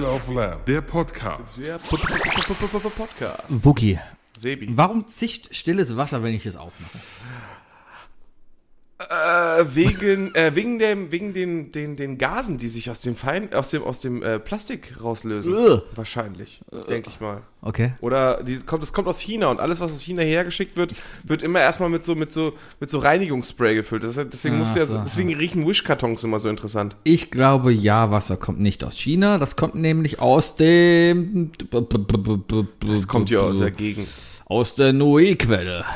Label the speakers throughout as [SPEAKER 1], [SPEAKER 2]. [SPEAKER 1] Self Lab.
[SPEAKER 2] Der Podcast.
[SPEAKER 3] Sehr p- p- p- p- p- Podcast.
[SPEAKER 4] Wookie,
[SPEAKER 3] Sebi.
[SPEAKER 4] warum zischt stilles Wasser, wenn ich es aufmache?
[SPEAKER 3] Äh, wegen äh, wegen dem wegen den, den den Gasen, die sich aus dem Fein aus dem aus dem äh, Plastik rauslösen.
[SPEAKER 4] Ugh.
[SPEAKER 3] Wahrscheinlich, denke ich mal.
[SPEAKER 4] Okay.
[SPEAKER 3] Oder die kommt das kommt aus China und alles was aus China hergeschickt wird, wird immer erstmal mit so mit so mit so Reinigungsspray gefüllt. Das, heißt, deswegen
[SPEAKER 4] Ach
[SPEAKER 3] musst du ja
[SPEAKER 4] so,
[SPEAKER 3] so,
[SPEAKER 4] aha.
[SPEAKER 3] deswegen riechen Wish-Kartons immer so interessant.
[SPEAKER 4] Ich glaube, ja, Wasser kommt nicht aus China. Das kommt nämlich aus dem.
[SPEAKER 3] Das kommt ja aus der Gegend.
[SPEAKER 4] Aus der Noe-Quelle.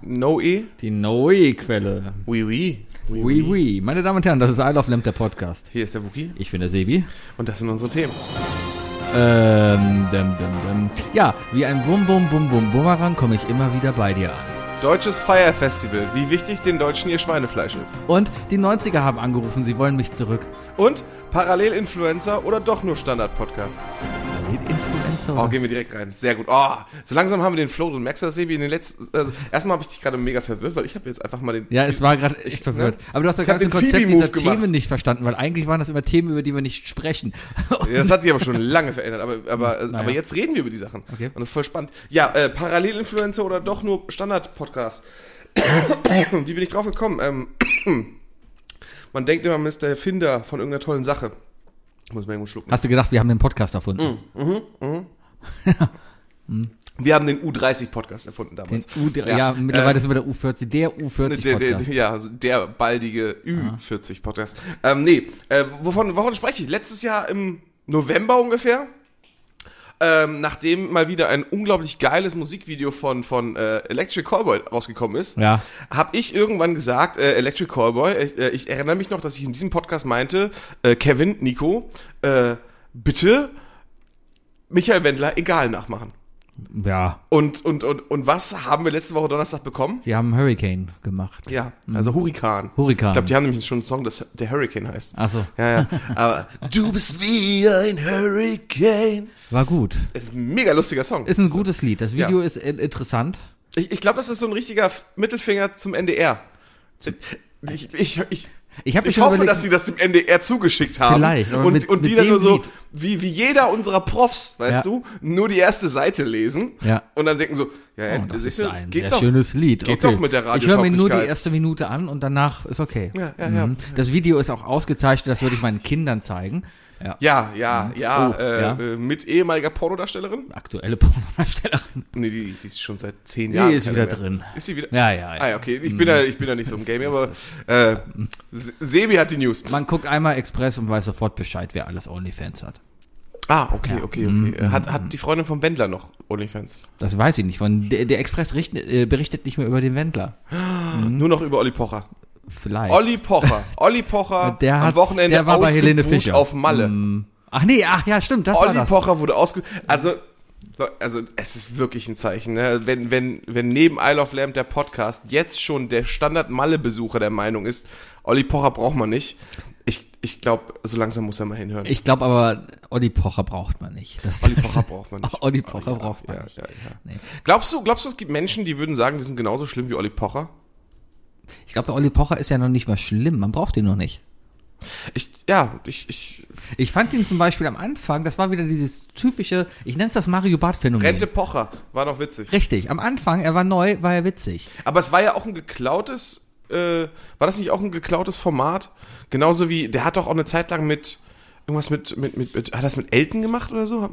[SPEAKER 3] No E?
[SPEAKER 4] Die Noe-Quelle.
[SPEAKER 3] Oui oui. Oui
[SPEAKER 4] Oui, oui. Meine Damen und Herren, das ist I Love Lamp, der Podcast.
[SPEAKER 3] Hier ist der Wookie
[SPEAKER 4] Ich bin der Sebi.
[SPEAKER 3] und das sind unsere Themen.
[SPEAKER 4] Ähm, dum, dum, dum. Ja, wie ein Bum, Bum, Bum, Bum, Bumerang komme ich immer wieder bei dir an.
[SPEAKER 3] Deutsches Fire Festival. Wie wichtig den Deutschen ihr Schweinefleisch ist.
[SPEAKER 4] Und die 90er haben angerufen, sie wollen mich zurück.
[SPEAKER 3] Und Parallelinfluencer oder doch nur Standard-Podcast?
[SPEAKER 4] Influencer.
[SPEAKER 3] Oh, gehen wir direkt rein. Sehr gut. Oh, so langsam haben wir den Flow und Max das Sebi in den letzten. Also, erstmal habe ich dich gerade mega verwirrt, weil ich habe jetzt einfach mal den.
[SPEAKER 4] Ja, es war gerade echt verwirrt. Aber du hast das
[SPEAKER 3] ne? Ich hab
[SPEAKER 4] ganze
[SPEAKER 3] den
[SPEAKER 4] Konzept
[SPEAKER 3] Phoebe-Move
[SPEAKER 4] dieser
[SPEAKER 3] gemacht.
[SPEAKER 4] Themen nicht verstanden, weil eigentlich waren das immer Themen, über die wir nicht sprechen.
[SPEAKER 3] Ja, Das hat sich aber schon lange verändert, aber, aber, also,
[SPEAKER 4] Naja.
[SPEAKER 3] aber jetzt reden wir über die Sachen.
[SPEAKER 4] Hm, Okay.
[SPEAKER 3] Und das ist voll spannend. Ja, äh, Parallelinfluencer oder doch nur Standard-Podcast? Wie bin ich drauf gekommen? Ähm, man denkt immer, man ist der Erfinder von irgendeiner tollen Sache. Muss man irgendwo schlucken.
[SPEAKER 4] Hast du gedacht, wir haben den Podcast erfunden?
[SPEAKER 3] Mhm. Wir haben den U30-Podcast erfunden damals.
[SPEAKER 4] Den U ja, mittlerweile sind wir der U40, der
[SPEAKER 3] Äh. Der, der,
[SPEAKER 4] U40-Podcast.
[SPEAKER 3] ja, also der baldige Ü40-Podcast. Ähm, nee, äh, wovon, wovon spreche ich? Letztes Jahr im November ungefähr, ähm, nachdem mal wieder ein unglaublich geiles Musikvideo von, von äh, Electric Callboy rausgekommen ist,
[SPEAKER 4] Ja.
[SPEAKER 3] habe ich irgendwann gesagt, äh, Electric Callboy, ich, äh, ich erinnere mich noch, dass ich in diesem Podcast meinte, äh, Kevin, Nico, äh, bitte Michael Wendler egal nachmachen.
[SPEAKER 4] Ja,
[SPEAKER 3] Und, und, und, und was haben wir letzte Woche Donnerstag bekommen?
[SPEAKER 4] sie haben Hurricane gemacht.
[SPEAKER 3] Ja, also Hurrikan.
[SPEAKER 4] Mhm. Hurrikan.
[SPEAKER 3] Ich glaube, die haben nämlich schon einen Song, das, der Hurricane heißt.
[SPEAKER 4] Achso,
[SPEAKER 3] Ja, ja. Aber du bist wie ein Hurricane.
[SPEAKER 4] war gut.
[SPEAKER 3] Das ist ein mega lustiger Song.
[SPEAKER 4] Ist ein gutes Lied. Das Video
[SPEAKER 3] Ja.
[SPEAKER 4] ist in- interessant.
[SPEAKER 3] ich ich glaube, das ist so ein richtiger Mittelfinger zum NDR. Ich, ich, ich,
[SPEAKER 4] Ich habe mir
[SPEAKER 3] ich
[SPEAKER 4] schon
[SPEAKER 3] hoffe,
[SPEAKER 4] überlegt,
[SPEAKER 3] dass sie das dem NDR zugeschickt haben.
[SPEAKER 4] Vielleicht, aber
[SPEAKER 3] Und,
[SPEAKER 4] mit-
[SPEAKER 3] und
[SPEAKER 4] mit
[SPEAKER 3] die dann
[SPEAKER 4] dem
[SPEAKER 3] nur so,
[SPEAKER 4] Lied.
[SPEAKER 3] wie, wie jeder unserer Profs, weißt
[SPEAKER 4] Ja.
[SPEAKER 3] du, nur die erste Seite lesen.
[SPEAKER 4] Ja.
[SPEAKER 3] Und dann denken so, ja, ja,
[SPEAKER 4] oh, das
[SPEAKER 3] siehst
[SPEAKER 4] ist
[SPEAKER 3] du,
[SPEAKER 4] ein
[SPEAKER 3] geht
[SPEAKER 4] sehr
[SPEAKER 3] doch.
[SPEAKER 4] schönes Lied.
[SPEAKER 3] geht doch mit der
[SPEAKER 4] ich höre mir nur die
[SPEAKER 3] Radiotauglichkeit.
[SPEAKER 4] erste Minute an und danach ist okay. Mhm.
[SPEAKER 3] Ja, ja, ja.
[SPEAKER 4] Das Video ist auch ausgezeichnet, das würde ich meinen Kindern zeigen. Ja.
[SPEAKER 3] Ja, ja, ja,
[SPEAKER 4] Oh,
[SPEAKER 3] äh,
[SPEAKER 4] ja.
[SPEAKER 3] äh, mit ehemaliger Pornodarstellerin.
[SPEAKER 4] Aktuelle Pornodarstellerin.
[SPEAKER 3] Nee, die, die ist schon seit zehn
[SPEAKER 4] Die
[SPEAKER 3] Jahren.
[SPEAKER 4] ist
[SPEAKER 3] keine
[SPEAKER 4] wieder
[SPEAKER 3] mehr.
[SPEAKER 4] drin.
[SPEAKER 3] Ist sie wieder?
[SPEAKER 4] Ja, Mm. ja, ja.
[SPEAKER 3] Ah ja, okay. Ich bin, da, ich bin da nicht so im Game, aber äh, Se- Sebi hat die News.
[SPEAKER 4] Man guckt einmal Express und weiß sofort Bescheid, wer alles OnlyFans hat.
[SPEAKER 3] Ah, okay, okay, okay.
[SPEAKER 4] Mm,
[SPEAKER 3] Äh, Hat, hat die Freundin vom Wendler noch OnlyFans?
[SPEAKER 4] Das weiß ich nicht. Von, der, der Express richt, äh, berichtet nicht mehr über den Wendler. Mm.
[SPEAKER 3] Nur noch über Olli Pocher.
[SPEAKER 4] Vielleicht.
[SPEAKER 3] Olli Pocher. Olli Pocher
[SPEAKER 4] der hat,
[SPEAKER 3] am Wochenende
[SPEAKER 4] der war bei Helene
[SPEAKER 3] ausgebuht
[SPEAKER 4] Fischer.
[SPEAKER 3] auf Malle.
[SPEAKER 4] Mm. Ach nee, ach ja, stimmt, das war
[SPEAKER 3] Olli
[SPEAKER 4] das.
[SPEAKER 3] Pocher wurde ausge... Also, Leu- also es ist wirklich ein Zeichen. Ne? Wenn, wenn, wenn neben Isle of Lamb der Podcast jetzt schon der Standard-Malle-Besucher der Meinung ist, Olli Pocher braucht man nicht. Ich, ich glaube, so langsam muss er mal hinhören.
[SPEAKER 4] Ich glaube aber, Olli Pocher braucht man nicht. Das,
[SPEAKER 3] Olli Pocher braucht man nicht.
[SPEAKER 4] Olli Pocher braucht man
[SPEAKER 3] ja,
[SPEAKER 4] nicht.
[SPEAKER 3] Ja, ja.
[SPEAKER 4] Nee.
[SPEAKER 3] Glaubst, du, glaubst du, es gibt Menschen, die würden sagen, wir sind genauso schlimm wie Olli Pocher?
[SPEAKER 4] Ich glaube, der Olli Pocher ist ja noch nicht mal schlimm. Man braucht ihn noch nicht.
[SPEAKER 3] Ich, ja, ich, ich
[SPEAKER 4] Ich fand ihn zum Beispiel am Anfang, das war wieder dieses typische, ich nenne es das Mario Barth-Phänomen.
[SPEAKER 3] Rente Pocher war noch witzig.
[SPEAKER 4] Richtig, am Anfang, er war neu, war er witzig.
[SPEAKER 3] Aber es war ja auch ein geklautes, äh, war das nicht auch ein geklautes Format? Genauso wie, der hat doch auch eine Zeit lang mit, irgendwas mit, mit, mit, mit hat das mit Elton gemacht oder so?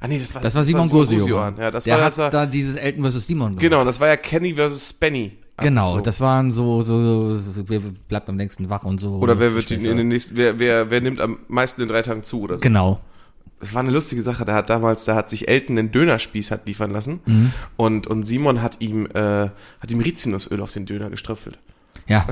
[SPEAKER 3] Ah nee, das war,
[SPEAKER 4] Das war Simon Gosio.
[SPEAKER 3] Ja, das
[SPEAKER 4] der
[SPEAKER 3] war,
[SPEAKER 4] hat
[SPEAKER 3] das war,
[SPEAKER 4] da dieses Elton vs. Simon gemacht.
[SPEAKER 3] genau, das war ja Kenny versus Spenny.
[SPEAKER 4] Genau,
[SPEAKER 3] So.
[SPEAKER 4] das waren so, so, so, wer bleibt am längsten wach und so.
[SPEAKER 3] Oder wer
[SPEAKER 4] so
[SPEAKER 3] wird in,
[SPEAKER 4] Späße.
[SPEAKER 3] in den nächsten, wer, wer, wer nimmt am meisten in drei Tagen zu oder so?
[SPEAKER 4] Genau.
[SPEAKER 3] Das war eine lustige Sache. Da hat damals, da hat sich Elton einen Dönerspieß hat liefern lassen
[SPEAKER 4] Mhm.
[SPEAKER 3] und, und Simon hat ihm, äh, hat ihm Rizinusöl auf den Döner geströpfelt.
[SPEAKER 4] Ja.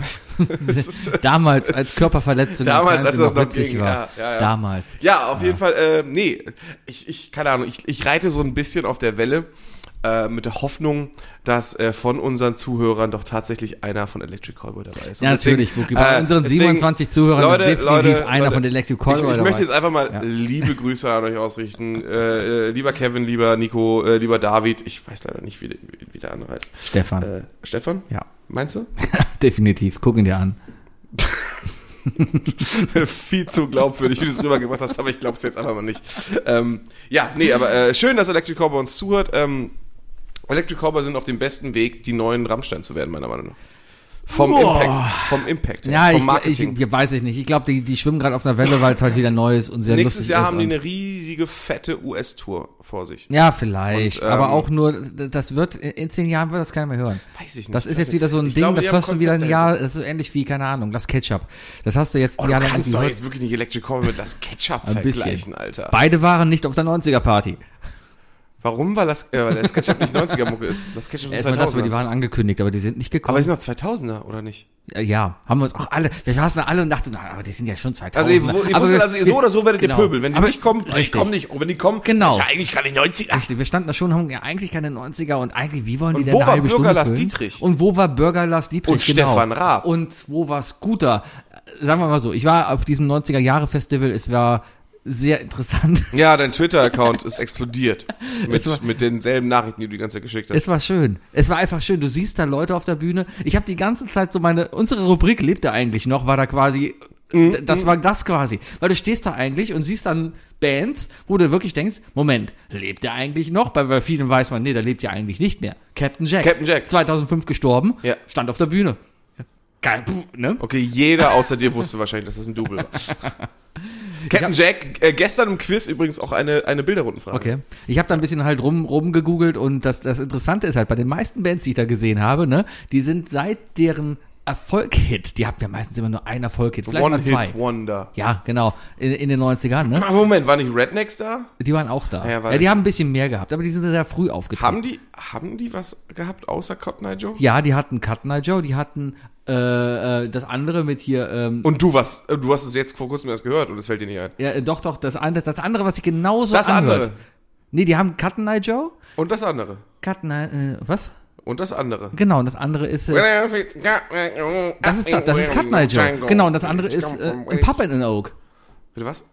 [SPEAKER 4] Damals als Körperverletzung im
[SPEAKER 3] Damals, als
[SPEAKER 4] Fernsehen
[SPEAKER 3] das
[SPEAKER 4] noch
[SPEAKER 3] noch
[SPEAKER 4] witzig
[SPEAKER 3] ging,
[SPEAKER 4] war.
[SPEAKER 3] ja, ja, ja.
[SPEAKER 4] Damals.
[SPEAKER 3] Ja, auf jeden Fall, äh, nee, ich, ich, keine Ahnung, ich, ich reite so ein bisschen auf der Welle äh, mit der Hoffnung, dass äh, von unseren Zuhörern doch tatsächlich einer von Electric Callboy dabei ist. äh,
[SPEAKER 4] Ja, natürlich, Wookie. Bei unseren 27 Zuhörern ist definitiv einer von Electric Callboy
[SPEAKER 3] ich, ich
[SPEAKER 4] dabei.
[SPEAKER 3] möchte jetzt einfach mal
[SPEAKER 4] Ja.
[SPEAKER 3] liebe Grüße an euch ausrichten. Äh, äh, lieber Kevin, lieber Nico, äh, lieber David. Ich weiß leider nicht, wie, der- wie, wie der andere heißt.
[SPEAKER 4] Stefan.
[SPEAKER 3] Äh, Stefan?
[SPEAKER 4] Ja,
[SPEAKER 3] Meinst du?
[SPEAKER 4] definitiv. Guck ihn dir an.
[SPEAKER 3] Viel zu glaubwürdig, wie du es rübergebracht hast, aber ich glaube es jetzt einfach mal nicht. Ähm, ja, nee, aber äh, schön, dass Electric Cowboy uns zuhört. Ähm, Electric Cowboy sind auf dem besten Weg, die neuen Rammstein zu werden, meiner Meinung nach. Vom
[SPEAKER 4] Boah.
[SPEAKER 3] Impact. Vom Impact.
[SPEAKER 4] Ja,
[SPEAKER 3] vom
[SPEAKER 4] ich, ich, ich weiß ich nicht. Ich glaube, die, die schwimmen gerade auf einer Welle, weil es halt wieder neu ist und sehr
[SPEAKER 3] Nächstes
[SPEAKER 4] lustig
[SPEAKER 3] Jahr
[SPEAKER 4] ist.
[SPEAKER 3] haben die
[SPEAKER 4] und-
[SPEAKER 3] eine riesige, fette US-Tour vor sich.
[SPEAKER 4] ja, vielleicht.
[SPEAKER 3] Und, ähm,
[SPEAKER 4] aber auch nur, das wird, in zehn Jahren wird das keiner mehr hören.
[SPEAKER 3] Weiß ich nicht. Also
[SPEAKER 4] Das ist jetzt wieder so ein
[SPEAKER 3] ich
[SPEAKER 4] Ding,
[SPEAKER 3] glaube, die
[SPEAKER 4] das
[SPEAKER 3] haben
[SPEAKER 4] hörst du wieder ein
[SPEAKER 3] Konzept
[SPEAKER 4] Jahr,
[SPEAKER 3] dahinter.
[SPEAKER 4] das ist so ähnlich wie, keine Ahnung, das Ketchup. Das hast du jetzt ein
[SPEAKER 3] Oh,
[SPEAKER 4] Jahr
[SPEAKER 3] du
[SPEAKER 4] lang
[SPEAKER 3] kannst
[SPEAKER 4] nicht
[SPEAKER 3] doch
[SPEAKER 4] gehört.
[SPEAKER 3] jetzt wirklich nicht Electric Cowboy mit das Ketchup
[SPEAKER 4] Ein bisschen.
[SPEAKER 3] vergleichen, Alter.
[SPEAKER 4] Beide waren nicht auf der 90er-Party.
[SPEAKER 3] halt Warum? Weil das, äh, weil das Ketchup nicht 90er-Mucke ist. Das Ketchup ist
[SPEAKER 4] Erstmal das, aber die
[SPEAKER 3] 2000er.
[SPEAKER 4] waren angekündigt, aber die sind nicht
[SPEAKER 3] Aber
[SPEAKER 4] gekommen. Äh,
[SPEAKER 3] die sind noch 2000er, oder nicht?
[SPEAKER 4] ja, haben wir uns auch alle, wir saßen da alle und dachten, na, aber die sind ja schon 2000.
[SPEAKER 3] Also, ihr, wo- ihr
[SPEAKER 4] aber
[SPEAKER 3] wusstet,
[SPEAKER 4] wir-
[SPEAKER 3] also ihr so oder so werdet
[SPEAKER 4] genau.
[SPEAKER 3] ihr Pöbel. Wenn die
[SPEAKER 4] aber,
[SPEAKER 3] nicht kommen, ich
[SPEAKER 4] richtig.
[SPEAKER 3] komm nicht. Und wenn die kommen,
[SPEAKER 4] Genau.
[SPEAKER 3] ist ja eigentlich gar nicht 90er.
[SPEAKER 4] Richtig, wir standen da schon und haben ja eigentlich keine 90er und eigentlich, wie wollen die
[SPEAKER 3] Und
[SPEAKER 4] denn
[SPEAKER 3] wo
[SPEAKER 4] eine
[SPEAKER 3] war
[SPEAKER 4] halbe Stunde
[SPEAKER 3] Bürgerlass
[SPEAKER 4] füllen?
[SPEAKER 3] Dietrich?
[SPEAKER 4] Und wo war Bürgerlass Dietrich? Genau.
[SPEAKER 3] Und Stefan Raab.
[SPEAKER 4] Und wo war Scooter? Sagen wir mal so, ich war auf diesem 90er-Jahre-Festival, es war sehr interessant.
[SPEAKER 3] Ja, dein Twitter-Account ist explodiert. Mit,
[SPEAKER 4] Es war-
[SPEAKER 3] mit denselben Nachrichten, die du die ganze Zeit geschickt hast.
[SPEAKER 4] Es war schön. Es war einfach schön. Du siehst da Leute auf der Bühne. Ich habe die ganze Zeit so meine, unsere Rubrik lebte eigentlich noch, war da quasi,
[SPEAKER 3] Mhm.
[SPEAKER 4] d- das war das quasi. Weil du stehst da eigentlich und siehst dann Bands, wo du wirklich denkst, Moment, lebt der eigentlich noch? Weil bei vielen weiß man, nee, der lebt ja eigentlich nicht mehr. Captain Jack.
[SPEAKER 3] Captain Jack.
[SPEAKER 4] 2005 gestorben,
[SPEAKER 3] Ja.
[SPEAKER 4] stand auf der Bühne. Kein, puh, ne?
[SPEAKER 3] Okay, jeder außer dir wusste wahrscheinlich, dass das ein Double war. Captain Jack, äh, gestern im Quiz übrigens auch eine, eine Bilderrundenfrage.
[SPEAKER 4] Okay. Ich habe da ein bisschen halt rum rumgegoogelt und das, das Interessante ist halt, bei den meisten Bands, die ich da gesehen habe, ne, die sind seit deren Erfolg-Hit, die haben ja meistens immer nur einen Erfolg-Hit, vielleicht mal zwei.
[SPEAKER 3] One-Hit-Wonder.
[SPEAKER 4] Ja, genau. In, in den 90ern, ne?
[SPEAKER 3] Aber Moment, war nicht Rednecks da?
[SPEAKER 4] Die waren auch da.
[SPEAKER 3] Ja,
[SPEAKER 4] Ja,
[SPEAKER 3] weil-
[SPEAKER 4] die haben ein bisschen mehr gehabt, aber die sind sehr früh aufgetreten.
[SPEAKER 3] Haben die, haben die was gehabt außer Cotton Eye Joe?
[SPEAKER 4] Ja, die hatten Cut Night Joe, die hatten äh, äh, das andere mit hier, ähm,
[SPEAKER 3] Und du was? äh, Du hast es jetzt vor kurzem erst gehört und es fällt dir nicht ein.
[SPEAKER 4] ja, äh, doch, doch, das, an- das andere, was sich genauso
[SPEAKER 3] Das
[SPEAKER 4] anhört.
[SPEAKER 3] andere.
[SPEAKER 4] Nee, die haben Cut Night Joe,
[SPEAKER 3] Und das andere.
[SPEAKER 4] Cut Night, äh, was?
[SPEAKER 3] Und das andere.
[SPEAKER 4] Genau, und das andere ist, äh,
[SPEAKER 5] Das
[SPEAKER 4] das ist, das, das ist Cut Night Joe. Genau, und das andere ist äh, ein Pub in an Oak.
[SPEAKER 3] Bitte was?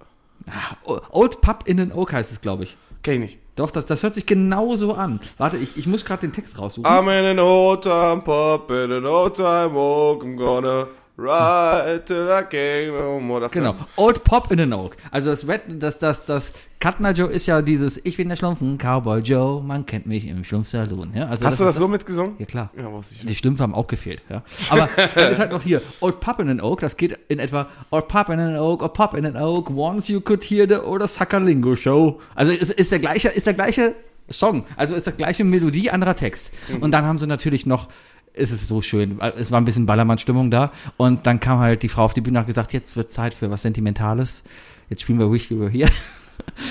[SPEAKER 4] O- Old Pub in an Oak heißt es, glaube ich.
[SPEAKER 3] Kenn ich nicht.
[SPEAKER 4] Doch, das, das hört sich genauso an. Warte, ich, ich muss gerade den Text raussuchen.
[SPEAKER 3] I'm in an old time pop, in an old time oak, I'm gonna ride till I can't no more. Das
[SPEAKER 4] Genau. Old Pop in an Oak. Also das Red, das, das, das Cutner Joe ist ja dieses Ich bin der Schlumpfen, Cowboy Joe, man kennt mich im Schlumpfsaloon. Ja, also
[SPEAKER 3] Hast du
[SPEAKER 4] ist
[SPEAKER 3] das so mitgesungen?
[SPEAKER 4] Ja klar.
[SPEAKER 3] Ja, wusste ich schon.
[SPEAKER 4] Die Schlümpfe haben auch gefehlt, ja. Aber dann ist halt noch hier, Old Pop in an Oak, das geht in etwa Old Pop in an Oak, Old Pop in an Oak, Once You Could Hear the Oder Suckerlingo Show. Also ist, ist der gleiche, ist der gleiche Song, also ist der gleiche Melodie, anderer Text.
[SPEAKER 3] Mhm.
[SPEAKER 4] Und dann haben sie natürlich noch, es ist so schön, weil es war ein bisschen Ballermann-Stimmung da und dann kam halt die Frau auf die Bühne und hat gesagt, jetzt wird Zeit für was Sentimentales, jetzt spielen wir Wish You Were Here.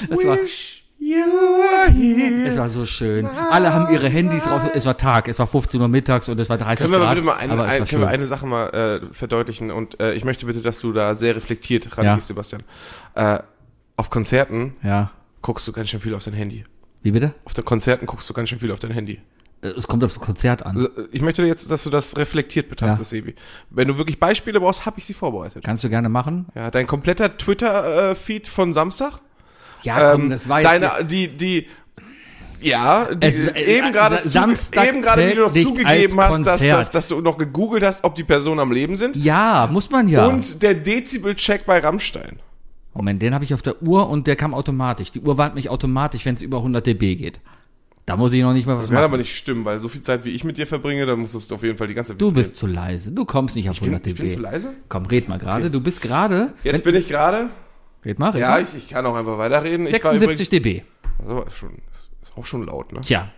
[SPEAKER 4] Das war,
[SPEAKER 3] Wish you were here.
[SPEAKER 4] es war so schön. Alle haben ihre Handys raus. Es war Tag, es war 15 Uhr mittags und es war 30
[SPEAKER 3] Können wir mal
[SPEAKER 4] Grad.
[SPEAKER 3] bitte mal eine,
[SPEAKER 4] aber es war
[SPEAKER 3] ein, können wir
[SPEAKER 4] schön.
[SPEAKER 3] eine Sache mal äh, verdeutlichen und äh, ich möchte bitte, dass du da sehr reflektiert rangehst,
[SPEAKER 4] Ja.
[SPEAKER 3] Sebastian. Äh, auf Konzerten
[SPEAKER 4] Ja.
[SPEAKER 3] guckst du ganz schön viel auf dein Handy.
[SPEAKER 4] Wie bitte?
[SPEAKER 3] Auf den Konzerten guckst du ganz schön viel auf dein Handy.
[SPEAKER 4] Äh, Es kommt aufs Konzert an.
[SPEAKER 3] Also, äh, Ich möchte jetzt, dass du das reflektiert betrachtest, Sebi. Wenn du wirklich Beispiele brauchst, habe ich sie vorbereitet.
[SPEAKER 4] Kannst du gerne machen.
[SPEAKER 3] Ja, dein kompletter Twitter-Feed von Samstag.
[SPEAKER 4] Ja,
[SPEAKER 3] ähm, deine, die, die, ja, die,
[SPEAKER 4] Es- äh,
[SPEAKER 3] eben gerade,
[SPEAKER 4] Sa-
[SPEAKER 3] zu-
[SPEAKER 4] Samstag
[SPEAKER 3] eben gerade, wie du noch
[SPEAKER 4] zählt nicht
[SPEAKER 3] zugegeben
[SPEAKER 4] als
[SPEAKER 3] hast, dass,
[SPEAKER 4] Konzert.
[SPEAKER 3] dass, dass du noch gegoogelt hast, ob die Personen am Leben sind.
[SPEAKER 4] Ja, muss man ja.
[SPEAKER 3] Und der Dezibel-Check bei Rammstein.
[SPEAKER 4] Moment, den habe ich auf der Uhr und der kam automatisch. Die Uhr warnt mich automatisch, wenn es über 100 dB geht. Da muss ich noch nicht mal
[SPEAKER 3] Das
[SPEAKER 4] was
[SPEAKER 3] kann
[SPEAKER 4] machen.
[SPEAKER 3] aber nicht stimmen, weil so viel Zeit, wie ich mit dir verbringe, dann musstest du auf jeden Fall die ganze Zeit
[SPEAKER 4] Du bist zu leise. Du kommst nicht auf 100
[SPEAKER 3] ich
[SPEAKER 4] dB.
[SPEAKER 3] bin zu leise?
[SPEAKER 4] Komm, red mal gerade. Du bist gerade.
[SPEAKER 3] Jetzt bin ich gerade.
[SPEAKER 4] Red mal, red
[SPEAKER 3] Ja,
[SPEAKER 4] mal.
[SPEAKER 3] ich, ich kann auch einfach weiterreden. Ich war
[SPEAKER 4] 76 dB.
[SPEAKER 3] übrigens, also, schon, ist auch schon laut, ne?
[SPEAKER 4] Tja,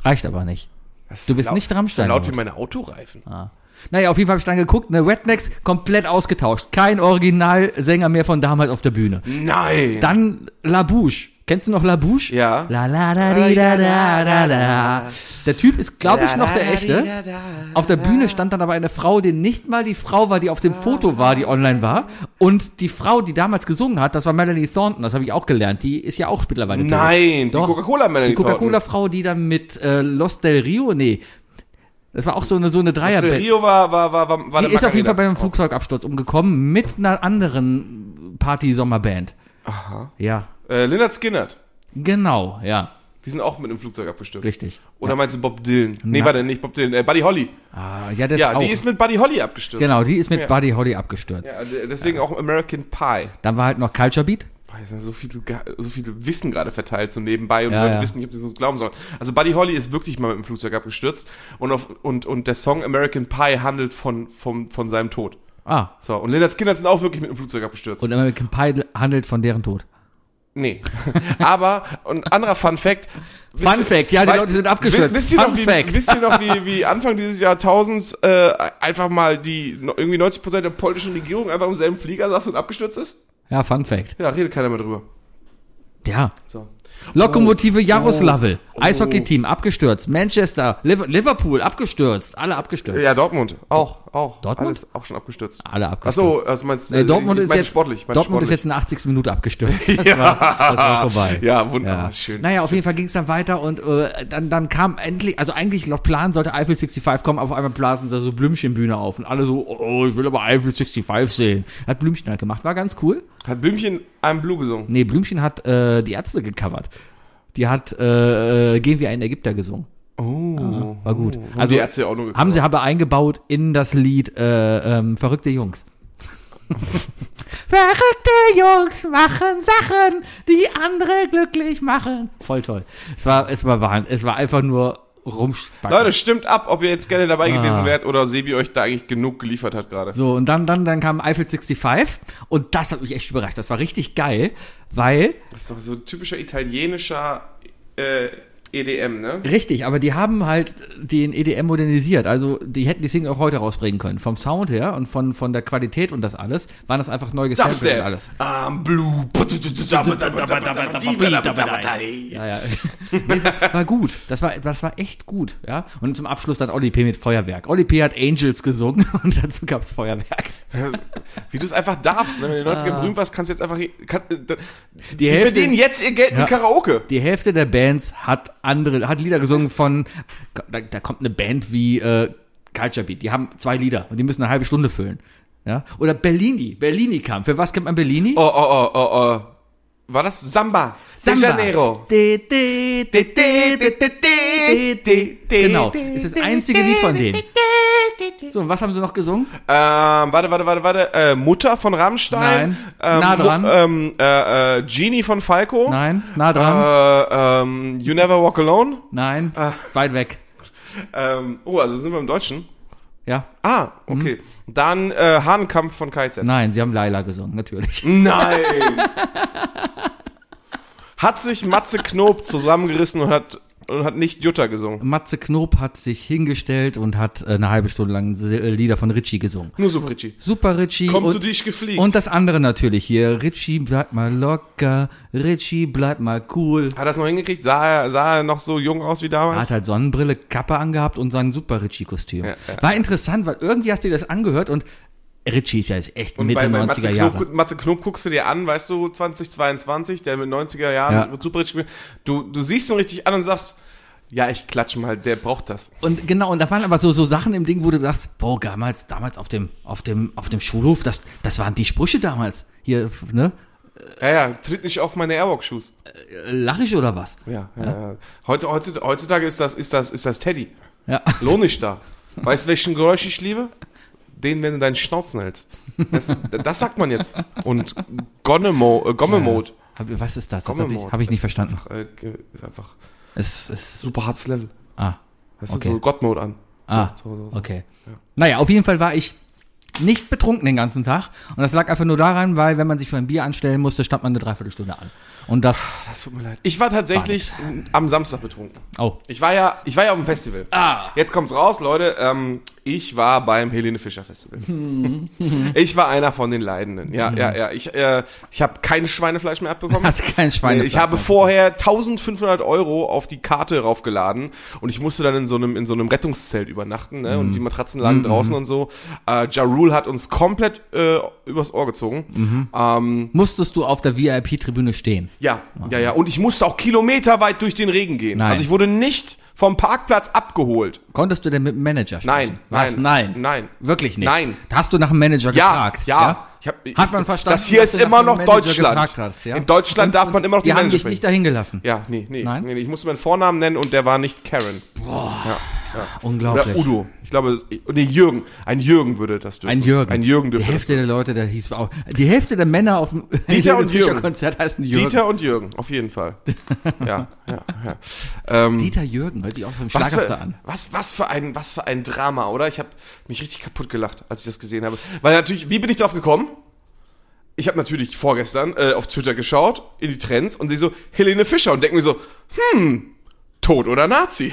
[SPEAKER 4] reicht aber nicht.
[SPEAKER 3] Das ist
[SPEAKER 4] Du bist
[SPEAKER 3] laut-
[SPEAKER 4] nicht Rammstein
[SPEAKER 3] So laut wie
[SPEAKER 4] laut.
[SPEAKER 3] meine Autoreifen.
[SPEAKER 4] Ah. Naja, auf jeden Fall habe ich dann geguckt, ne, Rednecks komplett ausgetauscht. Kein Originalsänger mehr von damals auf der Bühne.
[SPEAKER 3] Nein!
[SPEAKER 4] Dann Labouche. Kennst du noch Labouche?
[SPEAKER 3] Ja.
[SPEAKER 4] La la da di da da da da. Der Typ ist, glaube ich, noch der echte. Auf der Bühne stand dann aber eine Frau, die nicht mal die Frau war, die auf dem Foto war, die online war. Und die Frau, die damals gesungen hat, das war Melanie Thornton, das habe ich auch gelernt. Die ist ja auch mittlerweile tot.
[SPEAKER 3] Nein,
[SPEAKER 4] Doch.
[SPEAKER 3] die Coca-Cola-Melanie
[SPEAKER 4] Die Coca-Cola-Frau, die dann mit äh, Los del Rio, nee, das war auch so eine, so eine
[SPEAKER 3] Del
[SPEAKER 4] Dreierband.
[SPEAKER 3] Rio war, war, war, war, war
[SPEAKER 4] Die
[SPEAKER 3] eine
[SPEAKER 4] ist auf jeden Fall bei
[SPEAKER 3] Macarena.
[SPEAKER 4] einem Flugzeugabsturz umgekommen mit einer anderen Party-Sommerband. Aha. Ja,
[SPEAKER 3] Äh, Lynyrd Skynyrd.
[SPEAKER 4] genau, ja.
[SPEAKER 3] Die sind auch mit einem Flugzeug abgestürzt.
[SPEAKER 4] Richtig.
[SPEAKER 3] Oder meinst du Bob Dylan? Nee,
[SPEAKER 4] Na.
[SPEAKER 3] warte, nicht Bob Dylan, äh, Buddy Holly.
[SPEAKER 4] Ah, ja, das
[SPEAKER 3] Ja,
[SPEAKER 4] auch.
[SPEAKER 3] die ist mit Buddy Holly abgestürzt.
[SPEAKER 4] genau, die ist mit
[SPEAKER 3] Ja.
[SPEAKER 4] Buddy Holly abgestürzt.
[SPEAKER 3] Ja, also deswegen auch American Pie.
[SPEAKER 4] Dann war halt noch Culture Beat.
[SPEAKER 3] Boah, jetzt haben wir so viel, ge- so viel Wissen gerade verteilt so nebenbei und
[SPEAKER 4] Ja,
[SPEAKER 3] Leute
[SPEAKER 4] ja.
[SPEAKER 3] wissen nicht, ob sie es uns glauben sollen. Also Buddy Holly ist wirklich mal mit dem Flugzeug abgestürzt und, auf, und, und der Song American Pie handelt von, vom, von seinem Tod.
[SPEAKER 4] Ah,
[SPEAKER 3] So, und Lennarts Kinder sind auch wirklich mit dem Flugzeug abgestürzt.
[SPEAKER 4] und American Pie handelt von deren Tod.
[SPEAKER 3] nee. Aber, und anderer Fun Fact.
[SPEAKER 4] Fun
[SPEAKER 3] wisst-
[SPEAKER 4] Fact, ja, die
[SPEAKER 3] wei-
[SPEAKER 4] Leute sind abgestürzt.
[SPEAKER 3] Wisst ihr
[SPEAKER 4] Fun
[SPEAKER 3] noch, wie,
[SPEAKER 4] Fact.
[SPEAKER 3] Wisst ihr noch, wie, wie Anfang dieses Jahrtausends äh, einfach mal die no- irgendwie 90% der polnischen Regierung einfach im selben Flieger saß und abgestürzt ist?
[SPEAKER 4] Ja, Fun Fact.
[SPEAKER 3] Ja, redet keiner mehr drüber.
[SPEAKER 4] Ja.
[SPEAKER 3] So.
[SPEAKER 4] Lokomotive Jaroslawl,
[SPEAKER 3] Oh.
[SPEAKER 4] Eishockey-Team abgestürzt, Manchester, Liv- Liverpool abgestürzt, alle abgestürzt.
[SPEAKER 3] Ja, Dortmund. Auch, auch.
[SPEAKER 4] Dortmund?
[SPEAKER 3] Alles auch schon abgestürzt.
[SPEAKER 4] Alle abgestürzt.
[SPEAKER 3] Achso, also meinst
[SPEAKER 4] Nee, Dortmund,
[SPEAKER 3] ich
[SPEAKER 4] ist
[SPEAKER 3] meine
[SPEAKER 4] jetzt,
[SPEAKER 3] sportlich. meine
[SPEAKER 4] Dortmund ist jetzt
[SPEAKER 3] sportlich.
[SPEAKER 4] in der 80. Minute abgestürzt. Das,
[SPEAKER 3] Ja.
[SPEAKER 4] war, das war vorbei.
[SPEAKER 3] Ja, wunderbar.
[SPEAKER 4] Ja.
[SPEAKER 3] Ah, Schön.
[SPEAKER 4] Naja, auf jeden Fall ging es dann weiter und äh, dann, dann kam endlich, also eigentlich laut Plan sollte Eiffel 65 kommen, aber auf einmal blasen da so Blümchenbühne auf und alle so, oh, ich will aber Eiffel 65 sehen. Hat Blümchen halt gemacht, war ganz cool.
[SPEAKER 3] Hat Blümchen I'm Blue gesungen?
[SPEAKER 4] Nee, Blümchen hat äh, die Ärzte gecovert. Die hat äh, äh, Gehen wir einen Ägypter gesungen.
[SPEAKER 3] Oh.
[SPEAKER 4] War gut.
[SPEAKER 3] Haben also, die Ärzte ja auch nur gecovert.
[SPEAKER 4] Uh. haben sie aber eingebaut in das Lied äh, ähm, Verrückte Jungs. Verrückte Jungs machen Sachen, die andere glücklich machen. Voll toll. Es war, es war Wahnsinn. Es war einfach nur rumspacken.
[SPEAKER 3] Leute, stimmt ab, ob ihr jetzt gerne dabei
[SPEAKER 4] Ah.
[SPEAKER 3] gewesen wärt oder Sebi euch da eigentlich genug geliefert hat gerade.
[SPEAKER 4] So, und dann, dann, dann kam Eiffel 65 und das hat mich echt überrascht. Das war richtig geil, weil
[SPEAKER 3] Das ist doch so ein typischer italienischer äh, EDM, ne?
[SPEAKER 4] Richtig, aber die haben halt den EDM modernisiert. Also die hätten die Single auch heute rausbringen können. Vom Sound her und von, von der Qualität und das alles, waren das einfach neu gesampelt und
[SPEAKER 3] Dubstep.
[SPEAKER 4] alles.
[SPEAKER 3] I'm Blue.
[SPEAKER 4] Ja, ja. nee, war, war gut. Das war, das war echt gut, ja. Und zum Abschluss dann Oli P. mit Feuerwerk. Oli P. hat Angels gesungen und dazu gab's Feuerwerk.
[SPEAKER 3] Wie du es einfach darfst, ne? Wenn du in den 90ern berühmt warst, kannst du jetzt einfach. Kann, äh, die
[SPEAKER 4] Ah. Die
[SPEAKER 3] verdienen jetzt ihr Geld
[SPEAKER 4] Ja.
[SPEAKER 3] mit Karaoke.
[SPEAKER 4] Die Hälfte der Bands hat andere, hat Lieder gesungen von, da, da kommt eine Band wie äh, Culture Beat, die haben zwei Lieder und die müssen eine halbe Stunde füllen. Ja? Oder Bellini, Bellini kam. Für was kennt man Bellini?
[SPEAKER 3] Oh, oh, oh, oh, oh. War das Samba? De Janeiro.
[SPEAKER 4] De, de, de, de, de, de, de, de. Genau, ist das einzige Lied von denen. So, und was haben sie noch gesungen?
[SPEAKER 3] Ähm, warte, warte, warte, warte. Äh, Mutter von Rammstein.
[SPEAKER 4] Nein.
[SPEAKER 3] Ähm,
[SPEAKER 4] Nah dran.
[SPEAKER 3] Mu- Ähm, äh, äh, Genie von Falco.
[SPEAKER 4] Nein, nah dran.
[SPEAKER 3] Äh, ähm, you Never Walk Alone.
[SPEAKER 4] Nein, weit weg.
[SPEAKER 3] Ähm, oh, also sind wir im Deutschen.
[SPEAKER 4] Ja,
[SPEAKER 3] Ah, okay. Dann äh, Hahnenkampf von KZ.
[SPEAKER 4] nein, sie haben Laila gesungen, natürlich.
[SPEAKER 3] Nein! hat sich Matze Knob zusammengerissen und hat, und hat nicht Jutta gesungen.
[SPEAKER 4] Matze Knob hat sich hingestellt und hat äh, eine halbe Stunde lang Se- äh, Lieder von Ritchie gesungen.
[SPEAKER 3] Nur so, Richie.
[SPEAKER 4] Super Ritchie
[SPEAKER 3] Kommst du
[SPEAKER 4] und,
[SPEAKER 3] dich gefliegt?
[SPEAKER 4] und das andere natürlich hier. Ritchie bleibt mal locker, Ritchie bleibt mal cool.
[SPEAKER 3] hat er es noch hingekriegt? Sah er, sah er noch so jung aus wie
[SPEAKER 4] Er
[SPEAKER 3] damals?
[SPEAKER 4] hat halt Sonnenbrille, Kappe angehabt und sein Super Ritchie-Kostüm.
[SPEAKER 3] Ja, ja.
[SPEAKER 4] War interessant, weil irgendwie hast du dir das angehört und Ritchie ist ja jetzt echt Mitte
[SPEAKER 3] bei, bei
[SPEAKER 4] 90er
[SPEAKER 3] Matze,
[SPEAKER 4] Jahre.
[SPEAKER 3] Knob, Matze Knob guckst du dir an, weißt du, 2022, der mit 90er Jahren
[SPEAKER 4] Ja.
[SPEAKER 3] mit super richtig du, du siehst ihn richtig an und sagst, ja, ich klatsche mal, der braucht das.
[SPEAKER 4] Und genau, und da waren aber so, so Sachen im Ding, wo du sagst, boah, damals, damals auf dem, auf dem, auf dem Schulhof, das, das waren die Sprüche damals. Hier, ne?
[SPEAKER 3] Ja, ja, tritt nicht auf meine Airwalk-Shoes.
[SPEAKER 4] Lach ich oder was?
[SPEAKER 3] Ja, ja. ja. Heute, heutzutage, heutzutage ist das, ist das, ist das Teddy.
[SPEAKER 4] Ja.
[SPEAKER 3] Lohn ich da. Weißt du, welchen Geräusch ich liebe? Den, wenn du deinen Schnauzen hältst. Weißt du, das sagt man jetzt. Und Gonemo, äh, Gommemode.
[SPEAKER 4] Hab, was ist das? Das
[SPEAKER 3] Komm
[SPEAKER 4] habe ich,
[SPEAKER 3] mal,
[SPEAKER 4] hab ich nicht verstanden.
[SPEAKER 3] Äh, ist einfach
[SPEAKER 4] Es ist.
[SPEAKER 3] super hartes Level.
[SPEAKER 4] Ah,
[SPEAKER 3] Weißt
[SPEAKER 4] Okay.
[SPEAKER 3] du, so Gottmode an. So,
[SPEAKER 4] ah,
[SPEAKER 3] so, so.
[SPEAKER 4] okay. Naja, auf jeden Fall war ich nicht betrunken den ganzen Tag. Und das lag einfach nur daran, weil, wenn man sich für ein Bier anstellen musste, stand man eine Dreiviertelstunde an. Und das.
[SPEAKER 3] Das tut mir leid. Ich war tatsächlich am Samstag betrunken.
[SPEAKER 4] Oh.
[SPEAKER 3] Ich war ja, ich war ja auf dem Festival.
[SPEAKER 4] Ah.
[SPEAKER 3] Jetzt kommt's raus, Leute. Ähm, ich war beim Helene Fischer Festival.
[SPEAKER 4] Mhm.
[SPEAKER 3] ich war einer von den Leidenden. Ja, ja, ja. Ich, äh, ich habe kein Schweinefleisch mehr abbekommen.
[SPEAKER 4] Hast du kein Schwein?
[SPEAKER 3] Nee, ich habe vorher 1500 Euro auf die Karte raufgeladen und ich musste dann in so einem, in so einem Rettungszelt übernachten ne?
[SPEAKER 4] Mhm.
[SPEAKER 3] und die Matratzen lagen draußen und so. Äh, ja Rule hat uns komplett äh, übers Ohr gezogen.
[SPEAKER 4] Mhm.
[SPEAKER 3] Ähm,
[SPEAKER 4] Musstest du auf der VIP-Tribüne stehen?
[SPEAKER 3] ja, ja, ja. Und ich musste auch kilometerweit durch den Regen gehen.
[SPEAKER 4] Nein.
[SPEAKER 3] Also ich wurde nicht vom Parkplatz abgeholt.
[SPEAKER 4] Konntest du denn mit dem Manager sprechen?
[SPEAKER 3] Nein,
[SPEAKER 4] Was?
[SPEAKER 3] nein,
[SPEAKER 4] Nein.
[SPEAKER 3] nein.
[SPEAKER 4] Wirklich nicht.
[SPEAKER 3] Nein.
[SPEAKER 4] Da hast du nach dem Manager
[SPEAKER 3] Ja,
[SPEAKER 4] gefragt.
[SPEAKER 3] ja. Ich hab,
[SPEAKER 4] Hat man verstanden,
[SPEAKER 3] Das hier
[SPEAKER 4] dass
[SPEAKER 3] ist
[SPEAKER 4] du nach
[SPEAKER 3] immer
[SPEAKER 4] dem
[SPEAKER 3] noch
[SPEAKER 4] Manager
[SPEAKER 3] Deutschland.
[SPEAKER 4] gefragt hast, ja?
[SPEAKER 3] In Deutschland darf man immer noch
[SPEAKER 4] Die haben
[SPEAKER 3] Manager
[SPEAKER 4] dich
[SPEAKER 3] sprechen.
[SPEAKER 4] nicht dahin gelassen.
[SPEAKER 3] Ja, nee, nee,
[SPEAKER 4] Nein?
[SPEAKER 3] nee, nee. Ich musste meinen Vornamen nennen und der war nicht Karen. Oder
[SPEAKER 4] Unglaublich.
[SPEAKER 3] Udo. Ich glaube, nee, Jürgen. Ein Jürgen würde das dürfen.
[SPEAKER 4] Ein Jürgen.
[SPEAKER 3] Ein Jürgen
[SPEAKER 4] Die
[SPEAKER 3] dürfte. das.
[SPEAKER 4] Hälfte der Leute, da hieß auch. Die Hälfte der Männer auf dem
[SPEAKER 3] Dieter und Jürgen.
[SPEAKER 4] Konzert heißen Jürgen.
[SPEAKER 3] Dieter und Jürgen, auf jeden Fall. ja, ja, ja. Ähm,
[SPEAKER 4] Dieter Jürgen, hört sich auch so ein
[SPEAKER 3] was
[SPEAKER 4] Schlagerster
[SPEAKER 3] für,
[SPEAKER 4] an.
[SPEAKER 3] was, was, für ein, was für ein Drama, oder? Ich habe mich richtig kaputt gelacht, als ich das gesehen habe. Weil natürlich, wie bin ich drauf gekommen? Ich habe natürlich vorgestern äh, auf Twitter geschaut, in die Trends und sehe so Helene Fischer und denke mir so, hm, tot oder Nazi?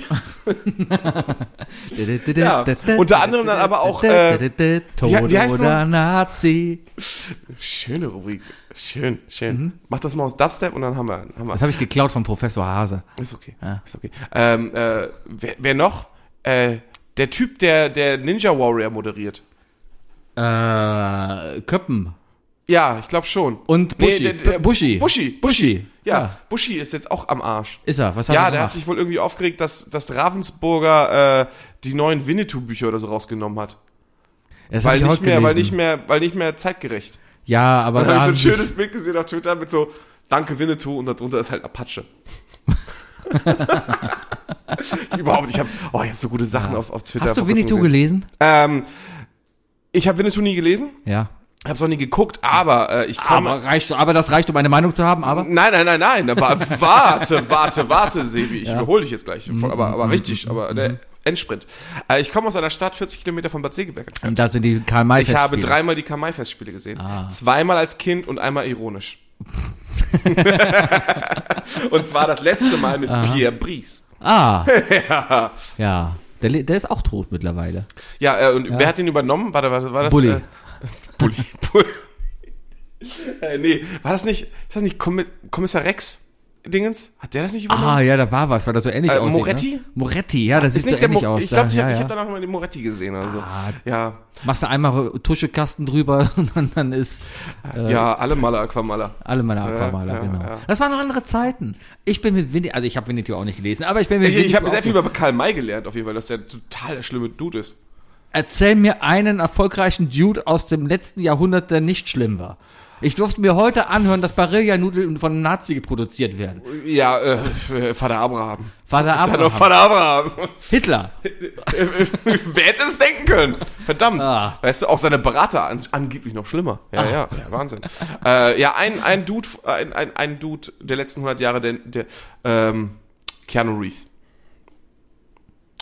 [SPEAKER 3] Ja, unter anderem dann aber auch, äh,
[SPEAKER 4] Tode
[SPEAKER 3] wie heißt
[SPEAKER 4] oder Nazi.
[SPEAKER 3] Schöne Rubrik. Schön, schön. Mhm. Mach das mal aus Dubstep und dann haben wir. Haben wir.
[SPEAKER 4] Das habe ich geklaut von Professor Hase.
[SPEAKER 3] Ist okay. Ist okay. Ähm, äh, wer, wer noch? Äh, der Typ, der, der Ninja Warrior moderiert.
[SPEAKER 4] Äh, Köppen.
[SPEAKER 3] Ja, ich glaube schon.
[SPEAKER 4] Und
[SPEAKER 3] Nee,
[SPEAKER 4] Buschi.
[SPEAKER 3] der- der-
[SPEAKER 4] B- Buschi.
[SPEAKER 3] Buschi.
[SPEAKER 4] Buschi.
[SPEAKER 3] Ja,
[SPEAKER 4] Ja.
[SPEAKER 3] Buschi ist jetzt auch am Arsch.
[SPEAKER 4] Ist er? Was hat
[SPEAKER 3] Ja,
[SPEAKER 4] er
[SPEAKER 3] der hat
[SPEAKER 4] gemacht?
[SPEAKER 3] sich wohl irgendwie aufgeregt, dass, dass Ravensburger äh, die neuen Winnetou-Bücher oder so rausgenommen hat.
[SPEAKER 4] das hab
[SPEAKER 3] Weil
[SPEAKER 4] ich
[SPEAKER 3] nicht,
[SPEAKER 4] heute
[SPEAKER 3] mehr, weil,
[SPEAKER 4] gelesen.
[SPEAKER 3] nicht mehr, weil nicht mehr zeitgerecht.
[SPEAKER 4] Ja, aber
[SPEAKER 3] Da
[SPEAKER 4] da
[SPEAKER 3] habe
[SPEAKER 4] haben
[SPEAKER 3] ich so
[SPEAKER 4] sich-
[SPEAKER 3] ein schönes Bild gesehen auf Twitter mit so Danke Winnetou und darunter ist halt Apache. Überhaupt, ich habe oh, ich hab so gute Sachen auf, auf Twitter.
[SPEAKER 4] Hast du
[SPEAKER 3] vor kurzem
[SPEAKER 4] Winnetou
[SPEAKER 3] gesehen.
[SPEAKER 4] gelesen?
[SPEAKER 3] Ähm, ich habe Winnetou nie gelesen,
[SPEAKER 4] Ja.
[SPEAKER 3] habe es auch nie geguckt, aber äh, ich komme.
[SPEAKER 4] Aber, reicht, aber das reicht, um eine Meinung zu haben, aber.
[SPEAKER 3] Nein, nein, nein, nein. Aber warte, warte, warte, Sebi. Ich überhole dich jetzt gleich. Aber, aber richtig, aber der Endsprint. Äh, Ich komme aus einer Stadt 40 Kilometer von Bad Segeberg. entfernt.
[SPEAKER 4] Und da sind die karl may
[SPEAKER 3] Ich habe dreimal die Kamai-Festspiele gesehen. Zweimal als Kind und einmal ironisch. und zwar das letzte Mal mit Pierre Bries.
[SPEAKER 4] Ah. ja. Der, le- der ist auch tot mittlerweile.
[SPEAKER 3] Ja, äh, und wer hat den übernommen? Warte, warte, war das?
[SPEAKER 4] Bulli.
[SPEAKER 3] Äh, Bulli. Bulli. äh, nee, war das nicht, ist das nicht Kommi- Kommissar Rex Dingens? Hat der das nicht übernommen?
[SPEAKER 4] Ah, ja, da war was, weil das so ähnlich
[SPEAKER 3] Äh,
[SPEAKER 4] aussieht.
[SPEAKER 3] Moretti?
[SPEAKER 4] Ne? Moretti, ja, das sieht so
[SPEAKER 3] der
[SPEAKER 4] ähnlich
[SPEAKER 3] Mo-
[SPEAKER 4] aus.
[SPEAKER 3] Ich glaube,
[SPEAKER 4] da.
[SPEAKER 3] ich
[SPEAKER 4] ja,
[SPEAKER 3] habe
[SPEAKER 4] ja. Ah,
[SPEAKER 3] hab danach mal den Moretti gesehen. Also. ja,
[SPEAKER 4] Machst du einmal Tuschekasten drüber und dann, dann ist äh,
[SPEAKER 3] ja, alle Maler, Aquamaler.
[SPEAKER 4] alle meine Aquamaler,
[SPEAKER 3] ja,
[SPEAKER 4] genau.
[SPEAKER 3] ja.
[SPEAKER 4] Das waren noch andere Zeiten. Ich bin mit Winnetou, also ich habe Winnetou auch nicht gelesen, aber ich bin mit
[SPEAKER 3] Ich, ich habe sehr
[SPEAKER 4] auch-
[SPEAKER 3] viel über Karl May gelernt, auf jeden Fall, dass der total der schlimme Dude ist.
[SPEAKER 4] Erzähl mir einen erfolgreichen Dude aus dem letzten Jahrhundert, der nicht schlimm war. Ich durfte mir heute anhören, dass Barilla-Nudeln von einem Nazi produziert werden.
[SPEAKER 3] Ja, äh, Vater Abraham. Ist
[SPEAKER 4] Vater
[SPEAKER 3] ja noch
[SPEAKER 4] Abraham.
[SPEAKER 3] Vater Abraham.
[SPEAKER 4] Hitler.
[SPEAKER 3] Wer hätte es denken können? Verdammt.
[SPEAKER 4] Ah.
[SPEAKER 3] Weißt du, auch seine Berater an, angeblich noch schlimmer. Ja, ja, ja, Wahnsinn. äh, ja, ein, ein Dude, ein, ein, ein Dude der letzten 100 Jahre, der, der ähm, Keanu Reeves.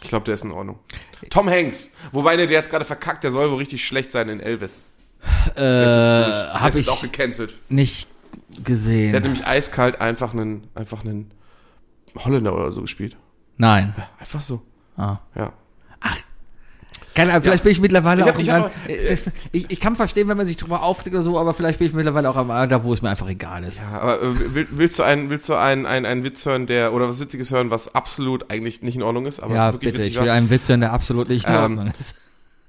[SPEAKER 3] Ich glaube, der ist in Ordnung. Tom Hanks. Wobei der, der jetzt gerade verkackt, der soll wohl richtig schlecht sein in Elvis.
[SPEAKER 4] Äh,
[SPEAKER 3] der
[SPEAKER 4] habe
[SPEAKER 3] ist jetzt auch
[SPEAKER 4] ich
[SPEAKER 3] gecancelt.
[SPEAKER 4] nicht
[SPEAKER 3] Der hat
[SPEAKER 4] gesehen.
[SPEAKER 3] nämlich eiskalt einfach einen, einfach einen Holländer oder so gespielt.
[SPEAKER 4] Nein.
[SPEAKER 3] Einfach so.
[SPEAKER 4] Ah.
[SPEAKER 3] Ja.
[SPEAKER 4] Keine Ahnung, vielleicht bin ich mittlerweile
[SPEAKER 3] Ich hab-
[SPEAKER 4] auch
[SPEAKER 3] ich
[SPEAKER 4] ich,
[SPEAKER 3] hab
[SPEAKER 4] äh, ich, ich kann verstehen, wenn man sich drüber aufregt oder so, aber vielleicht bin ich mittlerweile auch am Alter, wo es mir einfach egal ist.
[SPEAKER 3] Ja, aber äh, will, willst du einen, willst du einen, einen, einen Witz hören, der oder was Witziges hören, was absolut eigentlich nicht in Ordnung ist, aber
[SPEAKER 4] Ja,
[SPEAKER 3] wirklich
[SPEAKER 4] bitte,
[SPEAKER 3] witzig
[SPEAKER 4] ich will
[SPEAKER 3] war?
[SPEAKER 4] einen Witz hören, der absolut nicht in
[SPEAKER 3] Ähm,
[SPEAKER 4] Ordnung ist.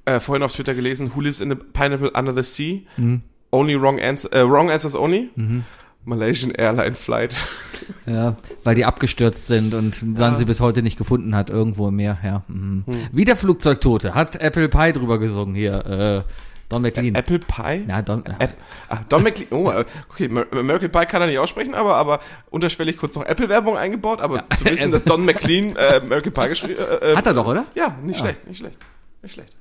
[SPEAKER 3] Äh, vorhin auf Twitter gelesen, Who lives in a pineapple under the sea?
[SPEAKER 4] Mhm.
[SPEAKER 3] Only wrong answer, äh, wrong answers only. Malaysian Airline Flight.
[SPEAKER 4] Ja, weil die abgestürzt sind und man sie bis heute nicht gefunden hat, irgendwo im Meer. Ja. Mhm.
[SPEAKER 3] Hm.
[SPEAKER 4] Wieder Flugzeugtote. Hat Apple Pie drüber gesungen hier. Äh, Don McLean.
[SPEAKER 3] Apple Pie?
[SPEAKER 4] ja, Don,
[SPEAKER 3] App, ah, Don McLean, oh, äh, okay, Mer- American Pie kann er nicht aussprechen, aber, aber unterschwellig kurz noch Apple-Werbung eingebaut, aber zu wissen, dass Don McLean äh, American Pie geschrieben äh, äh,
[SPEAKER 4] hat er doch, oder?
[SPEAKER 3] Ja, nicht schlecht, nicht schlecht, nicht schlecht.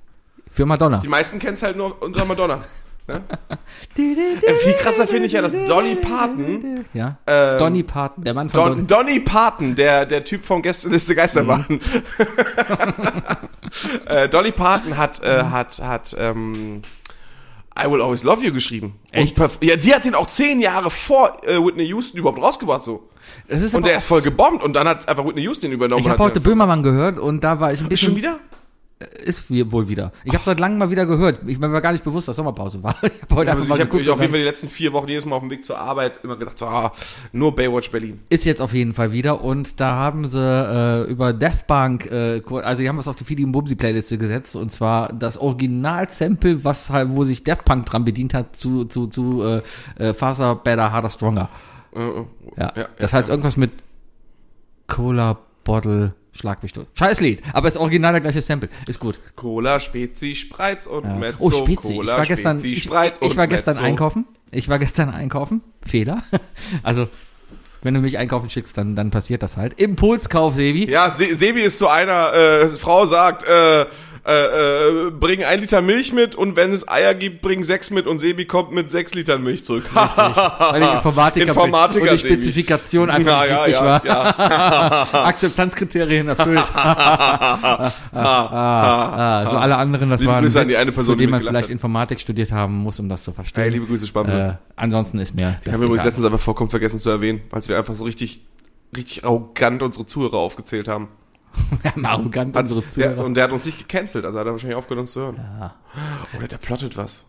[SPEAKER 4] Für Madonna.
[SPEAKER 3] Die meisten kennen es halt nur unter Madonna. ne? Äh, Viel krasser finde ich ja, dass Dolly Parton,
[SPEAKER 4] Ja.
[SPEAKER 3] Ähm,
[SPEAKER 4] Donny Parton, Mhm. der Mann von
[SPEAKER 3] Don,
[SPEAKER 4] Don,
[SPEAKER 3] Donny Parton, der, der Typ vom Gästeliste Geisterbahn. äh, Dolly Parton hat,
[SPEAKER 4] Mhm.
[SPEAKER 3] äh, hat, hat, ähm, I Will Always Love You geschrieben.
[SPEAKER 4] Echt?
[SPEAKER 3] Und perf- ja, die hat den auch zehn Jahre vor äh, Whitney Houston überhaupt rausgebracht, so.
[SPEAKER 4] Das ist
[SPEAKER 3] Und
[SPEAKER 4] aber
[SPEAKER 3] der
[SPEAKER 4] auch-
[SPEAKER 3] ist voll gebombt und dann hat einfach Whitney Houston ihn übernommen.
[SPEAKER 4] ich
[SPEAKER 3] und
[SPEAKER 4] habe
[SPEAKER 3] hat
[SPEAKER 4] heute
[SPEAKER 3] den-
[SPEAKER 4] Böhmermann gehört und da war ich ein bisschen.
[SPEAKER 3] Schon wieder?
[SPEAKER 4] Ist wie- wohl wieder. Ich habe seit langem mal wieder gehört. Ich mir war gar nicht bewusst, dass Sommerpause war. Ich habe heute
[SPEAKER 3] Also
[SPEAKER 4] einfach
[SPEAKER 3] ich
[SPEAKER 4] mal
[SPEAKER 3] habe
[SPEAKER 4] geguckt.
[SPEAKER 3] mich auf jeden
[SPEAKER 4] und
[SPEAKER 3] Fall die letzten vier Wochen jedes Mal auf dem Weg zur Arbeit immer gedacht, so, ah, nur Baywatch Berlin.
[SPEAKER 4] dann Ist jetzt auf jeden Fall wieder und da haben sie äh, über Death Punk, äh, kur- also die haben was auf die Feeding Bumsy Playliste gesetzt und zwar das Original-Sample, was halt, wo sich Death Punk dran bedient hat zu, zu, zu äh, äh, Faster, Better, Harder, Stronger.
[SPEAKER 3] Äh, äh,
[SPEAKER 4] Ja.
[SPEAKER 3] Ja,
[SPEAKER 4] das heißt irgendwas mit Cola Bottle, Schlag mich tot. Scheiß Lied, aber ist original der gleiche Sample. Ist gut.
[SPEAKER 3] Cola, Spezi, Spreiz und
[SPEAKER 4] Ja.
[SPEAKER 3] Mezzo.
[SPEAKER 4] oh, Spezi. Ich
[SPEAKER 3] Cola,
[SPEAKER 4] war gestern,
[SPEAKER 3] Spezi,
[SPEAKER 4] ich,
[SPEAKER 3] Spreiz
[SPEAKER 4] ich
[SPEAKER 3] und
[SPEAKER 4] war gestern
[SPEAKER 3] Mezzo.
[SPEAKER 4] einkaufen. Ich war gestern einkaufen. Fehler. Also, wenn du mich einkaufen schickst, dann, dann passiert das halt. Impulskauf, Sebi.
[SPEAKER 3] Ja, Se Sebi ist so einer, äh, Frau sagt, äh, äh, äh, bring ein Liter Milch mit und wenn es Eier gibt, bring sechs mit und Sebi kommt mit sechs Litern Milch zurück.
[SPEAKER 4] Weil ich Informatiker, bin
[SPEAKER 3] Informatiker,
[SPEAKER 4] und die
[SPEAKER 3] Sebi.
[SPEAKER 4] Spezifikation einfach
[SPEAKER 3] Ja,
[SPEAKER 4] nicht
[SPEAKER 3] ja,
[SPEAKER 4] richtig
[SPEAKER 3] ja,
[SPEAKER 4] war.
[SPEAKER 3] ja.
[SPEAKER 4] Akzeptanzkriterien erfüllt. Ah, also alle anderen, das
[SPEAKER 3] Liebe
[SPEAKER 4] war ein
[SPEAKER 3] Grüße an die eine Person,
[SPEAKER 4] für
[SPEAKER 3] die
[SPEAKER 4] den man
[SPEAKER 3] mitgelacht
[SPEAKER 4] vielleicht
[SPEAKER 3] hat.
[SPEAKER 4] Informatik studiert haben muss, um das zu verstehen.
[SPEAKER 3] Hey, liebe Grüße, Spampel.
[SPEAKER 4] äh, ansonsten ist mir
[SPEAKER 3] Ich
[SPEAKER 4] das
[SPEAKER 3] habe übrigens
[SPEAKER 4] egal.
[SPEAKER 3] letztens einfach vollkommen vergessen zu erwähnen, als wir einfach so richtig, richtig arrogant unsere Zuhörer aufgezählt haben.
[SPEAKER 4] Wir haben arrogant unsere
[SPEAKER 3] Der,
[SPEAKER 4] Zuhörer.
[SPEAKER 3] und der hat uns nicht gecancelt, also hat er wahrscheinlich aufgehört, uns zu hören. Oder der plottet was.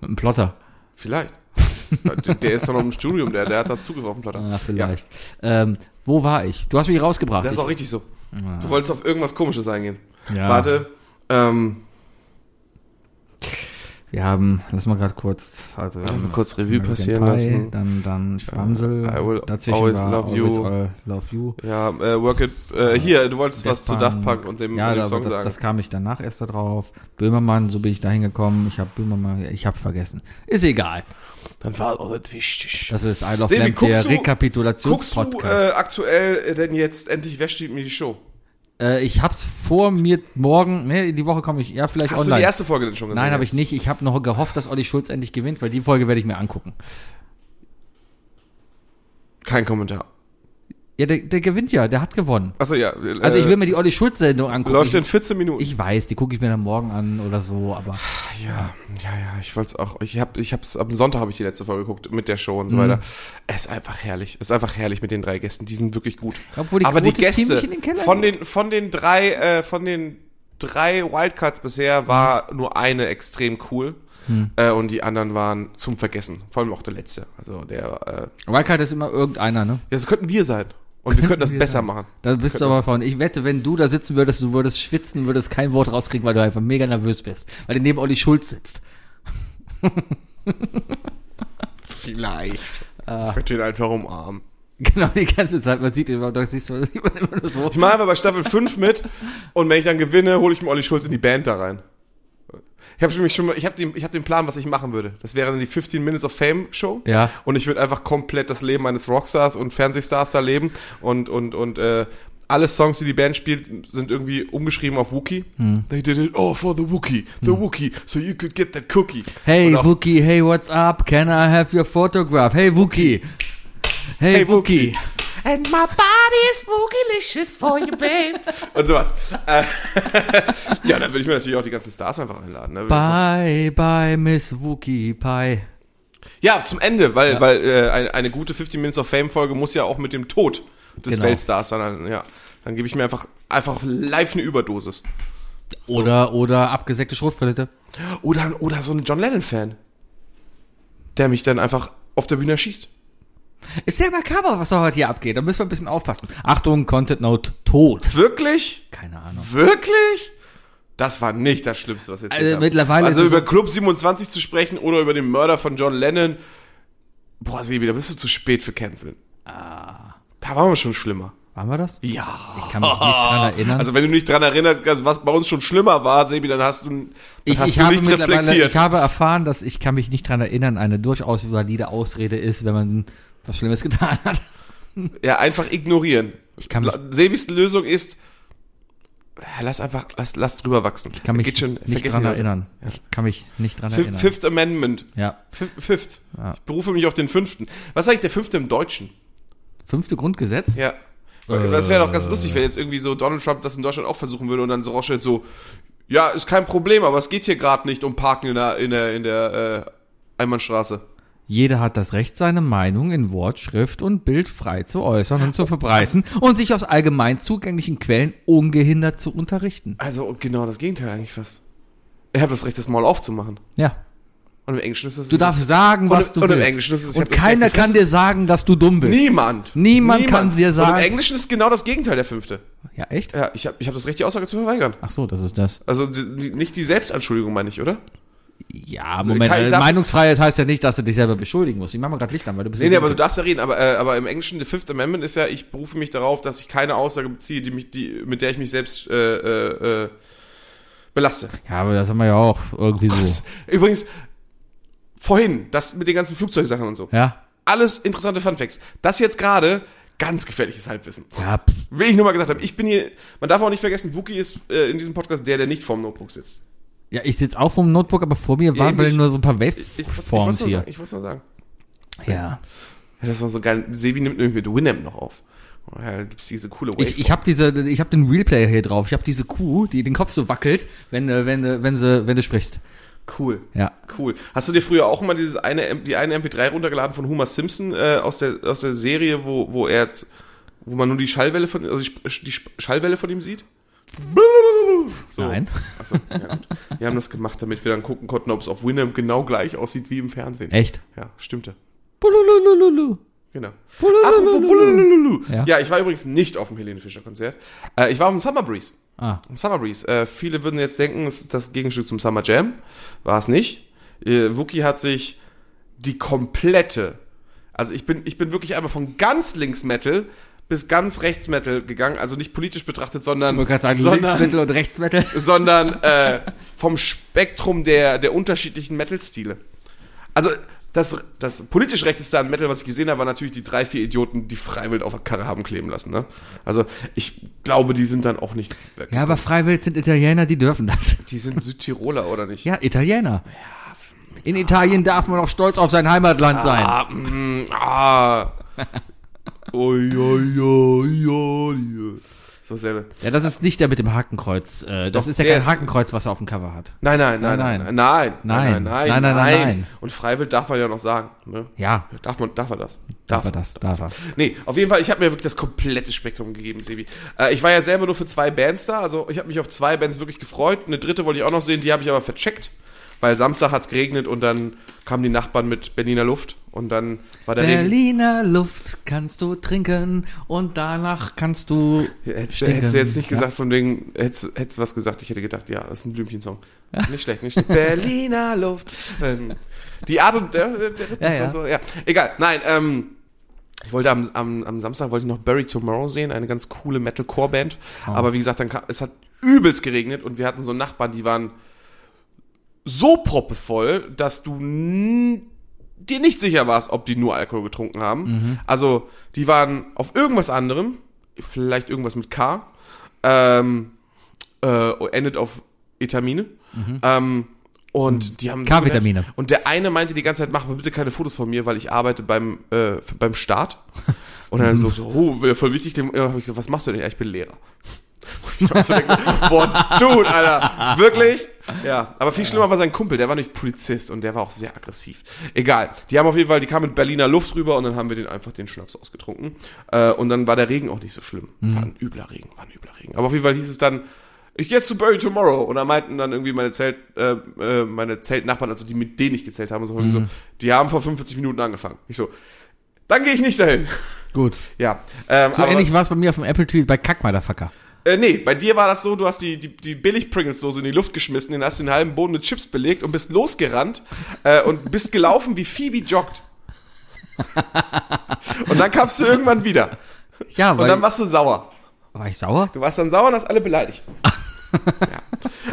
[SPEAKER 4] Mit einem Plotter.
[SPEAKER 3] Vielleicht. der, der ist doch noch im Studium, der, der hat da Zugriff auf den Plotter.
[SPEAKER 4] Ah,
[SPEAKER 3] Ja,
[SPEAKER 4] vielleicht. Ähm, wo war ich? Du hast mich rausgebracht.
[SPEAKER 3] das ist auch
[SPEAKER 4] Ich, Ah.
[SPEAKER 3] richtig so. Du wolltest auf irgendwas Komisches eingehen.
[SPEAKER 4] Ja.
[SPEAKER 3] Warte. Ähm,
[SPEAKER 4] wir haben, lass mal gerade kurz, also wir haben
[SPEAKER 3] kurz Revue
[SPEAKER 4] American
[SPEAKER 3] passieren
[SPEAKER 4] Pie,
[SPEAKER 3] lassen. Äh,
[SPEAKER 4] Dann, dann Schwamsel.
[SPEAKER 3] I will
[SPEAKER 4] Dazwischen
[SPEAKER 3] always
[SPEAKER 4] war
[SPEAKER 3] love you.
[SPEAKER 4] Always all love you.
[SPEAKER 3] Ja, äh, Work It. Äh, hier, du wolltest was zu
[SPEAKER 4] Ah. Daft
[SPEAKER 3] Daft Punk und dem,
[SPEAKER 4] ja,
[SPEAKER 3] und dem
[SPEAKER 4] aber
[SPEAKER 3] Song
[SPEAKER 4] das,
[SPEAKER 3] sagen.
[SPEAKER 4] das kam ich danach erst da drauf. Böhmermann, so bin ich da hingekommen. Ich habe Böhmermann, ich habe vergessen. Ist egal.
[SPEAKER 3] Dann war auch nicht wichtig.
[SPEAKER 4] Das ist I Love
[SPEAKER 3] Sebi, guckst
[SPEAKER 4] Lamp, der
[SPEAKER 3] du- Guckst du
[SPEAKER 4] Rekapitulationspodcast.
[SPEAKER 3] äh, aktuell äh, denn jetzt endlich, wer steht mir die Show?
[SPEAKER 4] Äh, ich hab's vor mir morgen, ne, die Woche komme ich, ja, vielleicht
[SPEAKER 3] Hast du die
[SPEAKER 4] online.
[SPEAKER 3] erste Folge denn schon gesehen?
[SPEAKER 4] Nein, habe ich nicht. Ich habe noch gehofft, dass Olli Schulz endlich gewinnt, weil die Folge werde ich mir angucken.
[SPEAKER 3] Kein Kommentar.
[SPEAKER 4] Ja, der, der gewinnt ja, der hat gewonnen.
[SPEAKER 3] Achso, ja. äh,
[SPEAKER 4] Also ich will mir die Olli Schulz-Sendung angucken.
[SPEAKER 3] Läuft in
[SPEAKER 4] ich,
[SPEAKER 3] 14 Minuten.
[SPEAKER 4] ich weiß, die gucke ich mir dann morgen an oder so, aber
[SPEAKER 3] ja, ja, ja, ich wollte es auch. Ich hab, ich hab's, am Sonntag habe ich die letzte Folge geguckt mit der Show und
[SPEAKER 4] Mhm.
[SPEAKER 3] so weiter. Es ist einfach herrlich. Es ist einfach herrlich mit den drei Gästen. Die sind wirklich gut.
[SPEAKER 4] Obwohl die
[SPEAKER 3] Aber die
[SPEAKER 4] Quote ziemlich
[SPEAKER 3] Gäste
[SPEAKER 4] in den Keller
[SPEAKER 3] von den, von den drei, äh, von den drei Wildcards bisher war
[SPEAKER 4] Mhm.
[SPEAKER 3] nur eine extrem cool. Äh, und die anderen waren zum Vergessen. Vor allem auch der letzte. Also der, äh,
[SPEAKER 4] Wildcard ist immer irgendeiner, ne?
[SPEAKER 3] das könnten wir sein. Und wir könnten das
[SPEAKER 4] wir
[SPEAKER 3] besser
[SPEAKER 4] sein.
[SPEAKER 3] machen.
[SPEAKER 4] Da bist du aber von. Ich wette, wenn du da sitzen würdest, du würdest schwitzen, würdest kein Wort rauskriegen, weil du einfach mega nervös bist. Weil du neben Olli Schulz sitzt.
[SPEAKER 3] Vielleicht.
[SPEAKER 4] Ah.
[SPEAKER 3] Ich könnte ihn einfach umarmen.
[SPEAKER 4] Genau, die ganze Zeit. Man sieht ihn, immer, da siehst du, sieht man immer nur so.
[SPEAKER 3] Ich mache aber bei Staffel 5 mit und wenn ich dann gewinne, hole ich mir Olli Schulz in die Band da rein. Ich habe nämlich schon mal, ich habe den, ich hab den Plan, was ich machen würde. Das wäre dann die 15 Minutes of Fame Show.
[SPEAKER 4] Ja.
[SPEAKER 3] Und ich würde einfach komplett das Leben eines Rockstars und Fernsehstars da leben und und und äh, alle Songs, die die Band spielt, sind irgendwie umgeschrieben auf Wookie.
[SPEAKER 4] Hm.
[SPEAKER 3] They did it all for the Wookie, the Wookie, so you could get that cookie.
[SPEAKER 4] Hey
[SPEAKER 3] Und auch-
[SPEAKER 4] Wookie, hey, what's up? Can I have your photograph? Hey Wookie. Hey,
[SPEAKER 3] Hey, Wookie.
[SPEAKER 4] Wookie.
[SPEAKER 6] And my body's woogilicious for you, babe.
[SPEAKER 3] und sowas. Äh, ja, dann würde ich mir natürlich auch die ganzen Stars einfach einladen. Ne?
[SPEAKER 4] Bye, bye, Miss Wookie Pie.
[SPEAKER 3] Ja, zum Ende, weil, weil äh, eine, eine gute 15 Minutes of Fame Folge muss ja auch mit dem Tod des
[SPEAKER 4] Genau.
[SPEAKER 3] Weltstars dann, ja. Dann gebe ich mir einfach, einfach live eine Überdosis.
[SPEAKER 4] Oder, oder abgesägte Schrotflinte.
[SPEAKER 3] Oder, oder so ein John Lennon-Fan, der mich dann einfach auf der Bühne erschießt.
[SPEAKER 4] Ist sehr makaber, was da heute hier abgeht. Da müssen wir ein bisschen aufpassen. Achtung, Content Note tot.
[SPEAKER 3] Wirklich?
[SPEAKER 4] Keine Ahnung.
[SPEAKER 3] Wirklich? Das war nicht das Schlimmste, was wir jetzt
[SPEAKER 4] Also
[SPEAKER 3] gehört haben.
[SPEAKER 4] mittlerweile
[SPEAKER 3] Also
[SPEAKER 4] ist es
[SPEAKER 3] über
[SPEAKER 4] so-
[SPEAKER 3] Club 27 zu sprechen oder über den Mörder von John Lennon. Boah, Sebi, da bist du zu spät für Canceln.
[SPEAKER 4] Ah.
[SPEAKER 3] Da waren wir schon schlimmer.
[SPEAKER 4] Waren wir das?
[SPEAKER 3] Ja.
[SPEAKER 4] Ich kann mich nicht dran erinnern.
[SPEAKER 3] Also wenn du nicht dran erinnert, was bei uns schon schlimmer war, Sebi, dann hast du, dann
[SPEAKER 4] Ich,
[SPEAKER 3] hast
[SPEAKER 4] ich,
[SPEAKER 3] du
[SPEAKER 4] habe
[SPEAKER 3] nicht
[SPEAKER 4] mittlerweile-
[SPEAKER 3] reflektiert.
[SPEAKER 4] ich habe erfahren, dass ich kann mich nicht dran erinnern, eine durchaus valide Ausrede ist, wenn man was Schlimmes getan hat.
[SPEAKER 3] ja, einfach ignorieren.
[SPEAKER 4] Ich kann mich,
[SPEAKER 3] La- Sebis Lösung ist, ja, lass einfach, lass, lass drüber wachsen.
[SPEAKER 4] ich kann mich
[SPEAKER 3] Geht schon,
[SPEAKER 4] nicht
[SPEAKER 3] vergessen
[SPEAKER 4] dran
[SPEAKER 3] die Leute.
[SPEAKER 4] erinnern. Ich kann mich nicht dran
[SPEAKER 3] Fif-
[SPEAKER 4] erinnern.
[SPEAKER 3] Fifth Amendment.
[SPEAKER 4] Ja.
[SPEAKER 3] Fif Fifth.
[SPEAKER 4] Ja.
[SPEAKER 3] Ich berufe mich auf den fünften. Was ist eigentlich der fünfte im Deutschen?
[SPEAKER 4] Fünfte Grundgesetz?
[SPEAKER 3] Ja. Das wäre doch ganz lustig, wenn jetzt irgendwie so Donald Trump das in Deutschland auch versuchen würde und dann so rausstellt so, ja, ist kein Problem, aber es geht hier gerade nicht um Parken in der, in der, in der äh, Einbahnstraße.
[SPEAKER 4] Jeder hat das Recht, seine Meinung in Wort, Schrift und Bild frei zu äußern und zu verbreiten und sich aus allgemein zugänglichen Quellen ungehindert zu unterrichten.
[SPEAKER 3] Also genau das Gegenteil eigentlich fast. Ich habe das Recht, das Maul aufzumachen.
[SPEAKER 4] Ja.
[SPEAKER 3] Und im Englischen ist es.
[SPEAKER 4] Du darfst sagen, was
[SPEAKER 3] im-
[SPEAKER 4] du
[SPEAKER 3] und im
[SPEAKER 4] willst.
[SPEAKER 3] Englischen ist es- ich
[SPEAKER 4] und
[SPEAKER 3] hab das
[SPEAKER 4] keiner
[SPEAKER 3] Geld
[SPEAKER 4] kann dir
[SPEAKER 3] gefressen.
[SPEAKER 4] sagen, dass du dumm bist.
[SPEAKER 3] Niemand.
[SPEAKER 4] Niemand kann dir sagen-
[SPEAKER 3] Und im Englischen ist genau das Gegenteil der fünfte.
[SPEAKER 4] Ja, echt?
[SPEAKER 3] Ja, ich habe ich hab das Recht, die Aussage zu verweigern.
[SPEAKER 4] Ach so, das ist das.
[SPEAKER 3] Also die, die, nicht die Selbstanschuldigung, meine ich, oder?
[SPEAKER 7] Ja, Moment,
[SPEAKER 3] kann ich
[SPEAKER 7] äh,
[SPEAKER 3] das-
[SPEAKER 7] Meinungsfreiheit heißt ja nicht, dass du dich selber beschuldigen musst. Ich mach mal gerade Licht an, weil du bist.
[SPEAKER 3] Nee,
[SPEAKER 7] ja
[SPEAKER 3] nee, aber du
[SPEAKER 7] gut.
[SPEAKER 3] darfst ja reden, aber, äh, aber im Englischen, the Fifth Amendment ist ja, ich berufe mich darauf, dass ich keine Aussage beziehe, die mich, die, mit der ich mich selbst äh, äh, äh, belaste.
[SPEAKER 4] Oh.
[SPEAKER 7] ja, aber das haben wir ja auch irgendwie so.
[SPEAKER 3] Das, übrigens, vorhin, das mit den ganzen Flugzeugsachen und so.
[SPEAKER 7] Ja.
[SPEAKER 3] Alles interessante Funfacts. Das jetzt gerade, ganz gefährliches Halbwissen.
[SPEAKER 7] Ja, pff.
[SPEAKER 3] Will ich nur mal gesagt haben, ich bin hier, man darf auch nicht vergessen, Wookie ist äh, in diesem Podcast der, der nicht vorm Notebook sitzt.
[SPEAKER 7] ja ich sitze auch vom Notebook, aber vor mir waren
[SPEAKER 3] ähnlich.
[SPEAKER 7] nur so ein paar
[SPEAKER 3] Ich, ich, ich, ich
[SPEAKER 7] Wave-Forms
[SPEAKER 3] wollte nur
[SPEAKER 7] hier.
[SPEAKER 3] sagen, ich wollte nur sagen.
[SPEAKER 7] Ja.
[SPEAKER 3] Ja, Das war so geil. Sevi nimmt nämlich mit Winamp noch auf. Und Da gibt's diese coole Wave.
[SPEAKER 7] Ich, ich habe diese, ich habe den Realplayer hier drauf. Ich habe diese Kuh, die den Kopf so wackelt, wenn, äh, wenn, äh, wenn sie, wenn du sprichst.
[SPEAKER 3] cool.
[SPEAKER 7] Ja.
[SPEAKER 3] Cool. Hast du dir früher auch mal dieses eine, M- die eine MP3 runtergeladen von Homer Simpson äh, aus, der, aus der Serie, wo, wo er, wo man nur die Schallwelle von, also die, Sp- die Sp- Schallwelle von ihm sieht? So.
[SPEAKER 7] Nein.
[SPEAKER 3] Achso, ja, gut. Wir haben das gemacht, damit wir dann gucken konnten, ob es auf Winamp genau gleich aussieht wie im Fernsehen.
[SPEAKER 7] Echt?
[SPEAKER 3] Ja, stimmte.
[SPEAKER 7] Bululululu.
[SPEAKER 3] Genau.
[SPEAKER 7] Bululululu.
[SPEAKER 3] Apropos Bululululu.
[SPEAKER 7] Ja.
[SPEAKER 3] Ja, ich war übrigens nicht auf dem Helene Fischer Konzert. Äh, ich war auf dem Summer Breeze.
[SPEAKER 7] Ah.
[SPEAKER 3] Summer Breeze. Äh, viele würden jetzt denken, es ist das Gegenstück zum Summer Jam. War es nicht. Äh, Wookie hat sich die komplette, also ich bin, ich bin wirklich einmal von ganz links Metal bis ganz rechts Metal gegangen, also nicht politisch betrachtet, sondern,
[SPEAKER 7] Ich wollte gerade sagen, Linksmittel
[SPEAKER 3] sondern,
[SPEAKER 7] und Rechtsmittel.
[SPEAKER 3] sondern äh, vom Spektrum der, der unterschiedlichen Metal-Stile. Also das, das politisch rechteste an Metal, was ich gesehen habe, war natürlich die drei, vier Idioten, die freiwillig auf der Karre haben kleben lassen. Ne? Also ich glaube, die sind dann auch nicht weg.
[SPEAKER 7] Ja, aber freiwillig sind Italiener, die dürfen das.
[SPEAKER 3] Die sind Südtiroler, oder nicht?
[SPEAKER 7] Ja, Italiener. In Italien darf man auch stolz auf sein Heimatland sein.
[SPEAKER 3] Ah, mm, ah. Oi, oi, oi, oi. Ist dasselbe.
[SPEAKER 7] Ja, das ist nicht der mit dem Hakenkreuz. Äh, das
[SPEAKER 3] Doch,
[SPEAKER 7] ist ja
[SPEAKER 3] der
[SPEAKER 7] kein
[SPEAKER 3] ist-
[SPEAKER 7] Hakenkreuz, was er auf dem Cover hat.
[SPEAKER 3] Nein, nein, nein,
[SPEAKER 7] Nein,
[SPEAKER 3] nein, nein, nein,
[SPEAKER 7] Nein. Nein, nein, nein, nein.
[SPEAKER 3] Und freiwillig darf man ja noch sagen. Ne?
[SPEAKER 7] Ja,
[SPEAKER 3] Darf man, darf er das?
[SPEAKER 7] darf er das, darf er.
[SPEAKER 3] Nee, auf jeden Fall, ich habe mir wirklich das komplette Spektrum gegeben, Sebi. Äh, ich war ja selber nur für zwei Bands da, also ich habe mich auf zwei Bands wirklich gefreut. Eine dritte wollte ich auch noch sehen, die habe ich aber vercheckt, weil Samstag hat's geregnet und dann kamen die Nachbarn mit Berliner Luft und dann war der Regen.
[SPEAKER 7] Berliner Luft kannst du trinken und danach kannst du
[SPEAKER 3] Hättest
[SPEAKER 7] stinken.
[SPEAKER 3] hättest du jetzt nicht
[SPEAKER 7] Ja.
[SPEAKER 3] gesagt, von wegen, hättest, hättest du was gesagt, ich hätte gedacht, ja, das ist ein Blümchensong. Nicht schlecht, nicht schlecht. Berliner Luft. Ähm, die Art und der, der Rhythmus
[SPEAKER 7] Ja, ja.
[SPEAKER 3] und so, ja. Egal, nein, ähm, ich wollte am, am, am Samstag wollte ich noch Bury Tomorrow sehen, eine ganz coole Metalcore-Band.
[SPEAKER 7] Oh.
[SPEAKER 3] Aber wie gesagt, dann kam, es hat übelst geregnet und wir hatten so Nachbarn, die waren so proppevoll, dass du n- dir nicht sicher warst, ob die nur Alkohol getrunken haben.
[SPEAKER 7] Mhm.
[SPEAKER 3] Also die waren auf irgendwas anderem, vielleicht irgendwas mit K, ähm, äh, endet auf Etamine. Ähm, und die haben so
[SPEAKER 7] K-Vitamine.
[SPEAKER 3] genervt. Und der eine meinte die ganze Zeit, mach mal bitte keine Fotos von mir, weil ich arbeite beim, äh, f- beim Staat. Und dann so, so oh, wäre voll wichtig. Dem habe ich gesagt, was machst du denn? Ja, ich bin Lehrer. Und ich hab so gedacht, Boah, dude, Alter. Wirklich? Ja. Aber viel schlimmer war sein Kumpel, der war nämlich Polizist und der war auch sehr aggressiv. Egal. Die haben auf jeden Fall, die kamen mit Berliner Luft rüber und dann haben wir den einfach den Schnaps ausgetrunken. Äh, und dann war der Regen auch nicht so schlimm.
[SPEAKER 7] Mhm.
[SPEAKER 3] War ein übler Regen, war ein übler Regen. Aber auf jeden Fall hieß es dann, ich gehe jetzt zu Bury Tomorrow. Und da meinten dann irgendwie meine Zelt, äh, äh, meine Zeltnachbarn, also die, mit denen ich gezählt habe, so, so,
[SPEAKER 7] Mhm.
[SPEAKER 3] die haben vor 45 Minuten angefangen. Ich so, dann gehe ich nicht dahin.
[SPEAKER 7] Gut.
[SPEAKER 3] Ja. Ähm,
[SPEAKER 7] So ähnlich war es bei mir auf dem Apple Tree bei Kack Motherfucker.
[SPEAKER 3] äh, nee, bei dir war das so, du hast die, die, die Billig-Pringles-Dose in die Luft geschmissen, den hast den halben Boden mit Chips belegt und bist losgerannt äh, und bist gelaufen, wie Phoebe joggt. und dann kamst du irgendwann wieder.
[SPEAKER 7] Ja,
[SPEAKER 3] Und
[SPEAKER 7] weil,
[SPEAKER 3] dann warst du sauer.
[SPEAKER 7] war ich sauer?
[SPEAKER 3] Du warst dann sauer und hast alle beleidigt. ja.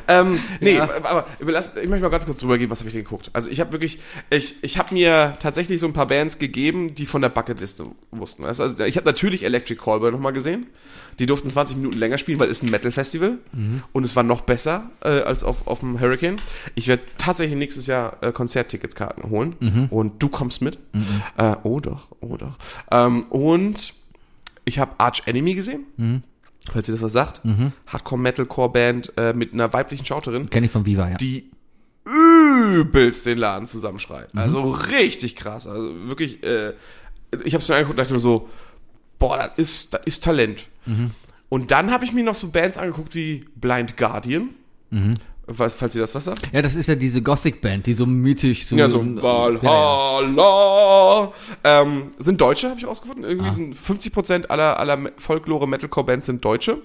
[SPEAKER 3] Ähm, nee, aber überlass, ich möchte mal ganz kurz drüber gehen, was habe ich denn geguckt? Also ich habe wirklich, ich, ich habe mir tatsächlich so ein paar Bands gegeben, die von der Bucketliste wussten. Weißt? du? Also ich habe natürlich Electric Callboy nochmal gesehen. Die durften 20 Minuten länger spielen, weil es ist ein Metal-Festival. Und es war noch besser äh, als auf, auf dem Hurricane. Ich werde tatsächlich nächstes Jahr äh, Konzertticketkarten holen. Und du kommst mit. Äh, oh doch, oh doch. Ähm, und ich habe Arch Enemy gesehen falls ihr das was sagt, Hardcore-Metalcore-Band äh, mit einer weiblichen Schauterin,
[SPEAKER 7] Kenn ich von Viva, ja.
[SPEAKER 3] die übelst den Laden zusammenschreit. Also richtig krass. Also wirklich, äh, ich habe es mir angeguckt und dachte mir so, boah, das ist, das ist Talent. Und dann habe ich mir noch so Bands angeguckt wie Blind Guardian, falls, falls ihr das was sagt.
[SPEAKER 7] Ja, das ist ja diese Gothic-Band, die so mythisch so.
[SPEAKER 3] Ja, so
[SPEAKER 7] Ja, ja.
[SPEAKER 3] Valhalla. Ähm, sind Deutsche, habe ich rausgefunden. Irgendwie sind 50% aller, aller Folklore-Metalcore-Bands sind Deutsche.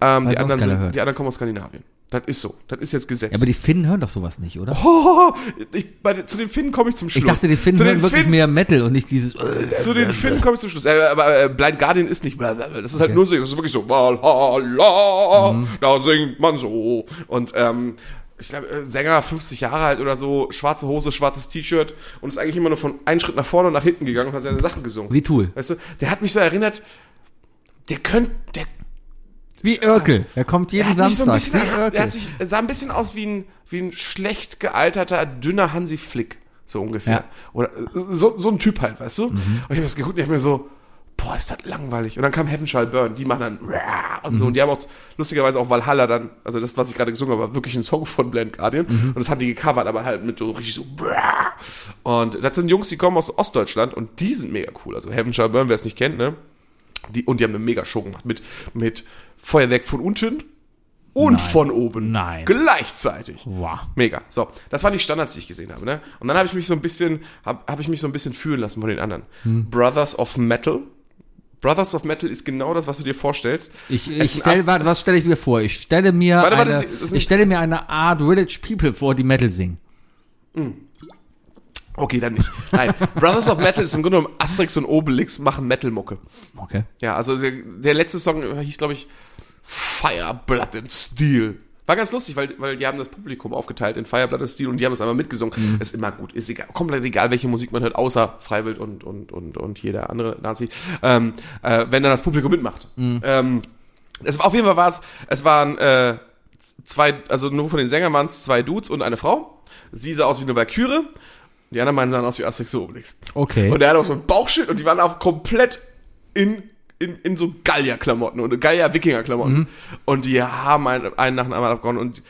[SPEAKER 3] Ähm,
[SPEAKER 7] Weil
[SPEAKER 3] die,
[SPEAKER 7] sonst
[SPEAKER 3] anderen
[SPEAKER 7] keiner hört.
[SPEAKER 3] sind, die anderen kommen aus Skandinavien. Das ist so. Das ist jetzt Gesetz.
[SPEAKER 7] Ja, aber die Finnen hören doch sowas nicht, oder?
[SPEAKER 3] oh, ich, bei, zu den Finnen komme ich zum Schluss.
[SPEAKER 7] ich dachte, die Finnen
[SPEAKER 3] zu den
[SPEAKER 7] hören wirklich
[SPEAKER 3] Finnen-
[SPEAKER 7] mehr Metal und nicht dieses. Äh,
[SPEAKER 3] Zu den Finnen komme ich zum Schluss. Äh, Aber äh, Blind Guardian ist nicht. Das ist halt nur so. Das ist wirklich so. Valhalla,
[SPEAKER 7] Mhm.
[SPEAKER 3] da singt man so. Und ähm, ich glaube, äh, Sänger 50 Jahre alt oder so, schwarze Hose, schwarzes T-Shirt und ist eigentlich immer nur von einem Schritt nach vorne und nach hinten gegangen und hat seine Sachen gesungen.
[SPEAKER 7] wie Tool.
[SPEAKER 3] Weißt du, der hat mich so erinnert, der könnte, der,
[SPEAKER 7] Wie Örkel. Er kommt jeden
[SPEAKER 3] hat mich so ein
[SPEAKER 7] Samstag.
[SPEAKER 3] bisschen,
[SPEAKER 7] wie
[SPEAKER 3] ne?
[SPEAKER 7] Urkel.
[SPEAKER 3] der hat sich, sah ein bisschen aus wie ein, wie ein schlecht gealterter, dünner Hansi Flick, so ungefähr.
[SPEAKER 7] Ja.
[SPEAKER 3] Oder äh, so, so ein Typ halt, weißt du? Und ich habe das geguckt und ich habe mir so, boah, ist das langweilig. Und dann kam Heaven Shall Burn, die machen dann "Rah" und so. Und die haben auch lustigerweise auch Valhalla dann, also das, was ich gerade gesungen habe, war wirklich ein Song von Blind Guardian. Und das haben die gecovert, aber halt mit so richtig so "Rah". Und das sind Jungs, die kommen aus Ostdeutschland und die sind mega cool. Also Heaven Shall Burn, wer es nicht kennt, ne? Die, und die haben eine mega Show gemacht mit, mit Feuerwerk von unten und von oben.
[SPEAKER 7] Nein.
[SPEAKER 3] Gleichzeitig.
[SPEAKER 7] Wow.
[SPEAKER 3] Mega. So, das waren die Standards, die ich gesehen habe. Ne? Und dann habe ich mich so ein bisschen, habe hab ich mich so ein bisschen fühlen lassen von den anderen.
[SPEAKER 7] Hm.
[SPEAKER 3] Brothers of Metal. Brothers of Metal ist genau das, was du dir vorstellst.
[SPEAKER 7] Ich,
[SPEAKER 3] Es
[SPEAKER 7] ich
[SPEAKER 3] sind
[SPEAKER 7] stell,
[SPEAKER 3] Ast-
[SPEAKER 7] warte, was stelle ich mir vor? Ich stelle mir,
[SPEAKER 3] Warte, warte,
[SPEAKER 7] eine,
[SPEAKER 3] Sie- das sind-
[SPEAKER 7] ich stelle mir eine Art Village People vor, die Metal singen.
[SPEAKER 3] Okay, dann nicht. Nein, Brothers of Metal ist im Grunde genommen Asterix und Obelix machen Metal-Mucke.
[SPEAKER 7] Okay.
[SPEAKER 3] Ja, also der, der letzte Song hieß, glaube ich, Fire, Blood and Steel. War ganz lustig, weil, weil die haben das Publikum aufgeteilt in Fire, Blood and Steel und die haben es einmal mitgesungen. Ist immer gut, ist egal, komplett egal, welche Musik man hört, außer Freiwild und, und, und, und jeder andere Nazi, ähm, äh, wenn dann das Publikum mitmacht. Ähm, es, war- auf jeden Fall war es, es waren äh, zwei, also nur von den Sängern waren es zwei Dudes und eine Frau. Sie sah aus wie eine Valkyrie. Die anderen beiden sahen aus wie Asterix und Obelix.
[SPEAKER 7] Okay.
[SPEAKER 3] Und er hat auch so ein Bauchschild und die waren auch komplett in, in, in so Gallier-Klamotten und Gallier-Wikinger-Klamotten. Und die haben einen, einen nach dem anderen abgehauen und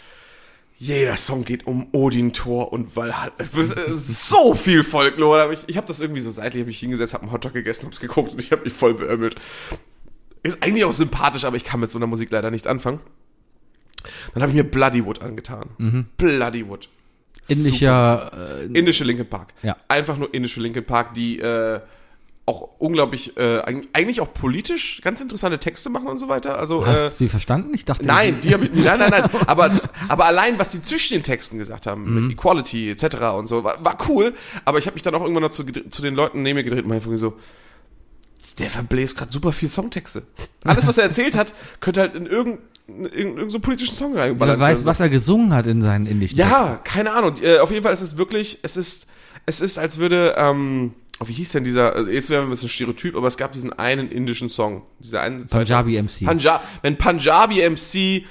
[SPEAKER 3] jeder Song geht um Odin, Thor und Valhalla. Es ist, äh, So viel Folklore. Aber Ich, ich habe das irgendwie so seitlich, habe mich hingesetzt, habe einen Hotdog gegessen, habe es geguckt und ich habe mich voll beömmelt. Ist eigentlich auch sympathisch, aber ich kann mit so einer Musik leider nichts anfangen. Dann habe ich mir Bloodywood angetan. Bloodywood.
[SPEAKER 7] Indischer. Äh,
[SPEAKER 3] Indische Linkin Park.
[SPEAKER 7] Ja.
[SPEAKER 3] Einfach nur indische Linkin Park, die äh, auch unglaublich, äh, eig- eigentlich auch politisch ganz interessante Texte machen und so weiter. Also
[SPEAKER 7] hast du
[SPEAKER 3] äh,
[SPEAKER 7] sie verstanden? Ich dachte.
[SPEAKER 3] nein, die haben nein, nein, nein. Aber, aber allein, was die zwischen den Texten gesagt haben,
[SPEAKER 7] Mhm.
[SPEAKER 3] mit Equality etc. und so, war, war cool. Aber ich habe mich dann auch irgendwann noch zu, gedre- zu den Leuten neben mir gedreht und meinte irgendwie so, der verbläst gerade super viel Songtexte. Alles, was er erzählt hat, könnte halt in irgendeinen irgendein so politischen Song reingeballert
[SPEAKER 7] Wer
[SPEAKER 3] werden.
[SPEAKER 7] weiß, was er gesungen hat in seinen indischen Texten.
[SPEAKER 3] Ja, keine Ahnung. Äh, auf jeden Fall ist es wirklich, es ist, es ist, als würde, ähm, oh, wie hieß denn dieser, also jetzt wäre ein bisschen Stereotyp, aber es gab diesen einen indischen Song. Dieser einen
[SPEAKER 7] Punjabi MC.
[SPEAKER 3] Punjab, wenn Punjabi MC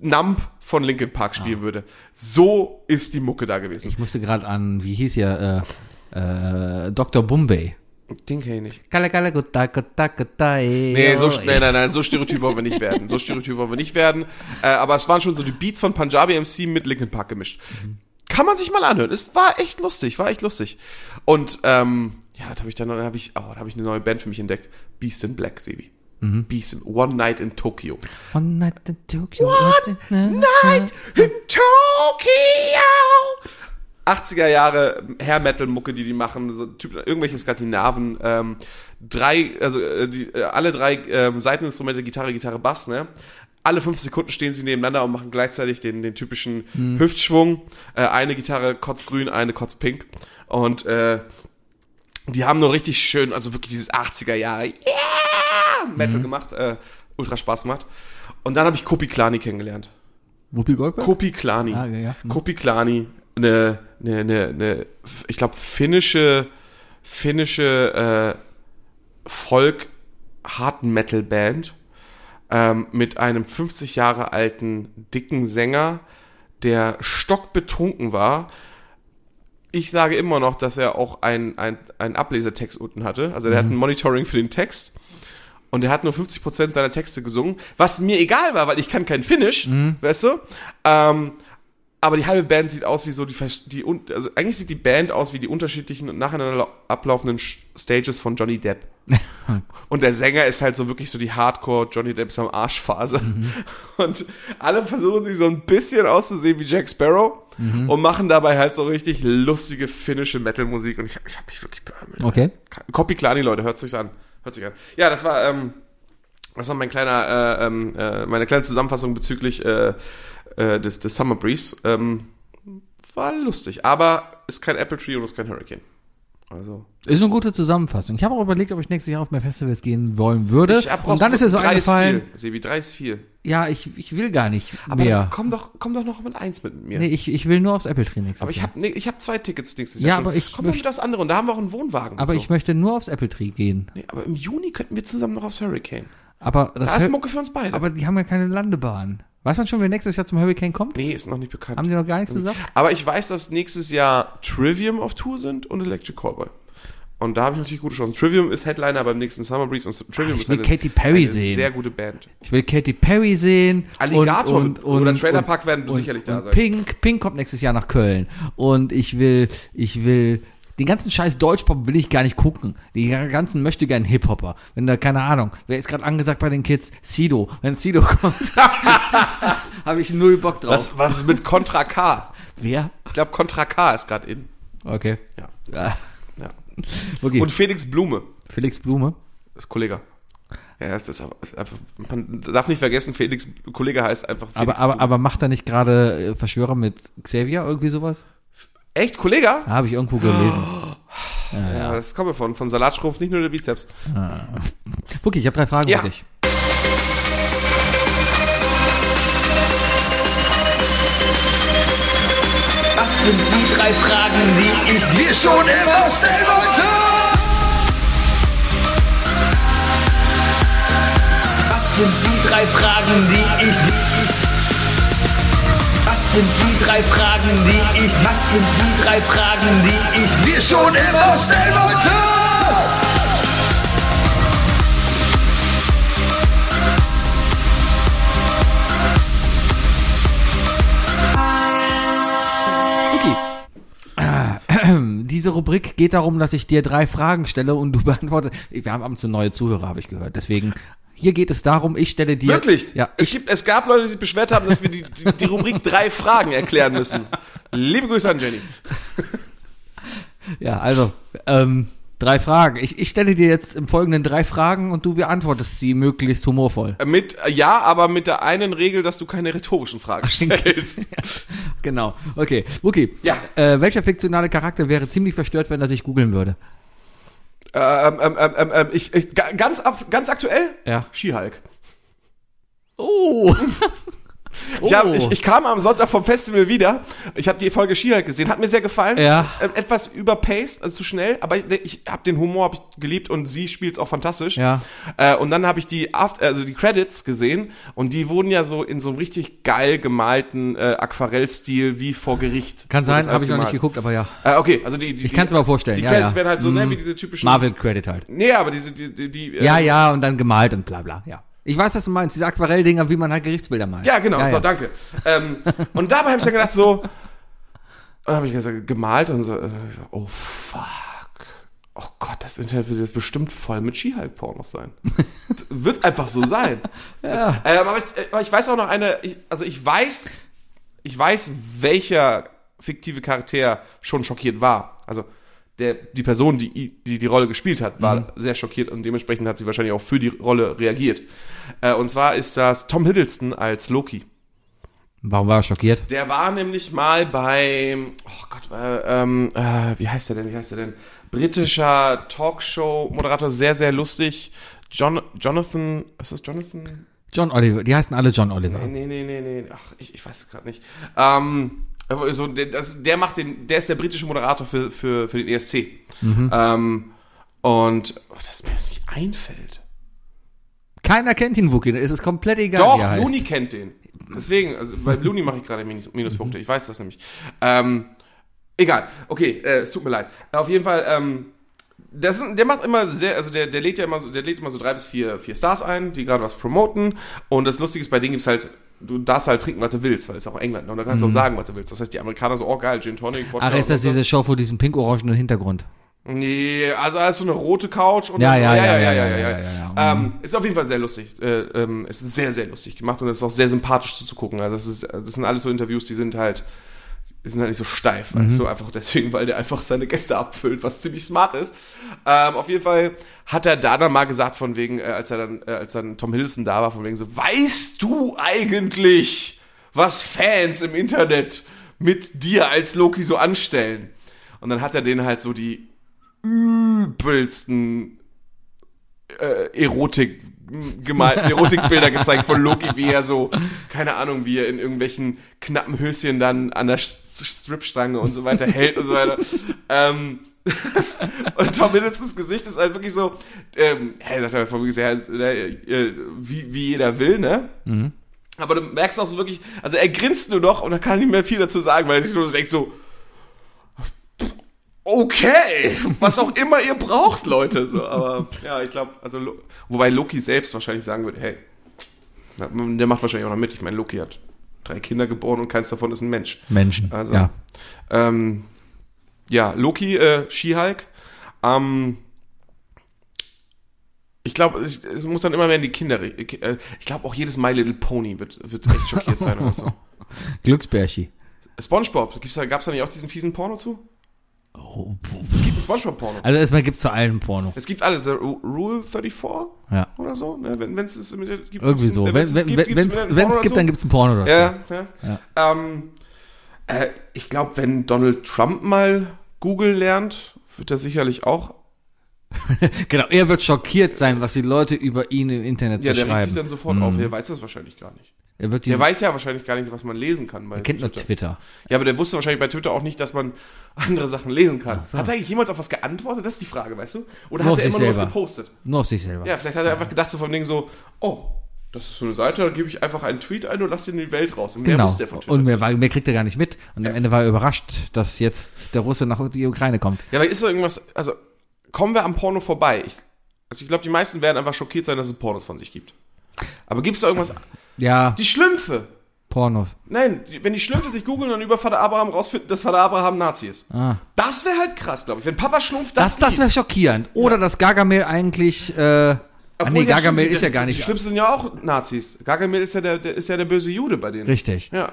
[SPEAKER 3] Nump von Linkin Park spielen würde. So ist die Mucke da gewesen.
[SPEAKER 7] ich musste gerade an, wie hieß ja, äh, äh, Dr. Bombay.
[SPEAKER 3] Den kenne ich nicht.
[SPEAKER 7] Kala kala gutta gutta gutta
[SPEAKER 4] eh,
[SPEAKER 3] Nee,
[SPEAKER 4] oh,
[SPEAKER 3] so, sch- nein, nein, nein, so Stereotyp wollen wir nicht werden. So Stereotyp wollen wir nicht werden. Äh, aber es waren schon so die Beats von Punjabi MC mit Linkin Park gemischt. Kann man sich mal anhören. Es war echt lustig, war echt lustig. Und ähm, ja, da habe ich dann, dann habe ich, oh, da habe ich eine neue Band für mich entdeckt. Beast in Black, Sebi. Beast in One Night in Tokyo.
[SPEAKER 7] One
[SPEAKER 4] eh.
[SPEAKER 7] night in Tokyo.
[SPEAKER 3] One Night in Tokyo. 80er Jahre Hair Metal Mucke, die die machen, so typ, irgendwelche Skandinaven, ähm, drei, also äh, die, äh, alle drei ähm, Seiteninstrumente, Gitarre, Gitarre, Bass, ne? Alle fünf Sekunden stehen sie nebeneinander und machen gleichzeitig den, den typischen Hüftschwung. Äh, eine Gitarre kotzgrün, eine kotzpink. Und äh, die haben nur richtig schön, also wirklich dieses 80er Jahre yeah! Metal gemacht, äh, ultra Spaß gemacht. Und dann habe ich Kopi Klani kennengelernt.
[SPEAKER 7] Whoopi Goldberg?
[SPEAKER 3] Kopi Klani.
[SPEAKER 7] Ah, ja, ja. Mhm.
[SPEAKER 3] Kopi Klani, eine, eine, eine, eine ich glaube, finnische, finnische äh, Folk Hard Metal Band ähm, mit einem 50 Jahre alten dicken Sänger, der stockbetrunken war. Ich sage immer noch, dass er auch einen ein Ablesetext unten hatte. Also er
[SPEAKER 7] Mhm.
[SPEAKER 3] hat ein Monitoring für den Text. Und er hat nur 50% seiner Texte gesungen, was mir egal war, weil ich kann kein Finnisch, weißt du? Ähm, aber die halbe Band sieht aus wie so die, vers- die un- also eigentlich sieht die Band aus wie die unterschiedlichen und nacheinander ablaufenden Sch- Stages von Johnny Depp. und der Sänger ist halt so wirklich so die Hardcore Johnny Depps am Arsch Phase. Und alle versuchen sich so ein bisschen auszusehen wie Jack Sparrow und machen dabei halt so richtig lustige finnische Metal Musik und ich, ich habe mich wirklich beömmelt.
[SPEAKER 7] Okay.
[SPEAKER 3] Copy Klani, Leute, hört sich's an. Hört sich an. Ja, das war, ähm, das war mein kleiner, äh, ähm, äh, meine kleine Zusammenfassung bezüglich äh, äh, des, des Summer Breeze. Ähm, war lustig, aber ist kein Apple Tree und ist kein Hurricane. Also.
[SPEAKER 4] Ist eine gute Zusammenfassung. Ich habe auch überlegt, ob ich nächstes Jahr auf mehr Festivals gehen wollen würde. Ne? und dann ist es so
[SPEAKER 3] drei
[SPEAKER 4] eingefallen,
[SPEAKER 3] Ist viel, Sebi, drei ist viel.
[SPEAKER 4] ja, ich, ich will gar nicht
[SPEAKER 3] Aber dann
[SPEAKER 4] mehr.
[SPEAKER 3] komm doch, komm doch noch mit eins mit mir.
[SPEAKER 4] Nee, ich, ich will nur aufs Apple Tree nächstes
[SPEAKER 3] aber ich
[SPEAKER 4] Jahr.
[SPEAKER 3] habe nee, ich hab zwei Tickets nächstes
[SPEAKER 4] Ja,
[SPEAKER 3] Jahr. schon.
[SPEAKER 4] aber ich
[SPEAKER 3] komm doch
[SPEAKER 4] möcht-
[SPEAKER 3] mit aufs andere und da haben wir auch einen Wohnwagen. und
[SPEAKER 4] Aber
[SPEAKER 3] so.
[SPEAKER 4] ich möchte nur aufs Apple Tree gehen.
[SPEAKER 3] nee, aber im Juni könnten wir zusammen noch aufs Hurricane.
[SPEAKER 4] Aber das
[SPEAKER 3] Da ist
[SPEAKER 4] Hur-
[SPEAKER 3] Mucke für uns beide.
[SPEAKER 4] aber die haben ja keine Landebahn. Weiß man schon, wer nächstes Jahr zum Hurricane kommt?
[SPEAKER 3] nee, ist noch nicht bekannt.
[SPEAKER 4] Haben die noch gar nichts gesagt?
[SPEAKER 3] Aber ich weiß, dass nächstes Jahr Trivium auf Tour sind und Electric Callboy. Und da habe ich natürlich gute Chancen. Trivium ist Headliner beim nächsten Summer Breeze und Trivium
[SPEAKER 4] Ach, ich
[SPEAKER 3] ist
[SPEAKER 4] will Katy Perry
[SPEAKER 3] eine
[SPEAKER 4] sehen.
[SPEAKER 3] sehr gute Band.
[SPEAKER 4] Ich will Katy Perry sehen.
[SPEAKER 3] Alligator
[SPEAKER 4] und, und, und,
[SPEAKER 3] oder Trailer
[SPEAKER 4] und-
[SPEAKER 3] Park werden
[SPEAKER 4] und,
[SPEAKER 3] sicherlich da
[SPEAKER 4] und
[SPEAKER 3] sein.
[SPEAKER 4] Pink, Pink kommt nächstes Jahr nach Köln. Und ich will, ich will, den ganzen Scheiß Deutschpop will ich gar nicht gucken. Die ganzen möchte gern Hip-Hopper. Wenn da, keine Ahnung, wer ist gerade angesagt bei den Kids? Sido. Wenn Sido kommt, habe ich null Bock drauf.
[SPEAKER 3] Was, was ist mit Contra K?
[SPEAKER 4] Wer?
[SPEAKER 3] Ich glaube, Contra K ist gerade in.
[SPEAKER 4] Okay.
[SPEAKER 3] Ja.
[SPEAKER 4] Ja.
[SPEAKER 3] Ah. Ja.
[SPEAKER 4] Okay.
[SPEAKER 3] Und Felix Blume,
[SPEAKER 4] Felix Blume.
[SPEAKER 3] ist Kollege. Ja, er ist, ist, aber- ist einfach, man darf nicht vergessen, Felix Kollege heißt einfach Felix
[SPEAKER 4] Aber, aber,
[SPEAKER 3] Blume.
[SPEAKER 4] aber macht er nicht gerade äh, Verschwörer mit Xavier irgendwie sowas?
[SPEAKER 3] Echt, Kollege?
[SPEAKER 4] Habe ich irgendwo gelesen.
[SPEAKER 3] Ja, das kommt mir von, von Salatschrumpf, nicht nur der Bizeps.
[SPEAKER 4] Okay, ich habe drei Fragen
[SPEAKER 3] Ja.
[SPEAKER 4] für dich.
[SPEAKER 8] Das sind die drei Fragen, die ich dir schon immer stellen wollte. Was sind die drei Fragen, die ich dir... Was sind die drei Fragen, die ich... Was sind die drei Fragen, die ich dir schon immer stellen wollte?
[SPEAKER 4] Okay. Ah, Diese Rubrik geht darum, dass ich dir drei Fragen stelle und du beantwortest. Wir haben ab und zu neue Zuhörer, habe ich gehört. Deswegen, hier geht es darum, ich stelle dir.
[SPEAKER 3] Wirklich?
[SPEAKER 4] Ja,
[SPEAKER 3] Es, gibt, es gab Leute, die sich beschwert haben, dass wir die, die, die Rubrik drei Fragen erklären müssen. Liebe Grüße an Jenny.
[SPEAKER 4] ja also, ähm, drei Fragen. Ich, ich stelle dir jetzt im Folgenden drei Fragen und du beantwortest sie möglichst humorvoll.
[SPEAKER 3] Äh, Mit, ja, aber mit der einen Regel, dass du keine rhetorischen Fragen stellst.
[SPEAKER 4] Genau. Okay. Okay.
[SPEAKER 3] Ja.
[SPEAKER 4] Äh, welcher fiktionale Charakter wäre ziemlich verstört, wenn er sich googeln würde?
[SPEAKER 3] ähm, ähm, ähm, ähm, ähm, ich, ich, ga- ganz, ab- ganz aktuell?
[SPEAKER 4] Ja.
[SPEAKER 3] Skihulk.
[SPEAKER 4] Oh.
[SPEAKER 3] Ich, hab, ich, ich kam am Sonntag vom Festival wieder. Ich habe die Folge Skihulk gesehen, hat mir sehr gefallen.
[SPEAKER 4] Ja.
[SPEAKER 3] Ähm, etwas überpaced, also zu schnell, aber ich, ich habe den Humor hab ich geliebt und sie spielt's auch fantastisch.
[SPEAKER 4] Ja.
[SPEAKER 3] Äh, und dann habe ich die After, also die Credits gesehen und die wurden ja so in so einem richtig geil gemalten äh, Aquarellstil wie vor Gericht. Wurde das
[SPEAKER 4] Kann sein,
[SPEAKER 3] alles
[SPEAKER 4] habe ich noch nicht
[SPEAKER 3] gemalt.
[SPEAKER 4] geguckt, aber ja.
[SPEAKER 3] Äh, okay, also die, die
[SPEAKER 4] Ich kann es mir aber vorstellen.
[SPEAKER 3] Die
[SPEAKER 4] ja,
[SPEAKER 3] Credits
[SPEAKER 4] ja.
[SPEAKER 3] werden halt so, ne,
[SPEAKER 4] Mhm.
[SPEAKER 3] wie diese typischen
[SPEAKER 4] Marvel-Credit halt.
[SPEAKER 3] Nee, aber diese die die, die äh,
[SPEAKER 4] Ja, ja, und dann gemalt und bla bla, ja. Ich weiß, was du meinst, diese Aquarelldinger, wie man halt Gerichtsbilder malt.
[SPEAKER 3] Ja, genau, so,
[SPEAKER 4] ja.
[SPEAKER 3] danke. Ähm, und dabei habe ich dann gedacht, so. Und dann habe ich gesagt, gemalt und so, äh, oh fuck. Oh Gott, das Internet wird jetzt bestimmt voll mit Skihulk-Pornos sein. Das wird einfach so sein. Ähm, aber, ich, äh, aber ich weiß auch noch eine, ich, also ich weiß, ich weiß, welcher fiktive Charakter schon schockiert war. Also der, die Person, die, i- die die Rolle gespielt hat, war sehr schockiert und dementsprechend hat sie wahrscheinlich auch für die Rolle reagiert. Äh, und zwar ist das Tom Hiddleston als Loki.
[SPEAKER 4] Warum war er schockiert?
[SPEAKER 3] Der war nämlich mal beim, oh Gott, äh, ähm, äh, wie heißt der denn, wie heißt der denn? Britischer Talkshow-Moderator, sehr, sehr lustig. John, Jonathan, ist das Jonathan?
[SPEAKER 4] John Oliver, die heißen alle John Oliver.
[SPEAKER 3] Nee, nee, nee, nee, nee. ach, ich, ich weiß es gerade nicht. Ähm, also, der, das, der macht den, der ist der britische Moderator für, für, für den ESC. Ähm, und, oh, dass mir das nicht einfällt.
[SPEAKER 4] Keiner kennt ihn, Wookie, es ist komplett egal,
[SPEAKER 3] Doch,
[SPEAKER 4] wie er heißt.
[SPEAKER 3] Luni kennt den. Deswegen, also bei Luni mache ich gerade Minus, Minuspunkte. Ich weiß das nämlich. Ähm, egal. Okay, äh, es tut mir leid. Auf jeden Fall, ähm, das ist, der macht immer sehr, also der, der lädt ja immer so, der lädt immer so drei bis vier, vier Stars ein, die gerade was promoten. Und das Lustige ist, bei denen gibt's halt, du darfst halt trinken, was du willst, weil es ist auch England. Ne? Und da kannst du auch sagen, was du willst. Das heißt, die Amerikaner so, oh geil, Gin Tonic, Wodka
[SPEAKER 4] Mhm. Ach, ist
[SPEAKER 3] und
[SPEAKER 4] das
[SPEAKER 3] so.
[SPEAKER 4] diese Show vor diesem pink-orangenen Hintergrund?
[SPEAKER 3] Nee, also hast du eine rote Couch und
[SPEAKER 4] Ja,
[SPEAKER 3] dann-
[SPEAKER 4] ja, ja, ja, ja,
[SPEAKER 3] ja,
[SPEAKER 4] ja, ja, ja. Mhm.
[SPEAKER 3] ja. Ähm, ist auf jeden Fall sehr lustig. Äh, ähm, es ist sehr, sehr lustig gemacht und es ist auch sehr sympathisch zuzugucken. Also das ist, das sind alles so Interviews, die sind halt, die sind halt nicht so steif,
[SPEAKER 4] Mhm.
[SPEAKER 3] weißt du, einfach deswegen, weil der einfach seine Gäste abfüllt, was ziemlich smart ist. Ähm, auf jeden Fall hat er da dann mal gesagt, von wegen, äh, als er dann, äh, als dann Tom Hiddleston da war, von wegen so, weißt du eigentlich, was Fans im Internet mit dir als Loki so anstellen. Und dann hat er denen halt so die übelsten äh, Erotik gemal- Erotikbilder gezeigt von Loki, wie er so, keine Ahnung, wie er in irgendwelchen knappen Höschen dann an der Sch- Stripstange und so weiter hält und so weiter. Ähm, das, und Tom Hiddlestons Gesicht ist halt wirklich so, ähm, hey, das hat er vorhin gesagt, äh, äh, wie, wie jeder will, ne? Aber du merkst auch so wirklich, also er grinst nur noch und da kann er nicht mehr viel dazu sagen, weil er sich nur so denkt so, okay, was auch immer ihr braucht, Leute. So, aber ja, ich glaube, also Lo- wobei Loki selbst wahrscheinlich sagen würde, hey, na, der macht wahrscheinlich auch noch mit. Ich meine, Loki hat drei Kinder geboren und keins davon ist ein Mensch.
[SPEAKER 4] Menschen.
[SPEAKER 3] Also,
[SPEAKER 4] ja.
[SPEAKER 3] ähm, ja, Loki, äh, She-Hulk. Ähm, ich glaube, es, es muss dann immer mehr in die Kinder. Äh, ich glaube auch jedes My Little Pony wird, wird echt schockiert sein oder so.
[SPEAKER 4] Glücksbärschi.
[SPEAKER 3] SpongeBob, gibt's da, gab's da nicht auch diesen fiesen Porno zu?
[SPEAKER 4] Oh, puh.
[SPEAKER 3] Ein SpongeBob-Porno.
[SPEAKER 4] also erstmal gibt's zu allen Porno.
[SPEAKER 3] Es gibt alle, so Ru- Rule 34
[SPEAKER 4] Ja.
[SPEAKER 3] oder so, ne? wenn es es mit der- gibt.
[SPEAKER 4] Irgendwie so. Wenn
[SPEAKER 3] wenn's
[SPEAKER 4] es wenn,
[SPEAKER 3] gibt,
[SPEAKER 4] wenn,
[SPEAKER 3] gibt's
[SPEAKER 4] wenn's,
[SPEAKER 3] mit einem
[SPEAKER 4] wenn's
[SPEAKER 3] Porno
[SPEAKER 4] gibt,
[SPEAKER 3] dazu?
[SPEAKER 4] dann gibt's einen Porno dazu.
[SPEAKER 3] Ja, ja. Ähm, äh, ich glaube, wenn Donald Trump mal Google lernt, wird er sicherlich auch.
[SPEAKER 4] Genau, er wird schockiert sein, was die Leute über ihn im Internet
[SPEAKER 3] Ja,
[SPEAKER 4] zu
[SPEAKER 3] der regt sich
[SPEAKER 4] schreiben. Mhm.
[SPEAKER 3] dann sofort auf. Der weiß das wahrscheinlich gar nicht.
[SPEAKER 4] Er wird
[SPEAKER 3] Der
[SPEAKER 4] diesen,
[SPEAKER 3] weiß ja wahrscheinlich gar nicht, was man lesen kann. Bei
[SPEAKER 4] er kennt nur Twitter.
[SPEAKER 3] Ja, aber der wusste wahrscheinlich bei Twitter auch nicht, dass man andere Sachen lesen kann. Hat er eigentlich jemals auf was geantwortet? Das ist die Frage, weißt du? Oder hat
[SPEAKER 4] Nur auf
[SPEAKER 3] er immer
[SPEAKER 4] sich
[SPEAKER 3] nur was
[SPEAKER 4] selber.
[SPEAKER 3] gepostet?
[SPEAKER 4] Nur auf sich selber.
[SPEAKER 3] Ja, vielleicht hat er einfach gedacht so vom Ding so, oh, das ist so eine Seite, da gebe ich einfach einen Tweet ein und lasse den in die Welt raus. Und mehr
[SPEAKER 4] genau.
[SPEAKER 3] wusste er von Twitter.
[SPEAKER 4] Und mehr, war, mehr kriegt er gar nicht mit. Und am Ende war er überrascht, dass jetzt der Russe nach die Ukraine kommt.
[SPEAKER 3] ja, aber ist da irgendwas, also kommen wir am Porno vorbei? Ich, also ich glaube, die meisten werden einfach schockiert sein, dass es Pornos von sich gibt. Aber gibt es da irgendwas?
[SPEAKER 4] Ja,
[SPEAKER 3] Die Schlümpfe!
[SPEAKER 4] Pornos.
[SPEAKER 3] Nein, die- wenn die Schlümpfe sich googeln und über Vater Abraham rausfinden, dass Vater Abraham Nazi ist.
[SPEAKER 4] Ah.
[SPEAKER 3] Das wäre halt krass, glaube ich. Wenn Papa Schlumpf
[SPEAKER 4] Das,
[SPEAKER 3] das,
[SPEAKER 4] das wäre schockierend. Oder dass Gargamel eigentlich. Äh, ah, nee, Gargamel
[SPEAKER 3] stimmt, die-
[SPEAKER 4] ist ja gar
[SPEAKER 3] Die
[SPEAKER 4] nicht.
[SPEAKER 3] Schlümpfe sind ja auch Nazis. Gargamel ist ja der, der, ist ja der böse Jude bei denen.
[SPEAKER 4] Richtig.
[SPEAKER 3] Ja.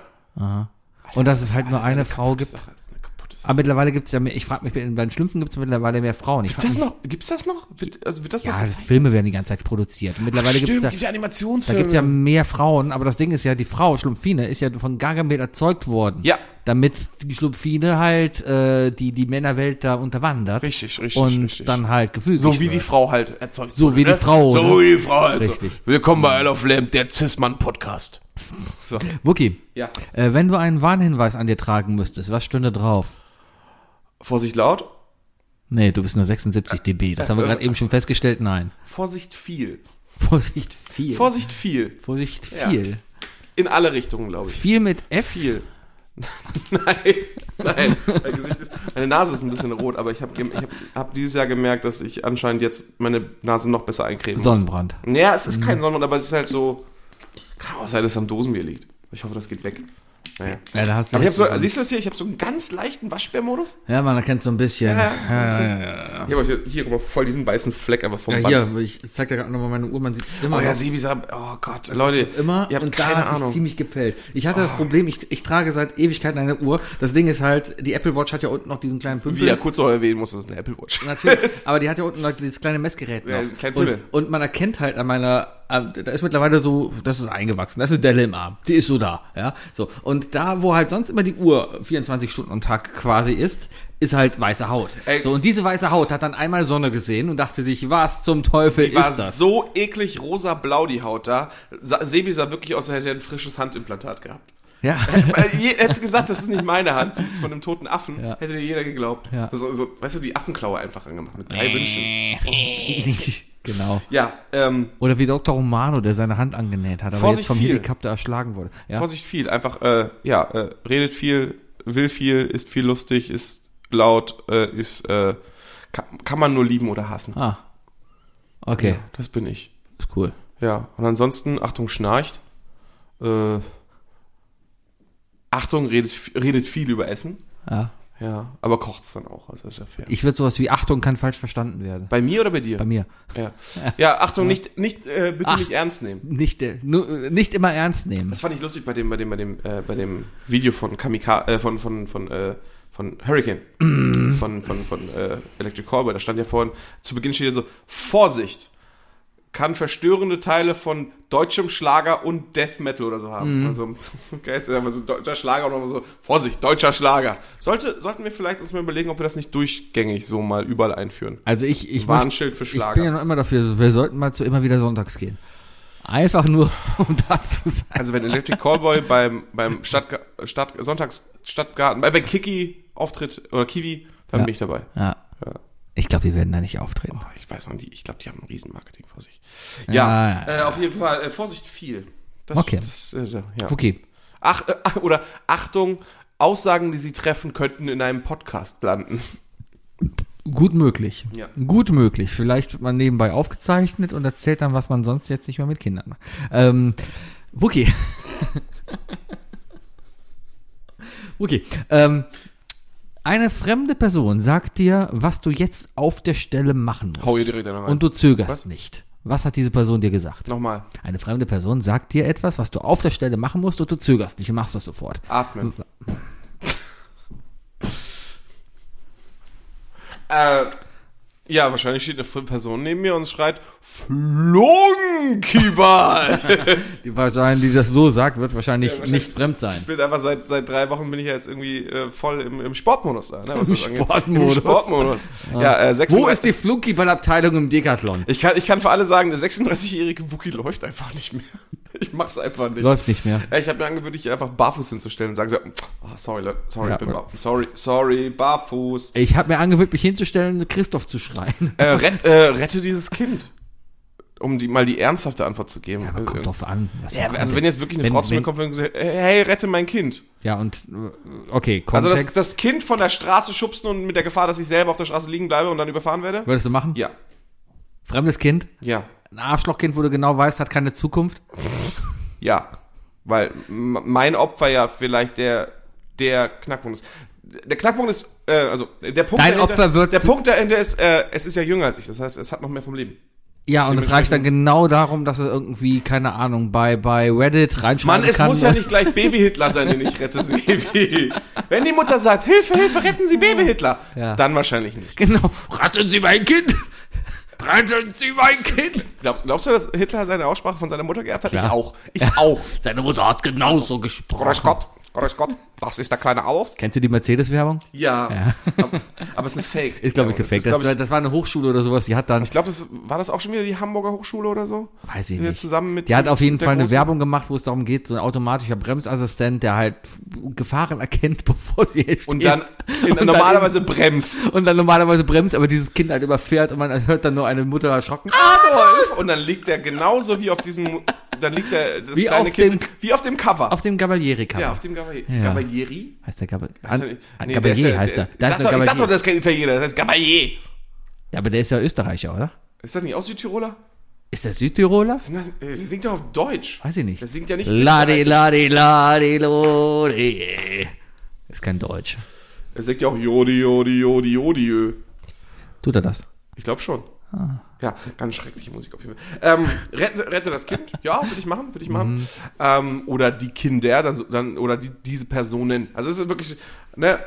[SPEAKER 4] Und dass es halt nur eine Frau gibt.
[SPEAKER 3] Sache ist eine kaputte Sache.
[SPEAKER 4] Aber mittlerweile gibt es ja mehr. Ich frage mich, bei den Schlümpfen gibt es mittlerweile mehr Frauen. Ich frag
[SPEAKER 3] Das
[SPEAKER 4] mich,
[SPEAKER 3] noch, gibt's das noch? Wird, also wird das noch
[SPEAKER 4] ja,
[SPEAKER 3] gezeigt?
[SPEAKER 4] Filme werden die ganze Zeit produziert. Und mittlerweile gibt es
[SPEAKER 3] Stimmt,
[SPEAKER 4] da.
[SPEAKER 3] gibt ja
[SPEAKER 4] Da
[SPEAKER 3] Animationsfilme.
[SPEAKER 4] gibt es ja mehr Frauen, aber das Ding ist ja, die Frau, Schlumpfine, ist ja von Gargamel erzeugt worden.
[SPEAKER 3] Ja.
[SPEAKER 4] Damit die Schlumpfine halt äh, die, die Männerwelt da unterwandert.
[SPEAKER 3] Richtig, richtig,
[SPEAKER 4] Und
[SPEAKER 3] richtig.
[SPEAKER 4] dann halt gefügig
[SPEAKER 3] so wie die
[SPEAKER 4] wird.
[SPEAKER 3] Frau halt erzeugt
[SPEAKER 4] So
[SPEAKER 3] wurde,
[SPEAKER 4] wie die
[SPEAKER 3] ne?
[SPEAKER 4] Frau,
[SPEAKER 3] So
[SPEAKER 4] ne?
[SPEAKER 3] wie die Frau halt.
[SPEAKER 4] Richtig.
[SPEAKER 3] So. Willkommen bei Isle of Lamp, der Cis-Mann-Podcast. So.
[SPEAKER 4] Wookie,
[SPEAKER 3] Ja.
[SPEAKER 4] äh, wenn du einen Warnhinweis an dir tragen müsstest, was stünde drauf?
[SPEAKER 3] Vorsicht laut,
[SPEAKER 4] Nee, du bist nur 76 dB. Das haben wir
[SPEAKER 3] äh,
[SPEAKER 4] gerade eben schon festgestellt. Nein.
[SPEAKER 3] Vorsicht viel.
[SPEAKER 4] Vorsicht viel.
[SPEAKER 3] Vorsicht viel.
[SPEAKER 4] Vorsicht
[SPEAKER 3] Ja.
[SPEAKER 4] viel.
[SPEAKER 3] In alle Richtungen, glaube ich.
[SPEAKER 4] Viel mit F.
[SPEAKER 3] Viel. nein, nein. Mein Gesicht ist, meine Nase ist ein bisschen rot, aber ich habe ich hab, hab dieses Jahr gemerkt, dass ich anscheinend jetzt meine Nase noch besser eincremen muss.
[SPEAKER 4] Sonnenbrand.
[SPEAKER 3] Ja, es ist
[SPEAKER 4] Mhm.
[SPEAKER 3] kein Sonnenbrand, aber es ist halt so. Kann auch sein, dass es am Dosenbier liegt. Ich hoffe, das geht weg. Naja.
[SPEAKER 4] Ja, da hast du
[SPEAKER 3] Aber ich hab so,
[SPEAKER 4] recht.
[SPEAKER 3] siehst du das hier? Ich habe so einen ganz leichten Waschbärmodus.
[SPEAKER 4] ja, man erkennt so ein bisschen.
[SPEAKER 3] Ja,
[SPEAKER 4] Ja,
[SPEAKER 3] so
[SPEAKER 4] ja,
[SPEAKER 3] ein Ich habe hier, hier guck mal, voll diesen weißen Fleck einfach vom
[SPEAKER 4] ja. ja,
[SPEAKER 3] Band.
[SPEAKER 4] hier, ich zeig dir gerade nochmal meine Uhr, man sieht immer
[SPEAKER 3] Oh ja,
[SPEAKER 4] noch.
[SPEAKER 3] Sebis haben. Oh Gott, Leute.
[SPEAKER 4] immer
[SPEAKER 3] ihr habt
[SPEAKER 4] und
[SPEAKER 3] keine
[SPEAKER 4] da hat sich
[SPEAKER 3] Ahnung. Ah.
[SPEAKER 4] ziemlich gepellt. Ich hatte das Problem, ich, ich trage seit Ewigkeiten eine Uhr. Das Ding ist halt, die Apple Watch hat ja unten noch diesen kleinen Pümpel.
[SPEAKER 3] Wie ja kurz noch erwähnen muss, das ist eine Apple Watch.
[SPEAKER 4] Natürlich, aber die hat ja unten noch dieses kleine Messgerät noch.
[SPEAKER 3] Ja, diesen kleinen
[SPEAKER 4] und,
[SPEAKER 3] Pimmel.
[SPEAKER 4] und man erkennt halt an meiner, an- da ist mittlerweile so, das ist eingewachsen, das ist eine Delle im Arm, die ist so da, ja, so. Und da, wo halt sonst immer die Uhr 24 Stunden am Tag quasi ist, ist halt weiße Haut.
[SPEAKER 3] Ey.
[SPEAKER 4] So, und diese weiße Haut hat dann einmal Sonne gesehen und dachte sich, was zum Teufel
[SPEAKER 3] Die
[SPEAKER 4] ist
[SPEAKER 3] war
[SPEAKER 4] das?
[SPEAKER 3] so eklig rosa-blau, die Haut da. Sa Sebi sah wirklich aus, als hätte er ein frisches Handimplantat gehabt.
[SPEAKER 4] ja.
[SPEAKER 3] Weil je- Hättest gesagt, das ist nicht meine Hand, die ist von einem toten Affen, hätte dir jeder geglaubt.
[SPEAKER 4] Ja.
[SPEAKER 3] So, so, weißt du, die Affenklaue einfach angemacht mit drei Wünschen.
[SPEAKER 4] genau.
[SPEAKER 3] Ja, ähm,
[SPEAKER 4] Oder wie Dr. Romano, der seine Hand angenäht hat, aber
[SPEAKER 3] Vorsicht
[SPEAKER 4] jetzt vom
[SPEAKER 3] viel.
[SPEAKER 4] Helikopter erschlagen wurde. Ja.
[SPEAKER 3] Vorsicht viel, einfach, äh, ja, äh, redet viel, will viel, ist viel lustig, ist laut, äh, ist, äh, kann, kann man nur lieben oder hassen.
[SPEAKER 4] Ah. Okay,
[SPEAKER 3] Das bin ich.
[SPEAKER 4] ist cool.
[SPEAKER 3] Ja, und ansonsten, Achtung, schnarcht. Äh, Achtung, redet, f- redet viel über Essen.
[SPEAKER 4] Ja.
[SPEAKER 3] Ja, aber kocht's dann auch, also ist ja fair.
[SPEAKER 4] Ich würde sowas wie Achtung kann falsch verstanden werden.
[SPEAKER 3] bei mir oder bei dir?
[SPEAKER 4] Bei mir.
[SPEAKER 3] Ja, ja Achtung, nicht, nicht äh, bitte
[SPEAKER 4] Ach.
[SPEAKER 3] nicht ernst nehmen.
[SPEAKER 4] Nicht, äh, nur, äh, nicht immer ernst nehmen.
[SPEAKER 3] Das fand ich lustig bei dem, bei dem, bei dem, äh, bei dem Video von Kamika, äh, von, von, von, äh, von Hurricane, von, von, von äh, Electric Callboy. Da stand ja vorhin, zu Beginn steht ja so, Vorsicht, kann verstörende Teile von deutschem Schlager und Death Metal oder so haben. Also, okay, ist ja aber so deutscher Schlager und nochmal so, Vorsicht, deutscher Schlager. Sollte, sollten wir vielleicht uns mal überlegen, ob wir das nicht durchgängig so mal überall einführen.
[SPEAKER 4] Also ich, ich,
[SPEAKER 3] Warnschild für
[SPEAKER 4] ich bin ja
[SPEAKER 3] Schlager.
[SPEAKER 4] noch immer dafür, wir sollten mal zu immer wieder sonntags gehen. Einfach nur, um da zu sein.
[SPEAKER 3] Also wenn Electric Callboy beim, beim Stadtga Stadt, Sonntags Stadtgarten, äh, bei, bei Kiki auftritt oder Kiwi, dann bin ich dabei.
[SPEAKER 4] Ja.
[SPEAKER 3] Ja.
[SPEAKER 4] Ich glaube, die werden da nicht auftreten.
[SPEAKER 3] Ich weiß noch nicht, ich glaube, die haben ein Riesenmarketing vor sich. Ja,
[SPEAKER 4] Ja, ja,
[SPEAKER 3] Äh, auf jeden Fall, äh, Vorsicht viel. Das,
[SPEAKER 4] Okay.
[SPEAKER 3] Das, äh, ja.
[SPEAKER 4] Okay.
[SPEAKER 3] Ach, äh, ach, oder Achtung, Aussagen, die sie treffen könnten, in einem Podcast landen.
[SPEAKER 4] Gut möglich.
[SPEAKER 3] Ja.
[SPEAKER 4] Gut möglich. Vielleicht wird man nebenbei aufgezeichnet und erzählt dann, was man sonst jetzt nicht mehr mit Kindern macht. Ähm, Wookie. Wookie. Ähm, eine fremde Person sagt dir, was du jetzt auf der Stelle machen musst.
[SPEAKER 3] Hau ihr direkt einmal rein.
[SPEAKER 4] Und du zögerst
[SPEAKER 3] Was?
[SPEAKER 4] nicht. Was hat diese Person dir gesagt?
[SPEAKER 3] Nochmal,
[SPEAKER 4] Eine fremde Person sagt dir etwas, was du auf der Stelle machen musst und du zögerst nicht und machst das sofort.
[SPEAKER 3] atmen.
[SPEAKER 4] Hm.
[SPEAKER 3] äh, ja, wahrscheinlich steht eine fremde Person neben mir und schreit, Flunkyball!
[SPEAKER 4] Die Person, die das so sagt, wird wahrscheinlich,
[SPEAKER 3] wahrscheinlich-
[SPEAKER 4] nicht fremd sein.
[SPEAKER 3] ich bin einfach seit, seit drei Wochen bin ich ja jetzt irgendwie äh, voll im, im Sportmodus da. Ne, was
[SPEAKER 4] Im
[SPEAKER 3] das angeht.
[SPEAKER 4] Sportmodus. Ah.
[SPEAKER 3] Im Sportmodus. Ja, äh,
[SPEAKER 4] Wo
[SPEAKER 3] 36
[SPEAKER 4] ist die Flunkyball-Abteilung im Decathlon?
[SPEAKER 3] Ich kann, ich kann für alle sagen, der 36-jährige Wookie läuft einfach nicht mehr. Ich mach's einfach nicht.
[SPEAKER 4] Läuft nicht mehr.
[SPEAKER 3] Ja, Ich habe mir angewöhnt, dich einfach barfuß hinzustellen und sagen so, oh, sorry, Leute, sorry,
[SPEAKER 4] Ja,
[SPEAKER 3] bin
[SPEAKER 4] aber-
[SPEAKER 3] bar, sorry, sorry, barfuß.
[SPEAKER 4] Ich habe mir angewöhnt, mich hinzustellen und Christoph zu schreien.
[SPEAKER 3] Äh, ret, äh, rette dieses Kind. Um die, mal die ernsthafte Antwort zu geben.
[SPEAKER 4] Aber
[SPEAKER 3] Äh,
[SPEAKER 4] kommt drauf an. was
[SPEAKER 3] ja,
[SPEAKER 4] für ein
[SPEAKER 3] also wenn jetzt
[SPEAKER 4] Kontext.
[SPEAKER 3] wirklich eine
[SPEAKER 4] Wenn-
[SPEAKER 3] Frau zu mir
[SPEAKER 4] wenn-
[SPEAKER 3] kommt und sagt, äh, hey, rette mein Kind.
[SPEAKER 4] Ja, und äh, okay, Kontext.
[SPEAKER 3] Also das, das Kind von der Straße schubsen und mit der Gefahr, dass ich selber auf der Straße liegen bleibe und dann überfahren werde?
[SPEAKER 4] Würdest du machen?
[SPEAKER 3] Ja,
[SPEAKER 4] Fremdes Kind?
[SPEAKER 3] ja,
[SPEAKER 4] Ein Arschlochkind, wo du genau weißt, hat keine Zukunft?
[SPEAKER 3] Ja, weil m- mein Opfer ja vielleicht der, der Knackpunkt ist. Der Knackpunkt ist, äh, also der Punkt
[SPEAKER 4] Dein
[SPEAKER 3] dahinter,
[SPEAKER 4] Opfer wird-
[SPEAKER 3] Der Punkt dahinter ist, äh, es ist ja jünger als ich. Das heißt, es hat noch mehr vom Leben.
[SPEAKER 4] Ja, und es reicht dann genau darum, dass er irgendwie, keine Ahnung, bei, bei Reddit reinschreiben
[SPEAKER 3] Mann, es
[SPEAKER 4] kann. ne?
[SPEAKER 3] muss ja nicht gleich Baby-Hitler sein, den ich rette, Sevi. Wenn die Mutter sagt, Hilfe, Hilfe, retten Sie Baby-Hitler,
[SPEAKER 4] Ja.
[SPEAKER 3] dann wahrscheinlich nicht.
[SPEAKER 4] Genau. Retten Sie mein Kind! Retten Sie mein Kind!
[SPEAKER 3] Glaub, glaubst du, dass Hitler seine Aussprache von seiner Mutter geerbt hat?
[SPEAKER 4] Klar.
[SPEAKER 3] Ich auch. Ich auch.
[SPEAKER 4] Seine Mutter hat genauso gesprochen.
[SPEAKER 3] Grüß Gott, grüß Gott, das ist der kleine Auf.
[SPEAKER 4] Kennst du die Mercedes-Werbung?
[SPEAKER 3] Ja, Aber, aber es ist ein Fake.
[SPEAKER 4] Ist, glaube ich,
[SPEAKER 3] Ja, es
[SPEAKER 4] gefaked. Das,
[SPEAKER 3] glaub ich,
[SPEAKER 4] war- das war eine Hochschule oder sowas. Die hat dann,
[SPEAKER 3] Ich glaube, das war das auch schon wieder die Hamburger Hochschule oder so.
[SPEAKER 4] weiß ich
[SPEAKER 3] wir
[SPEAKER 4] nicht.
[SPEAKER 3] zusammen mit-
[SPEAKER 4] die hat auf jeden
[SPEAKER 3] mit der
[SPEAKER 4] Fall eine
[SPEAKER 3] großen-
[SPEAKER 4] Werbung gemacht, wo es darum geht, so ein automatischer Bremsassistent, der halt Gefahren erkennt, bevor sie entstehen.
[SPEAKER 3] Und dann in,
[SPEAKER 4] Und dann
[SPEAKER 3] normalerweise bremst
[SPEAKER 4] und dann normalerweise bremst, aber dieses Kind halt überfährt und man hört dann nur eine Mutter erschrocken.
[SPEAKER 3] Ah! Adolf und dann liegt er genauso wie auf diesem dann liegt er das
[SPEAKER 4] Wie
[SPEAKER 3] kleine
[SPEAKER 4] auf
[SPEAKER 3] Kind
[SPEAKER 4] dem-
[SPEAKER 3] wie auf dem Cover.
[SPEAKER 4] Auf dem Gabalieri-Cover.
[SPEAKER 3] ja, auf dem Gabalieri.
[SPEAKER 4] Ja.
[SPEAKER 3] Gabalieri?
[SPEAKER 4] heißt der Gabal
[SPEAKER 3] Heißt er
[SPEAKER 4] An-
[SPEAKER 3] nicht?
[SPEAKER 4] An-
[SPEAKER 3] Nee,
[SPEAKER 4] Gabalier
[SPEAKER 3] der ist ja-
[SPEAKER 4] heißt er.
[SPEAKER 3] der-
[SPEAKER 4] Da
[SPEAKER 3] Ich
[SPEAKER 4] ist
[SPEAKER 3] sag,
[SPEAKER 4] nur
[SPEAKER 3] doch, ich sag doch,
[SPEAKER 4] Gabalier.
[SPEAKER 3] das ist kein Italiener, das heißt Gabalier.
[SPEAKER 4] Ja, aber der ist ja Österreicher, oder?
[SPEAKER 3] Ist das nicht aus Südtiroler?
[SPEAKER 4] Ist der Südtiroler?
[SPEAKER 3] Sind das- äh, Der singt doch auf Deutsch.
[SPEAKER 4] Weiß ich nicht.
[SPEAKER 3] Der singt ja nicht
[SPEAKER 4] Ladi,
[SPEAKER 3] Österreichisch.
[SPEAKER 4] ladi, ladi, lodi. Ist kein Deutsch.
[SPEAKER 3] Der singt ja auch Jodi, Jodi, Jodi, Jodi. Jö.
[SPEAKER 4] Tut er das?
[SPEAKER 3] Ich glaube schon.
[SPEAKER 4] Ah.
[SPEAKER 3] Ja, ganz schreckliche Musik auf jeden Fall. Ähm, rette, rette das Kind, ja, würde ich machen, würde ich machen.
[SPEAKER 4] Mhm.
[SPEAKER 3] Ähm, oder die Kinder, dann, so- dann oder die, diese Personen. Also es ist wirklich, ne,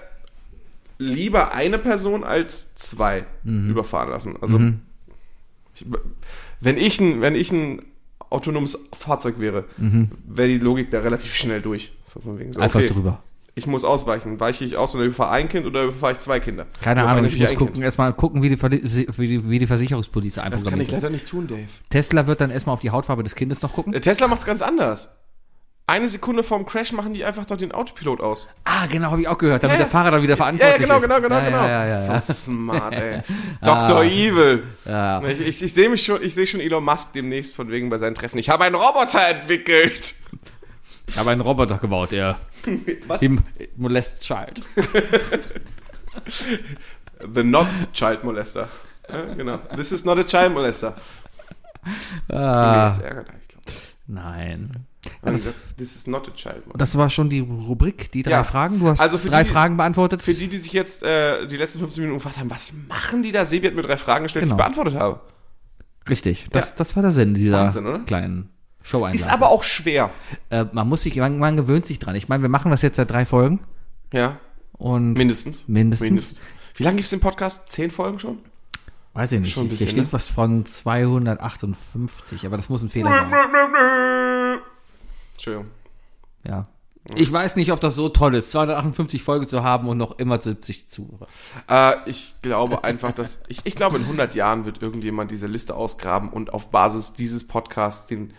[SPEAKER 3] lieber eine Person als zwei
[SPEAKER 4] Mhm.
[SPEAKER 3] überfahren lassen. Also ich, wenn ich ein, wenn ich ein autonomes Fahrzeug wäre, wäre die Logik da relativ schnell durch. So von wegen so,
[SPEAKER 4] Mhm. Einfach
[SPEAKER 3] okay,
[SPEAKER 4] drüber.
[SPEAKER 3] Ich muss ausweichen. Weiche ich aus und überfahre ein Kind oder überfahre ich zwei Kinder?
[SPEAKER 4] Keine
[SPEAKER 3] Überfahre
[SPEAKER 4] Ahnung, ich
[SPEAKER 3] natürlich
[SPEAKER 4] muss
[SPEAKER 3] ein
[SPEAKER 4] gucken,
[SPEAKER 3] Kind.
[SPEAKER 4] erstmal gucken, wie die, Verli- wie die, wie die Versicherungspolice
[SPEAKER 3] Das kann
[SPEAKER 4] einprogrammiert
[SPEAKER 3] ich
[SPEAKER 4] ist.
[SPEAKER 3] leider nicht tun, Dave.
[SPEAKER 4] Tesla wird dann erstmal auf die Hautfarbe des Kindes noch gucken.
[SPEAKER 3] Äh, Tesla macht's ganz anders. Eine Sekunde vorm Crash machen die einfach doch den Autopilot aus.
[SPEAKER 4] Ah, genau, habe ich auch gehört, damit
[SPEAKER 3] Ja,
[SPEAKER 4] der Fahrer dann wieder
[SPEAKER 3] Ja, ja
[SPEAKER 4] verantwortlich
[SPEAKER 3] genau,
[SPEAKER 4] ist.
[SPEAKER 3] genau, genau,
[SPEAKER 4] ja,
[SPEAKER 3] genau.
[SPEAKER 4] Ja, ja, ja.
[SPEAKER 3] So smart, ey. Dr. Evil.
[SPEAKER 4] Ja.
[SPEAKER 3] Ich, ich, ich sehe mich schon, ich sehe schon Elon Musk demnächst von wegen bei seinen Treffen. Ich habe einen Roboter entwickelt.
[SPEAKER 4] Ich habe einen Roboter gebaut, der
[SPEAKER 3] Was?
[SPEAKER 4] dem Molest Child.
[SPEAKER 3] The Not Child Molester. Ja, genau. This is not a child molester. Ah. Jetzt ärgert er, ich glaube.
[SPEAKER 4] Nein.
[SPEAKER 3] This is not a child molester.
[SPEAKER 4] Das war schon die Rubrik, die drei
[SPEAKER 3] Ja.
[SPEAKER 4] Fragen. Du hast
[SPEAKER 3] Also für
[SPEAKER 4] drei
[SPEAKER 3] die-
[SPEAKER 4] Fragen beantwortet.
[SPEAKER 3] Für die, die sich jetzt äh, die letzten 15 Minuten gefragt haben, was machen die da? Sebi hat mir drei Fragen gestellt, die
[SPEAKER 4] Genau.
[SPEAKER 3] ich beantwortet habe.
[SPEAKER 4] Richtig. Das, das war der Sinn dieser
[SPEAKER 3] Wahnsinn, oder?
[SPEAKER 4] kleinen show
[SPEAKER 3] Ist aber auch schwer.
[SPEAKER 4] äh, Man muss sich, man, man gewöhnt sich dran. Ich meine, wir machen das jetzt seit drei Folgen
[SPEAKER 3] Ja.
[SPEAKER 4] und
[SPEAKER 3] Mindestens.
[SPEAKER 4] Mindestens.
[SPEAKER 3] Wie lange gibt's den Podcast? Zehn Folgen schon?
[SPEAKER 4] Weiß ich nicht.
[SPEAKER 3] Schon ein bisschen,
[SPEAKER 4] Hier steht
[SPEAKER 3] ne?
[SPEAKER 4] was von 258, aber das muss ein Fehler sein.
[SPEAKER 3] Entschuldigung.
[SPEAKER 4] Ja. Ich weiß nicht, ob das so toll ist, 258 Folgen zu haben und noch immer 70 Zuhörer.
[SPEAKER 3] Äh, ich glaube einfach, dass ich, ich glaube, in 100 Jahren wird irgendjemand diese Liste ausgraben und auf Basis dieses Podcasts den,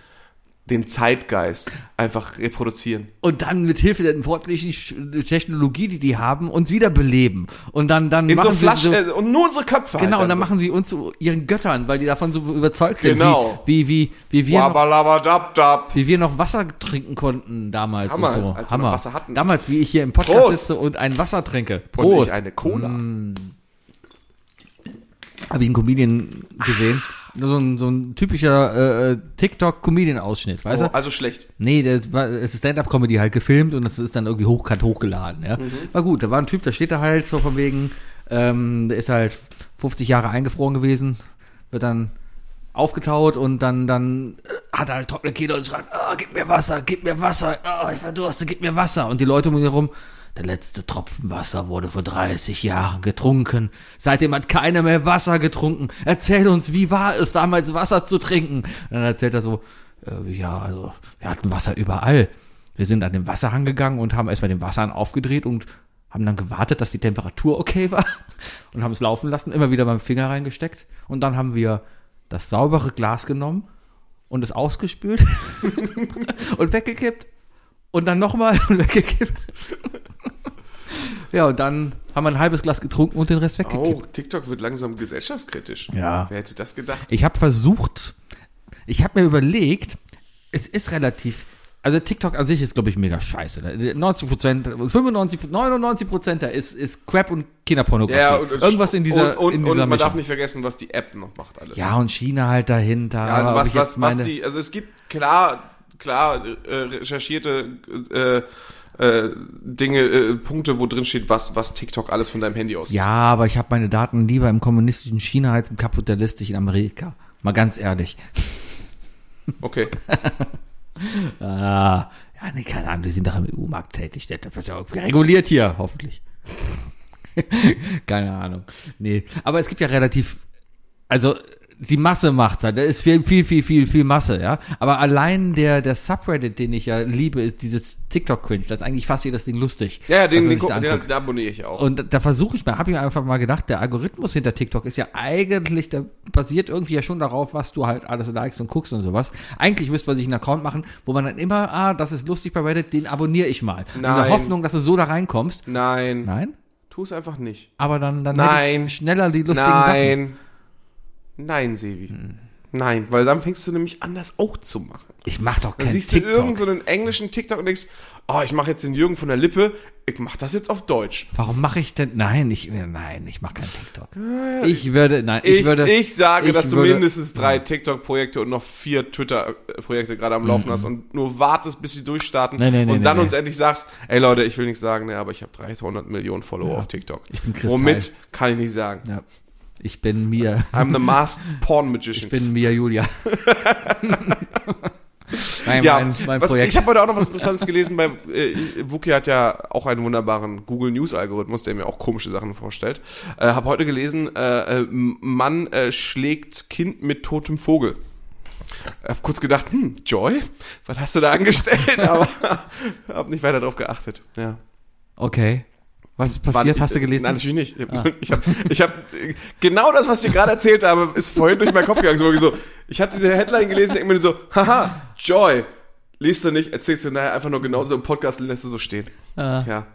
[SPEAKER 3] den Zeitgeist einfach reproduzieren.
[SPEAKER 4] Und dann mit Hilfe der fortschrittlichen Sch- Technologie, die die haben, uns wieder beleben. Und dann, dann
[SPEAKER 3] In so
[SPEAKER 4] machen sie
[SPEAKER 3] Flaschen äh, und nur unsere Köpfe.
[SPEAKER 4] Genau,
[SPEAKER 3] halt
[SPEAKER 4] und dann
[SPEAKER 3] so.
[SPEAKER 4] machen sie uns zu ihren Göttern, weil die davon so überzeugt sind,
[SPEAKER 3] Genau.
[SPEAKER 4] wie, wie, wie, wie wir noch,
[SPEAKER 3] Wabalabadabdab.
[SPEAKER 4] wie wir noch Wasser trinken konnten damals
[SPEAKER 3] Damals,
[SPEAKER 4] und so.
[SPEAKER 3] als wir noch Wasser hatten.
[SPEAKER 4] Damals, wie ich hier im Podcast
[SPEAKER 3] Prost.
[SPEAKER 4] sitze und ein Wasser trinke.
[SPEAKER 3] Und nicht
[SPEAKER 4] Prost. Mm.
[SPEAKER 3] eine Cola.
[SPEAKER 4] Habe ich einen Comedian gesehen. Nur so ein, so ein typischer äh, TikTok-Comedian-Ausschnitt, weißt
[SPEAKER 3] oh,
[SPEAKER 4] du?
[SPEAKER 3] also schlecht.
[SPEAKER 4] Nee, das war, es ist Stand-Up-Comedy halt gefilmt und das ist dann irgendwie hochkant hochgeladen, ja. War gut, da war ein Typ, da steht er halt so von wegen, ähm, der ist halt 50 Jahre eingefroren gewesen, wird dann aufgetaut und dann, dann hat er halt trockene Kehle und schreit, ah, gib mir Wasser, gib mir Wasser, ah, ich verdurste, gib mir Wasser. Und die Leute um ihn herum, der letzte Tropfen Wasser wurde vor 30 Jahren getrunken. Seitdem hat keiner mehr Wasser getrunken. Erzähl uns, wie war es damals, Wasser zu trinken? Und dann erzählt er so, äh, ja, also, wir hatten Wasser überall. Wir sind an den Wasserhang gegangen und haben erstmal den Wasserhahn aufgedreht und haben dann gewartet, dass die Temperatur okay war und haben es laufen lassen, immer wieder beim Finger reingesteckt. Und dann haben wir das saubere Glas genommen und es ausgespült und weggekippt und dann nochmal und weggekippt. ja, und dann haben wir ein halbes Glas getrunken und den Rest weggekippt.
[SPEAKER 3] Oh, TikTok wird langsam gesellschaftskritisch.
[SPEAKER 4] Ja.
[SPEAKER 3] Wer hätte das gedacht?
[SPEAKER 4] Ich habe versucht, ich habe mir überlegt, es ist relativ, also TikTok an sich ist, glaube ich, mega scheiße. 90 Prozent, 95, 99 Prozent da ist, ist Crap und Kinderpornografie. Irgendwas in dieser,
[SPEAKER 3] und, und,
[SPEAKER 4] in dieser
[SPEAKER 3] und man darf
[SPEAKER 4] Mischung.
[SPEAKER 3] nicht vergessen, was die App noch macht alles.
[SPEAKER 4] Ja, und China halt dahinter.
[SPEAKER 3] Ja, also
[SPEAKER 4] ob ich
[SPEAKER 3] was,
[SPEAKER 4] jetzt
[SPEAKER 3] was, was die, also es gibt klar, klar äh, recherchierte äh, äh, Dinge, äh, Punkte, wo drin steht, was, was TikTok alles von deinem Handy aus.
[SPEAKER 4] Ja, aber ich habe meine Daten lieber im kommunistischen China als im kapitalistischen Amerika. Mal ganz ehrlich.
[SPEAKER 3] Okay.
[SPEAKER 4] Ah, ja, nee, keine Ahnung, die sind doch im EU-Markt tätig. Der wird ja irgendwie reguliert hier, hoffentlich. keine Ahnung. Nee, aber es gibt ja relativ, also die Masse macht's halt. Da ist viel, viel, viel, viel, viel Masse, ja. Aber allein der, der Subreddit, den ich ja liebe, ist dieses TikTok-Cringe. Da ist eigentlich fast jedes Ding lustig.
[SPEAKER 3] Ja, ja, den,
[SPEAKER 4] was
[SPEAKER 3] den,
[SPEAKER 4] man sich
[SPEAKER 3] guck,
[SPEAKER 4] da
[SPEAKER 3] den,
[SPEAKER 4] anguckt.
[SPEAKER 3] den abonniere ich auch.
[SPEAKER 4] Also, Und da versuche ich mal, habe ich mir einfach mal gedacht, der Algorithmus hinter TikTok ist ja eigentlich, der basiert irgendwie ja schon darauf, was du halt alles likest und guckst und sowas. Eigentlich müsste man sich einen Account machen, wo man dann immer, ah, das ist lustig bei Reddit, den abonniere ich mal. In der
[SPEAKER 3] Nein.
[SPEAKER 4] Hoffnung, dass du so da reinkommst.
[SPEAKER 3] Nein.
[SPEAKER 4] Nein?
[SPEAKER 3] Tu es einfach nicht.
[SPEAKER 4] Aber dann, dann
[SPEAKER 3] Nein.
[SPEAKER 4] hätte ich schneller die lustigen Sachen. Hm.
[SPEAKER 3] Nein. Nein, Sebi. Nein, weil dann fängst du nämlich an, das auch zu machen.
[SPEAKER 4] Ich mach doch
[SPEAKER 3] Dann
[SPEAKER 4] kein
[SPEAKER 3] siehst
[SPEAKER 4] TikTok.
[SPEAKER 3] du irgendeinen so einen englischen TikTok und denkst, oh, ich mache jetzt den Jürgen von der Lippe, ich mache das jetzt auf Deutsch.
[SPEAKER 4] Warum mache ich denn? Nein, ich äh, nein, ich mache kein TikTok. Ich würde, nein, ich,
[SPEAKER 3] Ich, ich,
[SPEAKER 4] würde.
[SPEAKER 3] sage,
[SPEAKER 4] ich
[SPEAKER 3] dass du
[SPEAKER 4] würde-
[SPEAKER 3] mindestens drei TikTok-Projekte und noch vier Twitter-Projekte gerade am
[SPEAKER 4] Mhm.
[SPEAKER 3] Laufen hast und nur wartest, bis sie durchstarten
[SPEAKER 4] Nee, nee, nee,
[SPEAKER 3] und
[SPEAKER 4] nee,
[SPEAKER 3] dann
[SPEAKER 4] nee.
[SPEAKER 3] uns endlich sagst, ey Leute, ich will nichts sagen, ne, aber ich habe 300 Millionen Follower auf TikTok. Ich
[SPEAKER 4] bin Kristall.
[SPEAKER 3] Womit kann ich nicht sagen.
[SPEAKER 4] Ja. Ich bin mir.
[SPEAKER 3] I'm the masked porn magician.
[SPEAKER 4] Ich bin Mia Julia. mein,
[SPEAKER 3] ja,
[SPEAKER 4] mein, mein
[SPEAKER 3] was,
[SPEAKER 4] Projekt.
[SPEAKER 3] ich habe heute auch noch was Interessantes gelesen. Bei äh, Wookie hat ja auch einen wunderbaren Google News Algorithmus, der mir auch komische Sachen vorstellt. Äh, habe heute gelesen, äh, äh, Mann äh, schlägt Kind mit totem Vogel. Hab kurz gedacht, hm, Joy, was hast du da angestellt? Aber hab nicht weiter drauf geachtet. Ja.
[SPEAKER 4] okay. Was ist passiert? Hast du gelesen?
[SPEAKER 3] äh,
[SPEAKER 4] Ah.
[SPEAKER 3] Nein, natürlich nicht. Ich habe ich hab, äh, genau das, was ich dir gerade erzählt habe, ist vorhin durch meinen Kopf gegangen. So, so, ich habe diese Headline gelesen, denke mir nur so, haha, Joy. Liest du nicht, erzählst du nachher einfach nur genauso im Podcast und lässt es so stehen.
[SPEAKER 4] Ah.
[SPEAKER 3] Ja.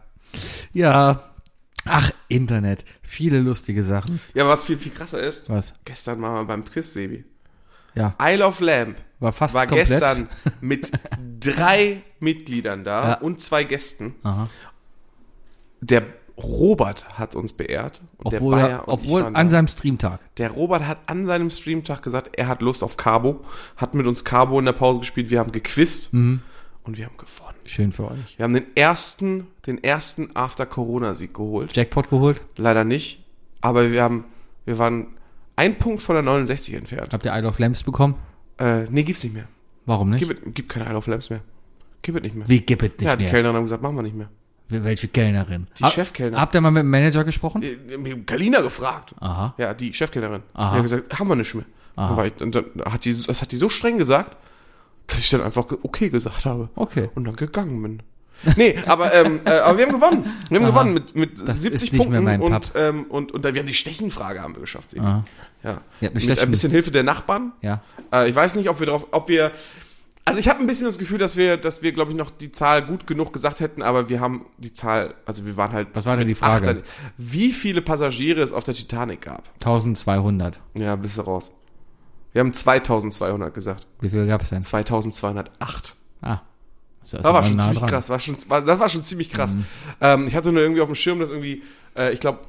[SPEAKER 4] ja. Ach, Internet. Viele lustige Sachen.
[SPEAKER 3] ja, aber was viel, viel krasser ist,
[SPEAKER 4] Was?
[SPEAKER 3] gestern waren wir beim Chris Sebi.
[SPEAKER 4] Ja.
[SPEAKER 3] Isle of Lamb
[SPEAKER 4] War fast
[SPEAKER 3] war
[SPEAKER 4] komplett.
[SPEAKER 3] gestern mit drei Mitgliedern da
[SPEAKER 4] Ja.
[SPEAKER 3] und zwei Gästen.
[SPEAKER 4] Aha.
[SPEAKER 3] Der Robert hat uns beehrt. Und
[SPEAKER 4] Obwohl,
[SPEAKER 3] der
[SPEAKER 4] er,
[SPEAKER 3] Bayer und ich
[SPEAKER 4] obwohl
[SPEAKER 3] waren da.
[SPEAKER 4] an seinem Streamtag.
[SPEAKER 3] Der Robert hat an seinem Streamtag gesagt, er hat Lust auf Carbo, hat mit uns Carbo in der Pause gespielt, wir haben gequizt
[SPEAKER 4] Mhm.
[SPEAKER 3] und wir haben gewonnen.
[SPEAKER 4] Schön für euch.
[SPEAKER 3] Wir haben den ersten, den ersten After-Corona-Sieg geholt.
[SPEAKER 4] Jackpot geholt.
[SPEAKER 3] Leider nicht, aber wir haben, wir waren ein Punkt von der 69 entfernt.
[SPEAKER 4] Habt ihr Isle of Lamps bekommen?
[SPEAKER 3] Äh, nee, gibt's nicht mehr.
[SPEAKER 4] Warum nicht?
[SPEAKER 3] Gibt, gibt keine Isle of Lamps mehr. Gibt es nicht mehr.
[SPEAKER 4] Wie gibt es nicht
[SPEAKER 3] ja, die
[SPEAKER 4] mehr?
[SPEAKER 3] Kellnerin haben gesagt, machen wir nicht mehr.
[SPEAKER 4] Welche Kellnerin?
[SPEAKER 3] Die Chefkellnerin.
[SPEAKER 4] Habt ihr mal mit dem Manager gesprochen?
[SPEAKER 3] Äh, Ich hab Kalina gefragt.
[SPEAKER 4] Aha.
[SPEAKER 3] Ah. Ja, die Chefkellnerin.
[SPEAKER 4] Aha.
[SPEAKER 3] Die hat gesagt, haben wir nicht mehr. Dann war ich- Und dann hat die, das hat die so streng gesagt, dass ich dann einfach ge- okay gesagt habe.
[SPEAKER 4] Okay.
[SPEAKER 3] Und dann gegangen bin. Nee, aber, ähm, äh, aber wir haben gewonnen. Wir haben gewonnen mit, mit
[SPEAKER 4] Das
[SPEAKER 3] 70
[SPEAKER 4] ist nicht
[SPEAKER 3] Punkten
[SPEAKER 4] mehr mein
[SPEAKER 3] und,
[SPEAKER 4] Pub.
[SPEAKER 3] ähm, und, und dann, wir haben die Stechenfrage haben wir geschafft. Sebi.
[SPEAKER 4] Aha.
[SPEAKER 3] Ja.
[SPEAKER 4] Ja,
[SPEAKER 3] mit ein
[SPEAKER 4] Bestechen.
[SPEAKER 3] bisschen Hilfe der Nachbarn.
[SPEAKER 4] Ah, Ja.
[SPEAKER 3] Äh, ich weiß nicht, ob wir drauf, ob wir. Also ich habe ein bisschen das Gefühl, dass wir, dass wir, glaube ich, noch die Zahl gut genug gesagt hätten, aber wir haben die Zahl, also wir waren halt.
[SPEAKER 4] Was war denn die Frage?
[SPEAKER 3] Achter- wie viele Passagiere es auf der Titanic gab?
[SPEAKER 4] 1200.
[SPEAKER 3] Ja, bist du raus. Wir haben 2200 gesagt.
[SPEAKER 4] Wie viel gab's denn?
[SPEAKER 3] 2208.
[SPEAKER 4] Ah. Das ist
[SPEAKER 3] Das war
[SPEAKER 4] aber
[SPEAKER 3] schon
[SPEAKER 4] nah
[SPEAKER 3] ziemlich
[SPEAKER 4] dran. Mhm.
[SPEAKER 3] krass. War schon, war, das war schon ziemlich krass. Ähm, ich hatte nur irgendwie auf dem Schirm, dass irgendwie, äh, ich glaube,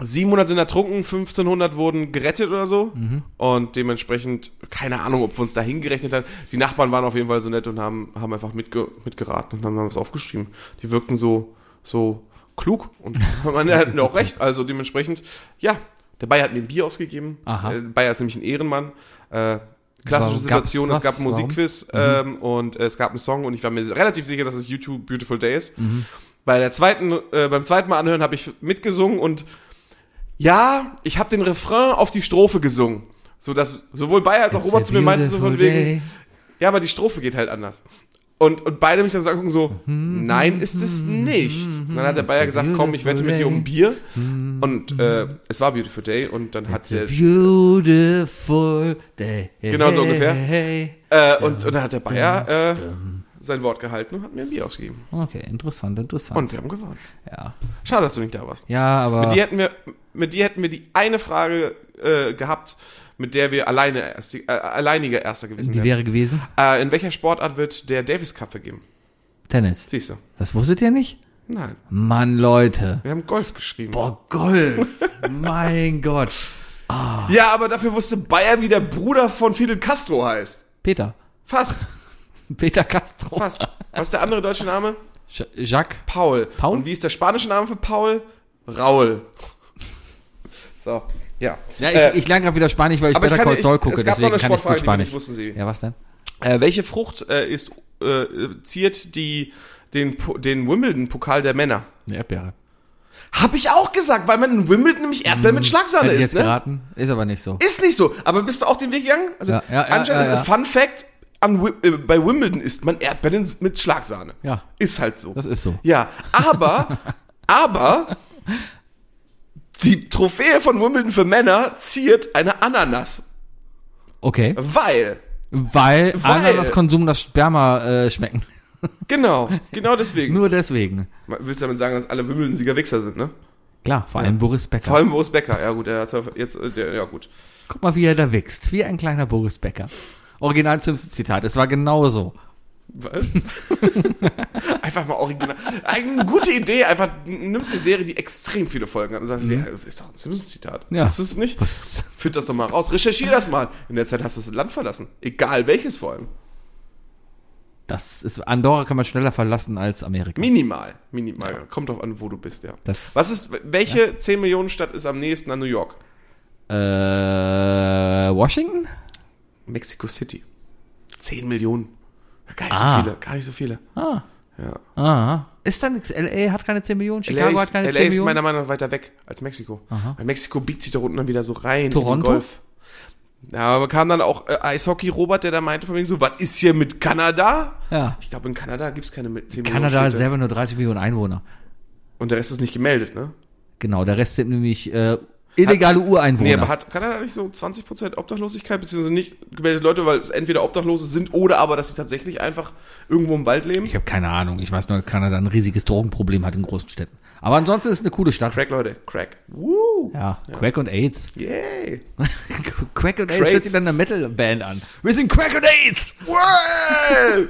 [SPEAKER 3] 700 sind ertrunken, 1500 wurden gerettet oder so.
[SPEAKER 4] Mhm.
[SPEAKER 3] Und dementsprechend, keine Ahnung, ob wir uns da hingerechnet haben. Die Nachbarn waren auf jeden Fall so nett und haben, haben einfach mitge mitgeraten und haben uns aufgeschrieben. Die wirkten so, so klug und man hatten auch recht. Also dementsprechend, ja, der Bayer hat mir ein Bier ausgegeben.
[SPEAKER 4] Aha.
[SPEAKER 3] Äh, Bayer ist nämlich ein Ehrenmann. Äh, klassische
[SPEAKER 4] Warum gab's
[SPEAKER 3] Situation, es
[SPEAKER 4] was?
[SPEAKER 3] gab ein
[SPEAKER 4] Warum? Mhm.
[SPEAKER 3] Musikquiz ähm, und äh, es gab einen Song und ich war mir relativ sicher, dass es YouTube Beautiful Day ist.
[SPEAKER 4] Mhm.
[SPEAKER 3] Bei der zweiten, äh, beim zweiten Mal anhören habe ich mitgesungen und ja, ich habe den Refrain auf die Strophe gesungen. So dass sowohl Bayer als auch
[SPEAKER 4] It's
[SPEAKER 3] Robert
[SPEAKER 4] a
[SPEAKER 3] zu mir meinte so von
[SPEAKER 4] beautiful
[SPEAKER 3] wegen,
[SPEAKER 4] day.
[SPEAKER 3] ja, aber die Strophe geht halt anders. Und, und beide mich dann so angucken so,
[SPEAKER 4] Mhm.
[SPEAKER 3] nein, ist es nicht. Und dann hat der Bayer gesagt, komm, ich wette mit dir um ein Bier.
[SPEAKER 4] Mhm.
[SPEAKER 3] Und äh, es war Beautiful Day und dann hat der,
[SPEAKER 4] Beautiful day.
[SPEAKER 3] Genau so ungefähr.
[SPEAKER 4] Hey.
[SPEAKER 3] äh, und, und dann hat der Bayer äh, sein Wort gehalten und hat mir ein Bier ausgegeben.
[SPEAKER 4] Okay, interessant, interessant.
[SPEAKER 3] Und wir haben gewonnen.
[SPEAKER 4] ja.
[SPEAKER 3] Schade, dass du nicht da warst.
[SPEAKER 4] Ja, aber
[SPEAKER 3] Mit dir hätten wir, mit dir hätten wir die eine Frage äh, gehabt, mit der wir alleine erst, äh, alleiniger Erster gewesen
[SPEAKER 4] die
[SPEAKER 3] wären.
[SPEAKER 4] wäre gewesen
[SPEAKER 3] Äh, in welcher Sportart wird der Davis Cup vergeben?
[SPEAKER 4] Tennis.
[SPEAKER 3] Siehst du?
[SPEAKER 4] Das wusstet ihr nicht?
[SPEAKER 3] Nein,
[SPEAKER 4] Mann, Leute.
[SPEAKER 3] wir haben Golf geschrieben.
[SPEAKER 4] Boah, Golf. mein Gott.
[SPEAKER 3] Ja, aber dafür wusste Bayer, wie der Bruder von Fidel Castro heißt.
[SPEAKER 4] Peter.
[SPEAKER 3] Fast,
[SPEAKER 4] Peter Castro.
[SPEAKER 3] fast. Was ist der andere deutsche Name?
[SPEAKER 4] Sch- Jacques.
[SPEAKER 3] Paul.
[SPEAKER 4] Paul?
[SPEAKER 3] Und wie ist der spanische Name für Paul? Raul. So, ja.
[SPEAKER 4] Ja, ich,
[SPEAKER 3] Äh,
[SPEAKER 4] ich lerne gerade wieder Spanisch, weil ich
[SPEAKER 3] aber ich
[SPEAKER 4] Better
[SPEAKER 3] kann-
[SPEAKER 4] Call Saul
[SPEAKER 3] ich-
[SPEAKER 4] gucke,
[SPEAKER 3] es gab noch
[SPEAKER 4] deswegen
[SPEAKER 3] eine
[SPEAKER 4] kann ich gut
[SPEAKER 3] Sportfrage, die wir nicht
[SPEAKER 4] Spanisch.
[SPEAKER 3] wussten, Sebi.
[SPEAKER 4] Ja, was denn?
[SPEAKER 3] Äh, welche Frucht äh, ist äh, ziert die den, Po- den Wimbledon-Pokal der Männer?
[SPEAKER 4] Eine Erdbeere.
[SPEAKER 3] Hab ich auch gesagt, weil man in Wimbledon nämlich Erdbeeren mit Schlagsahne
[SPEAKER 4] Hm, Hätte ich
[SPEAKER 3] ist,
[SPEAKER 4] jetzt
[SPEAKER 3] ne?
[SPEAKER 4] geraten. Ist aber nicht so.
[SPEAKER 3] Ist nicht so. Aber bist du auch den Weg gegangen? Also
[SPEAKER 4] Ja, ja, ja,
[SPEAKER 3] anscheinend ist
[SPEAKER 4] ja,
[SPEAKER 3] ein Fun Fact, an, Wi- äh, bei Wimbledon isst man Erdbeeren s- mit Schlagsahne.
[SPEAKER 4] Ja.
[SPEAKER 3] Ist halt so.
[SPEAKER 4] Das ist so.
[SPEAKER 3] ja, aber, aber die Trophäe von Wimbledon für Männer ziert eine Ananas.
[SPEAKER 4] Okay.
[SPEAKER 3] Weil,
[SPEAKER 4] Weil,
[SPEAKER 3] Weil-
[SPEAKER 4] Ananaskonsum das Sperma äh, schmecken.
[SPEAKER 3] genau, genau deswegen.
[SPEAKER 4] Nur deswegen.
[SPEAKER 3] Willst du damit sagen, dass alle Wimbledon-Sieger Wichser sind, ne?
[SPEAKER 4] Klar, vor allem Boris Becker.
[SPEAKER 3] Vor allem Boris Becker, ja gut, er hat jetzt, äh, der, ja gut.
[SPEAKER 4] Guck mal, wie er da wächst. Wie ein kleiner Boris Becker. Original Simpsons Zitat. Es war genau genauso.
[SPEAKER 3] Was? einfach mal original. Eine gute Idee, einfach nimmst eine Serie, die extrem viele Folgen hat und sagst, ja, ist doch ein Simpsons-Zitat.
[SPEAKER 4] Mhm. Ja.
[SPEAKER 3] Hast du es nicht?
[SPEAKER 4] Was?
[SPEAKER 3] Führt das doch mal raus. Recherchier das mal. In der Zeit hast du das Land verlassen. Egal welches vor allem.
[SPEAKER 4] Das ist, Andorra kann man schneller verlassen als Amerika.
[SPEAKER 3] Minimal. Minimal. Kommt drauf an, wo du bist, ja.
[SPEAKER 4] Das-
[SPEAKER 3] Was ist, welche 10 Millionen Stadt ist am nächsten an New York?
[SPEAKER 4] äh, Washington?
[SPEAKER 3] Mexico City. 10 Millionen. Gar nicht
[SPEAKER 4] Ah.
[SPEAKER 3] so viele. Gar nicht so viele.
[SPEAKER 4] Ah.
[SPEAKER 3] Ja.
[SPEAKER 4] Ah. Ist dann nichts. LA hat keine 10 Millionen, Chicago
[SPEAKER 3] LA,
[SPEAKER 4] hat
[SPEAKER 3] ist,
[SPEAKER 4] keine
[SPEAKER 3] LA
[SPEAKER 4] 10
[SPEAKER 3] ist meiner
[SPEAKER 4] Millionen.
[SPEAKER 3] Meinung nach weiter weg als Mexiko. Weil Mexiko biegt sich doch unten dann wieder so rein. in den
[SPEAKER 4] Toronto?
[SPEAKER 3] Golf. Ja, aber kam dann auch äh, Eishockey-Robert, der da meinte von wegen so, was ist hier mit Kanada?
[SPEAKER 4] Ja.
[SPEAKER 3] Ich glaube, in Kanada gibt es keine mit 10
[SPEAKER 4] Kanada hat
[SPEAKER 3] Millionen Städte.
[SPEAKER 4] selber nur 30 Millionen Einwohner.
[SPEAKER 3] Und der Rest ist nicht gemeldet, ne?
[SPEAKER 4] Genau, der Rest sind nämlich äh, illegale Ureinwohner.
[SPEAKER 3] Nee, aber hat Kanada nicht so 20% Obdachlosigkeit, beziehungsweise nicht gemeldete Leute, weil es entweder Obdachlose sind oder aber, dass sie tatsächlich einfach irgendwo im Wald leben?
[SPEAKER 4] ich habe keine Ahnung. Ich weiß nur, dass Kanada ein riesiges Drogenproblem hat in großen Städten. Aber ansonsten ist es eine coole Stadt.
[SPEAKER 3] Crack, Leute, Crack. Woo!
[SPEAKER 4] Ja, Crack und AIDS.
[SPEAKER 3] Yay!
[SPEAKER 4] Crack und AIDS
[SPEAKER 3] Crates.
[SPEAKER 4] hört sich dann eine Metal-Band an. Wir sind Crack und AIDS!
[SPEAKER 3] World!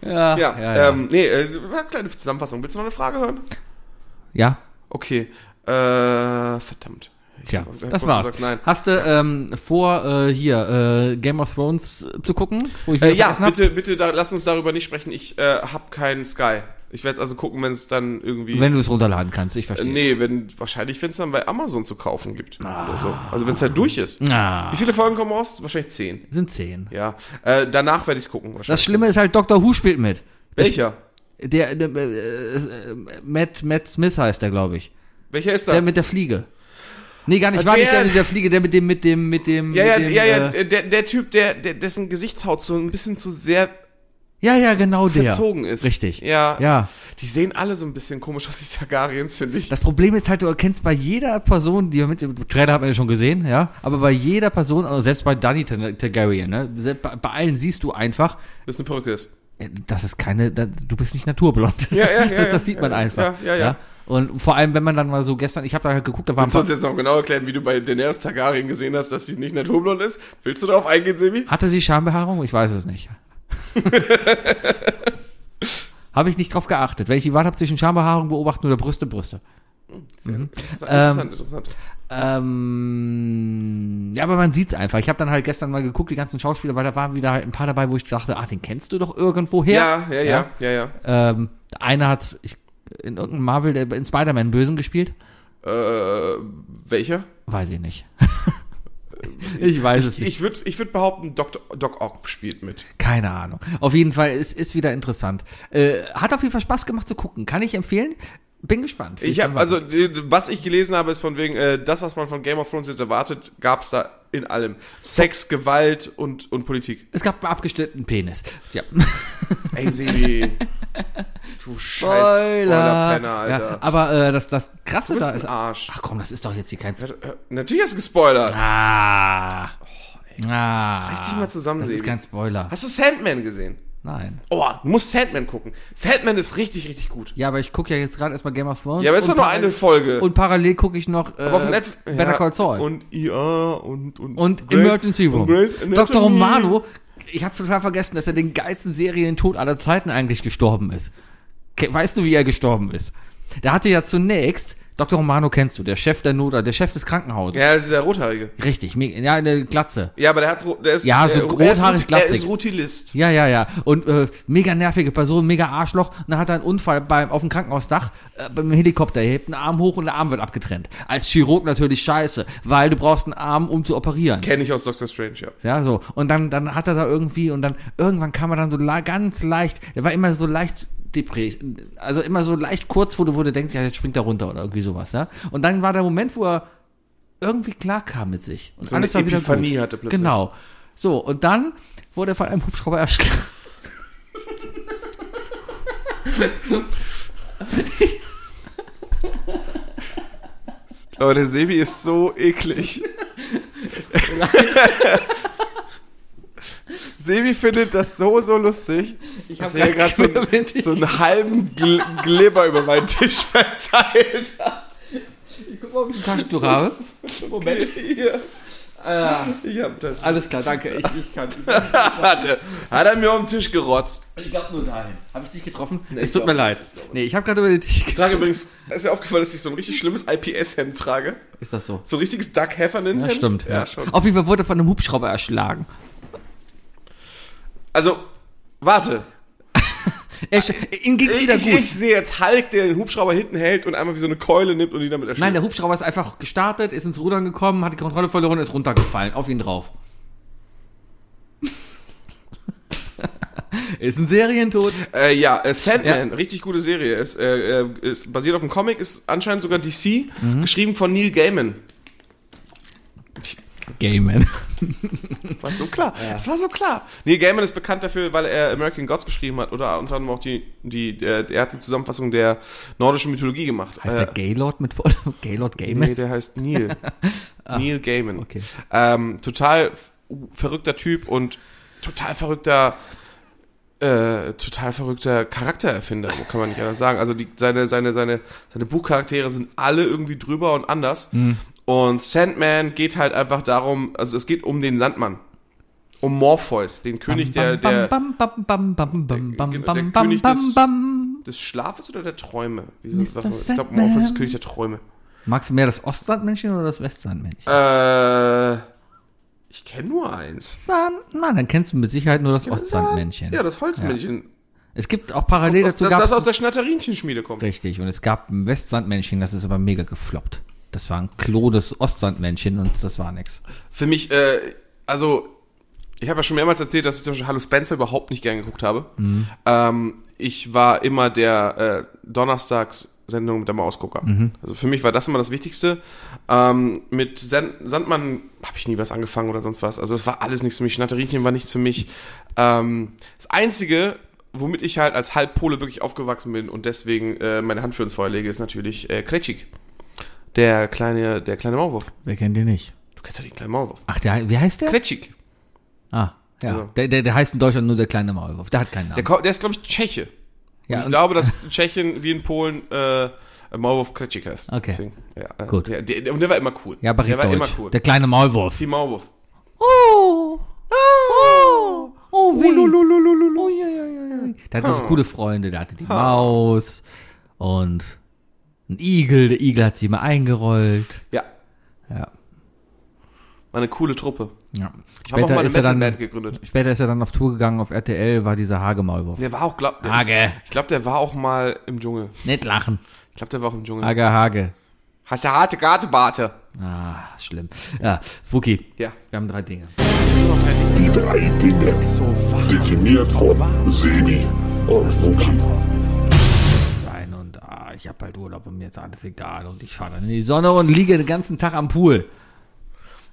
[SPEAKER 4] Ja,
[SPEAKER 3] ja,
[SPEAKER 4] ja, ja.
[SPEAKER 3] Ähm, nee, äh, war eine kleine Zusammenfassung. Willst du noch eine Frage hören?
[SPEAKER 4] Ja,
[SPEAKER 3] Okay. Äh, verdammt. Ich
[SPEAKER 4] tja,
[SPEAKER 3] hab- hab gehofft,
[SPEAKER 4] das
[SPEAKER 3] du
[SPEAKER 4] war's.
[SPEAKER 3] sagst nein.
[SPEAKER 4] Hast du ähm, vor, äh, hier äh, Game of Thrones zu gucken? Wo ich
[SPEAKER 3] Äh,
[SPEAKER 4] wieder
[SPEAKER 3] ja,
[SPEAKER 4] vergessen hab?
[SPEAKER 3] bitte, bitte da, lass uns darüber nicht sprechen. Ich äh, hab keinen Sky. Ich werde also gucken, wenn es dann irgendwie.
[SPEAKER 4] Wenn du es runterladen kannst, ich
[SPEAKER 3] äh,
[SPEAKER 4] verstehe.
[SPEAKER 3] nee, wenn, wahrscheinlich, wenn es dann bei Amazon zu kaufen gibt. Oder so. Also wenn es halt durch ist.
[SPEAKER 4] Ah,
[SPEAKER 3] Wie viele Folgen kommen raus? Wahrscheinlich zehn.
[SPEAKER 4] sind zehn.
[SPEAKER 3] Ja. Äh, danach werde ich gucken.
[SPEAKER 4] Das
[SPEAKER 3] Wahrscheinlich.
[SPEAKER 4] Schlimme ist halt, Doctor Who spielt mit.
[SPEAKER 3] Welcher?
[SPEAKER 4] Der, der äh, äh, Matt, Matt Smith heißt der, glaube ich.
[SPEAKER 3] Welcher ist
[SPEAKER 4] Der
[SPEAKER 3] das?
[SPEAKER 4] mit der Fliege. Nee, gar nicht, war
[SPEAKER 3] Der-
[SPEAKER 4] nicht der mit der Fliege, der mit dem, mit dem, mit dem.
[SPEAKER 3] Ja, ja,
[SPEAKER 4] mit dem,
[SPEAKER 3] ja, ja,
[SPEAKER 4] äh,
[SPEAKER 3] der, der Typ, der, der, dessen Gesichtshaut so ein bisschen zu sehr
[SPEAKER 4] ja, ja, genau der.
[SPEAKER 3] verzogen ist.
[SPEAKER 4] Richtig.
[SPEAKER 3] Ja.
[SPEAKER 4] Ja.
[SPEAKER 3] Die sehen alle so ein bisschen komisch aus, die Targaryens, finde ich.
[SPEAKER 4] Das Problem ist halt, du erkennst bei jeder Person, die wir mit dem Trailer hat man ja schon gesehen, ja, aber bei jeder Person, also selbst bei Danny Targaryen, ne, selbst bei, bei allen siehst du einfach,
[SPEAKER 3] Bis eine Perücke ist.
[SPEAKER 4] äh, das ist keine, da, du bist nicht naturblond.
[SPEAKER 3] Ja, ja, ja,
[SPEAKER 4] das,
[SPEAKER 3] ja.
[SPEAKER 4] das sieht man
[SPEAKER 3] Ja,
[SPEAKER 4] einfach.
[SPEAKER 3] ja, ja, ja.
[SPEAKER 4] Und vor allem, wenn man dann mal so gestern, ich habe da halt geguckt, da war ein
[SPEAKER 3] Kannst du uns
[SPEAKER 4] paar,
[SPEAKER 3] jetzt noch genau erklären, wie du bei Daenerys Targaryen gesehen hast, dass sie nicht naturblond ist? Willst du darauf eingehen, Sebi?
[SPEAKER 4] hatte sie Schambehaarung? Ich weiß es nicht. habe ich nicht drauf geachtet. Wenn ich die Wahl habe zwischen Schambehaarung beobachten oder Brüste, Brüste. Mhm.
[SPEAKER 3] Sehr Interessant, interessant.
[SPEAKER 4] Ähm, ja, aber man sieht's einfach. Ich habe dann halt gestern mal geguckt, die ganzen Schauspieler, weil da waren wieder halt ein paar dabei, wo ich dachte, ah, den kennst du doch irgendwoher.
[SPEAKER 3] Ja, ja, ja, ja, ja.
[SPEAKER 4] Ähm, einer hat ich, in irgendeinem Marvel, der in Spider-Man Bösen gespielt.
[SPEAKER 3] Äh, welcher?
[SPEAKER 4] Weiß ich nicht. ich weiß es nicht.
[SPEAKER 3] Ich würde ich würd behaupten, Doc, Doc Ock spielt mit.
[SPEAKER 4] Keine Ahnung. Auf jeden Fall, es ist wieder interessant. Äh, hat auf jeden Fall Spaß gemacht zu gucken. Kann ich empfehlen. Bin gespannt. wie
[SPEAKER 3] Ich
[SPEAKER 4] es
[SPEAKER 3] hab,
[SPEAKER 4] dann
[SPEAKER 3] also, die- was ich gelesen habe, ist von wegen, äh, das, was man von Game of Thrones jetzt erwartet, gab es da in allem. Sex, Gewalt und, und Politik.
[SPEAKER 4] Es gab einen abgeschnittenen Penis. Ja.
[SPEAKER 3] Ey, Sebi. du scheiß
[SPEAKER 4] Spoiler.
[SPEAKER 3] Spoilerpenner, Alter.
[SPEAKER 4] Ja, aber äh, das, das Krasse
[SPEAKER 3] du bist
[SPEAKER 4] da
[SPEAKER 3] ein
[SPEAKER 4] ist.
[SPEAKER 3] Arsch.
[SPEAKER 4] Ach komm, das ist doch jetzt hier kein
[SPEAKER 3] Äh, äh, Natürlich hast du gespoilert.
[SPEAKER 4] Ah. ah.
[SPEAKER 3] Oh, Reiß dich mal zusammen,
[SPEAKER 4] Das ist
[SPEAKER 3] Sebi.
[SPEAKER 4] kein Spoiler.
[SPEAKER 3] Hast du Sandman gesehen?
[SPEAKER 4] Nein.
[SPEAKER 3] Oh, du musst Sandman gucken. Sandman ist richtig, richtig gut.
[SPEAKER 4] Ja, aber ich gucke ja jetzt gerade erstmal Game of Thrones.
[SPEAKER 3] Ja, aber ist
[SPEAKER 4] und
[SPEAKER 3] doch nur
[SPEAKER 4] parallel-
[SPEAKER 3] eine Folge.
[SPEAKER 4] Und parallel gucke ich noch äh,
[SPEAKER 3] Aber auf Netf-
[SPEAKER 4] Better
[SPEAKER 3] ja,
[SPEAKER 4] Call Saul. Und,
[SPEAKER 3] Und ER und und,
[SPEAKER 4] Emergency Room.
[SPEAKER 3] Grey's
[SPEAKER 4] Dr.
[SPEAKER 3] Anatomy.
[SPEAKER 4] Romano, ich hab's total vergessen, dass er den geilsten Serientod aller Zeiten eigentlich gestorben ist. Ke- Weißt du, wie er gestorben ist? Der hatte ja zunächst, Dr. Romano kennst du, der Chef der Noda, der Chef des Krankenhauses.
[SPEAKER 3] Ja, das ist der Rothaarige.
[SPEAKER 4] Richtig, mir- ja, eine Glatze.
[SPEAKER 3] Ja, aber der hat, ro- der ist,
[SPEAKER 4] Ja, so
[SPEAKER 3] der, er ist,
[SPEAKER 4] rothaarig,
[SPEAKER 3] Rut- er ist
[SPEAKER 4] glatzig.
[SPEAKER 3] Rutilist.
[SPEAKER 4] Ja, ja, ja. Und äh, mega nervige Person, mega Arschloch. Und dann hat er einen Unfall beim, auf dem Krankenhausdach äh, beim Helikopter. Er hebt einen Arm hoch und der Arm wird abgetrennt. Als Chirurg natürlich scheiße, weil du brauchst einen Arm, um zu operieren.
[SPEAKER 3] Kenne ich aus Doctor Strange, ja.
[SPEAKER 4] Ja, so. Und dann, dann hat er da irgendwie, und dann irgendwann kam er dann so la ganz leicht, er war immer so leicht depressiv, also immer so leicht kurz, wo du, wo du denkst, ja, jetzt springt er runter oder irgendwie sowas, ja. Und dann war der Moment, wo er irgendwie klar kam mit sich. Und
[SPEAKER 3] So eine Epiphanie hatte plötzlich.
[SPEAKER 4] Genau. So, und dann wurde er von einem Hubschrauber erschlagen.
[SPEAKER 3] Aber der Sebi ist so eklig. Sebi findet das so, so lustig. Ich habe hier gerade so,
[SPEAKER 4] Querventil.
[SPEAKER 3] so einen halben Gl Glibber über meinen Tisch verteilt.
[SPEAKER 4] Ein Taschentuch habe.
[SPEAKER 3] Hier. Ich hab das.
[SPEAKER 4] Alles klar, danke. Ich, ich kann.
[SPEAKER 3] Warte, hat er mir auf den Tisch gerotzt.
[SPEAKER 4] Ich glaube nur dahin. Habe ich dich getroffen?
[SPEAKER 3] ich
[SPEAKER 4] es tut
[SPEAKER 3] glaub
[SPEAKER 4] mir
[SPEAKER 3] nicht,
[SPEAKER 4] leid. nee, ich habe gerade über dich
[SPEAKER 3] Ich trage übrigens, ist dir aufgefallen, dass ich so ein richtig schlimmes IPS-Hemd trage?
[SPEAKER 4] Ist das so?
[SPEAKER 3] So ein richtiges Duck Heffernan-Hemd?
[SPEAKER 4] Ja, stimmt.
[SPEAKER 3] Ja, schon.
[SPEAKER 4] Auf jeden Fall wurde er von einem Hubschrauber erschlagen.
[SPEAKER 3] Also, warte.
[SPEAKER 4] Er, sch- ihm ging's wieder
[SPEAKER 3] ich,
[SPEAKER 4] gut.
[SPEAKER 3] ich sehe jetzt Hulk, der den Hubschrauber hinten hält und einmal wie so eine Keule nimmt und ihn damit erschlägt.
[SPEAKER 4] Nein, der Hubschrauber ist einfach gestartet, ist ins Rudern gekommen, hat die Kontrolle verloren, ist runtergefallen. Auf ihn drauf. ist ein Serientod.
[SPEAKER 3] Äh, ja, äh, Sandman, richtig gute Serie. Ist, äh, äh, ist basiert auf einem Comic, ist anscheinend sogar DC,
[SPEAKER 4] Mhm.
[SPEAKER 3] geschrieben von Neil Gaiman.
[SPEAKER 4] Gay Man.
[SPEAKER 3] War so klar. Das war so klar. Neil Gaiman ist bekannt dafür, weil er American Gods geschrieben hat oder unter anderem auch die, die äh, er hat die Zusammenfassung der nordischen Mythologie gemacht.
[SPEAKER 4] Heißt
[SPEAKER 3] äh,
[SPEAKER 4] der Gaylord mit Vornamen? Gaylord Gay Man?
[SPEAKER 3] Nee, der heißt Neil. Neil Gaiman.
[SPEAKER 4] Ah. okay.
[SPEAKER 3] Ähm, total f- verrückter Typ und total verrückter, äh, total verrückter Charaktererfinder, kann man nicht anders sagen. Also die, seine, seine, seine, seine Buchcharaktere sind alle irgendwie drüber und anders.
[SPEAKER 4] Mhm.
[SPEAKER 3] Und Sandman geht halt einfach darum, also es geht um den Sandmann. Um Morpheus, den König der, der,
[SPEAKER 4] Bam, bam, bam, bam, bam, bam,
[SPEAKER 3] der
[SPEAKER 4] bam,
[SPEAKER 3] König
[SPEAKER 4] bam, bam,
[SPEAKER 3] des-
[SPEAKER 4] bam.
[SPEAKER 3] des Schlafes oder der Träume? Wie
[SPEAKER 4] Mr.
[SPEAKER 3] sagt man? Ich glaube,
[SPEAKER 4] Sandman.
[SPEAKER 3] Morpheus ist König der Träume.
[SPEAKER 4] Magst du mehr das Ostsandmännchen oder das Westsandmännchen?
[SPEAKER 3] Äh, ich kenne nur eins.
[SPEAKER 4] Sandmann, dann kennst du mit Sicherheit nur das Ostsandmännchen.
[SPEAKER 3] Ja, das Holzmännchen.
[SPEAKER 4] es gibt auch parallel dazu
[SPEAKER 3] das,
[SPEAKER 4] gab's-
[SPEAKER 3] das aus der Schnatterinchen-Schmiede kommt.
[SPEAKER 4] Richtig, und es gab ein Westsandmännchen, das ist aber mega gefloppt. Das war ein Klo des Ostsandmännchen und das war nix.
[SPEAKER 3] Für mich, äh, also Ich habe ja schon mehrmals erzählt, dass ich zum Beispiel Hallo Spencer überhaupt nicht gern geguckt habe. Ähm, ich war immer der äh, Donnerstags-Sendung mit der Mausgucker. Also für mich war das immer das Wichtigste. Ähm, mit Sen Sandmann habe ich nie was angefangen oder sonst was. Also das war alles nichts für mich. Schnatterinchen war nichts für mich. Ähm, das Einzige, womit ich halt als Halbpole wirklich aufgewachsen bin und deswegen äh, meine Hand für ins Feuer lege, ist natürlich äh, Kretschig. Der kleine, der kleine Maulwurf.
[SPEAKER 4] Wer kennt den nicht?
[SPEAKER 3] Du kennst ja den kleinen Maulwurf.
[SPEAKER 4] Ach, der, wie heißt der?
[SPEAKER 3] Kretschig.
[SPEAKER 4] Ah, ja.
[SPEAKER 3] Also.
[SPEAKER 4] Der, der, der heißt in Deutschland nur der kleine Maulwurf. Der hat keinen
[SPEAKER 3] Der,
[SPEAKER 4] Namen.
[SPEAKER 3] ko- der ist, glaube ich, Tscheche.
[SPEAKER 4] ja,
[SPEAKER 3] ich
[SPEAKER 4] und-
[SPEAKER 3] glaube, dass in Tschechien wie in Polen äh, Maulwurf Kretschig heißt.
[SPEAKER 4] Okay.
[SPEAKER 3] ja, äh,
[SPEAKER 4] Gut.
[SPEAKER 3] Der, der, und der war immer cool.
[SPEAKER 4] ja, aber
[SPEAKER 3] der war
[SPEAKER 4] Deutsch.
[SPEAKER 3] immer cool.
[SPEAKER 4] Der kleine Maulwurf.
[SPEAKER 3] Die Maulwurf.
[SPEAKER 4] Oh, oh, oh, weh. Oh, ja, ja, ja, ja. Der hatte so coole Freunde. Der hatte die Maus und ein Igel. Der Igel hat sich immer eingerollt.
[SPEAKER 3] Ja.
[SPEAKER 4] Ja.
[SPEAKER 3] War eine coole Truppe.
[SPEAKER 4] Ja.
[SPEAKER 3] Ich habe auch
[SPEAKER 4] Später
[SPEAKER 3] mal eine
[SPEAKER 4] ist er dann-
[SPEAKER 3] Metalband gegründet.
[SPEAKER 4] Später ist er dann auf Tour gegangen. Auf RTL war dieser Hagemaulwurf.
[SPEAKER 3] Der war auch, glaub, der,
[SPEAKER 4] Hage.
[SPEAKER 3] ich glaube, der war auch mal im Dschungel.
[SPEAKER 4] Nicht lachen.
[SPEAKER 3] Ich glaube, der war auch im Dschungel.
[SPEAKER 4] Hage, Hage.
[SPEAKER 3] Hast ja harte Gartebarte.
[SPEAKER 4] Ah, schlimm. Ja, Fuki,
[SPEAKER 3] Ja.
[SPEAKER 4] wir haben drei Dinge.
[SPEAKER 9] Die drei Dinge,
[SPEAKER 3] So wahr.
[SPEAKER 9] definiert von Sebi und Fuki.
[SPEAKER 4] sein und ah, ich habe halt Urlaub und mir ist alles egal und ich fahre dann in die Sonne und liege den ganzen Tag am Pool.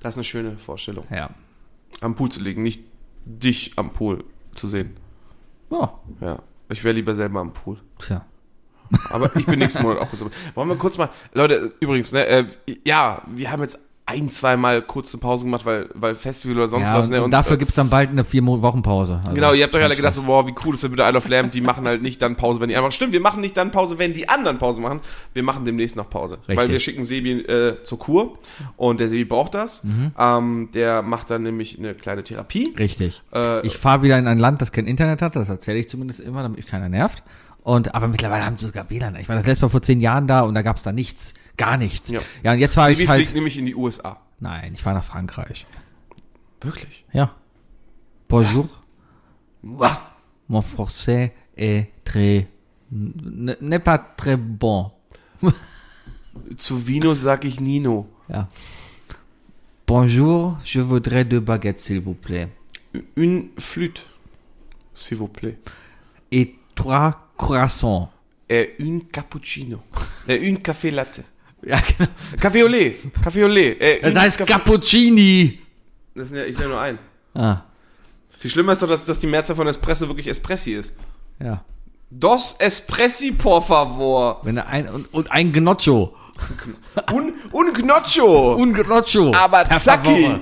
[SPEAKER 3] Das ist eine schöne Vorstellung.
[SPEAKER 4] Ja.
[SPEAKER 3] Am Pool zu liegen, nicht dich am Pool zu sehen.
[SPEAKER 4] Ja,
[SPEAKER 3] Ja. Ich wäre lieber selber am Pool.
[SPEAKER 4] Oh, tja.
[SPEAKER 3] Aber ich bin nächsten Monat auch gesund. Wollen wir kurz mal, Leute, übrigens, ne, äh, ja, wir haben jetzt ein, zwei Mal kurze Pausen gemacht, weil, weil Festival oder sonst
[SPEAKER 4] ja
[SPEAKER 3] was,
[SPEAKER 4] und,
[SPEAKER 3] ne?
[SPEAKER 4] und dafür
[SPEAKER 3] äh,
[SPEAKER 4] gibt's dann bald eine vier Mo- Wochen Pause. Also,
[SPEAKER 3] Genau, ihr habt euch alle gedacht,
[SPEAKER 4] Stress.
[SPEAKER 3] so, boah, wie cool ist das mit der Isle of Lamb, die machen halt nicht dann Pause, wenn die einfach. Stimmt, wir machen nicht dann Pause, wenn die anderen Pause machen. Wir machen demnächst noch Pause. Weil
[SPEAKER 4] Richtig.
[SPEAKER 3] wir schicken Sebi äh, zur Kur und der Sebi braucht das. Ähm, der macht dann nämlich eine kleine Therapie.
[SPEAKER 4] Mhm. Richtig.
[SPEAKER 3] Äh,
[SPEAKER 4] ich fahre wieder in ein Land, das kein Internet hat, das erzähle ich zumindest immer, damit mich keiner nervt. Und aber mittlerweile haben sie sogar WLAN. Ich war das letzte Mal vor zehn Jahren da und da gab's da nichts. Gar nichts.
[SPEAKER 3] Ja.
[SPEAKER 4] Ja, und jetzt fahre
[SPEAKER 3] Sebi
[SPEAKER 4] ich
[SPEAKER 3] fliegt
[SPEAKER 4] halt.
[SPEAKER 3] nämlich in die USA.
[SPEAKER 4] Nein, ich fahre nach Frankreich.
[SPEAKER 3] Wirklich?
[SPEAKER 4] Ja. Bonjour.
[SPEAKER 3] Mwah.
[SPEAKER 4] Mon français est très. n- n'est pas très bon.
[SPEAKER 3] Zu Vino sag ich Nino.
[SPEAKER 4] Ja. Bonjour, je voudrais deux baguettes, s'il vous plaît.
[SPEAKER 3] Une flûte, s'il vous plaît.
[SPEAKER 4] Et trois croissants.
[SPEAKER 3] Et une cappuccino. Et une café latte.
[SPEAKER 4] Ja, genau.
[SPEAKER 3] Café au lait. Café au lait. Et
[SPEAKER 4] Das
[SPEAKER 3] une
[SPEAKER 4] heißt
[SPEAKER 3] Café-
[SPEAKER 4] Cappuccini.
[SPEAKER 3] Das sind ja, ich nehme nur ein.
[SPEAKER 4] Ah,
[SPEAKER 3] Viel schlimmer ist doch, dass, dass die Mehrzahl von Espresso wirklich Espressi ist.
[SPEAKER 4] ja.
[SPEAKER 3] Dos Espressi, por favor.
[SPEAKER 4] Wenn er ein, und, und ein Gnoccio.
[SPEAKER 3] Un, un Gnoccio.
[SPEAKER 4] Un Gnoccio.
[SPEAKER 3] Aber
[SPEAKER 4] Per
[SPEAKER 3] zacki.
[SPEAKER 4] favore.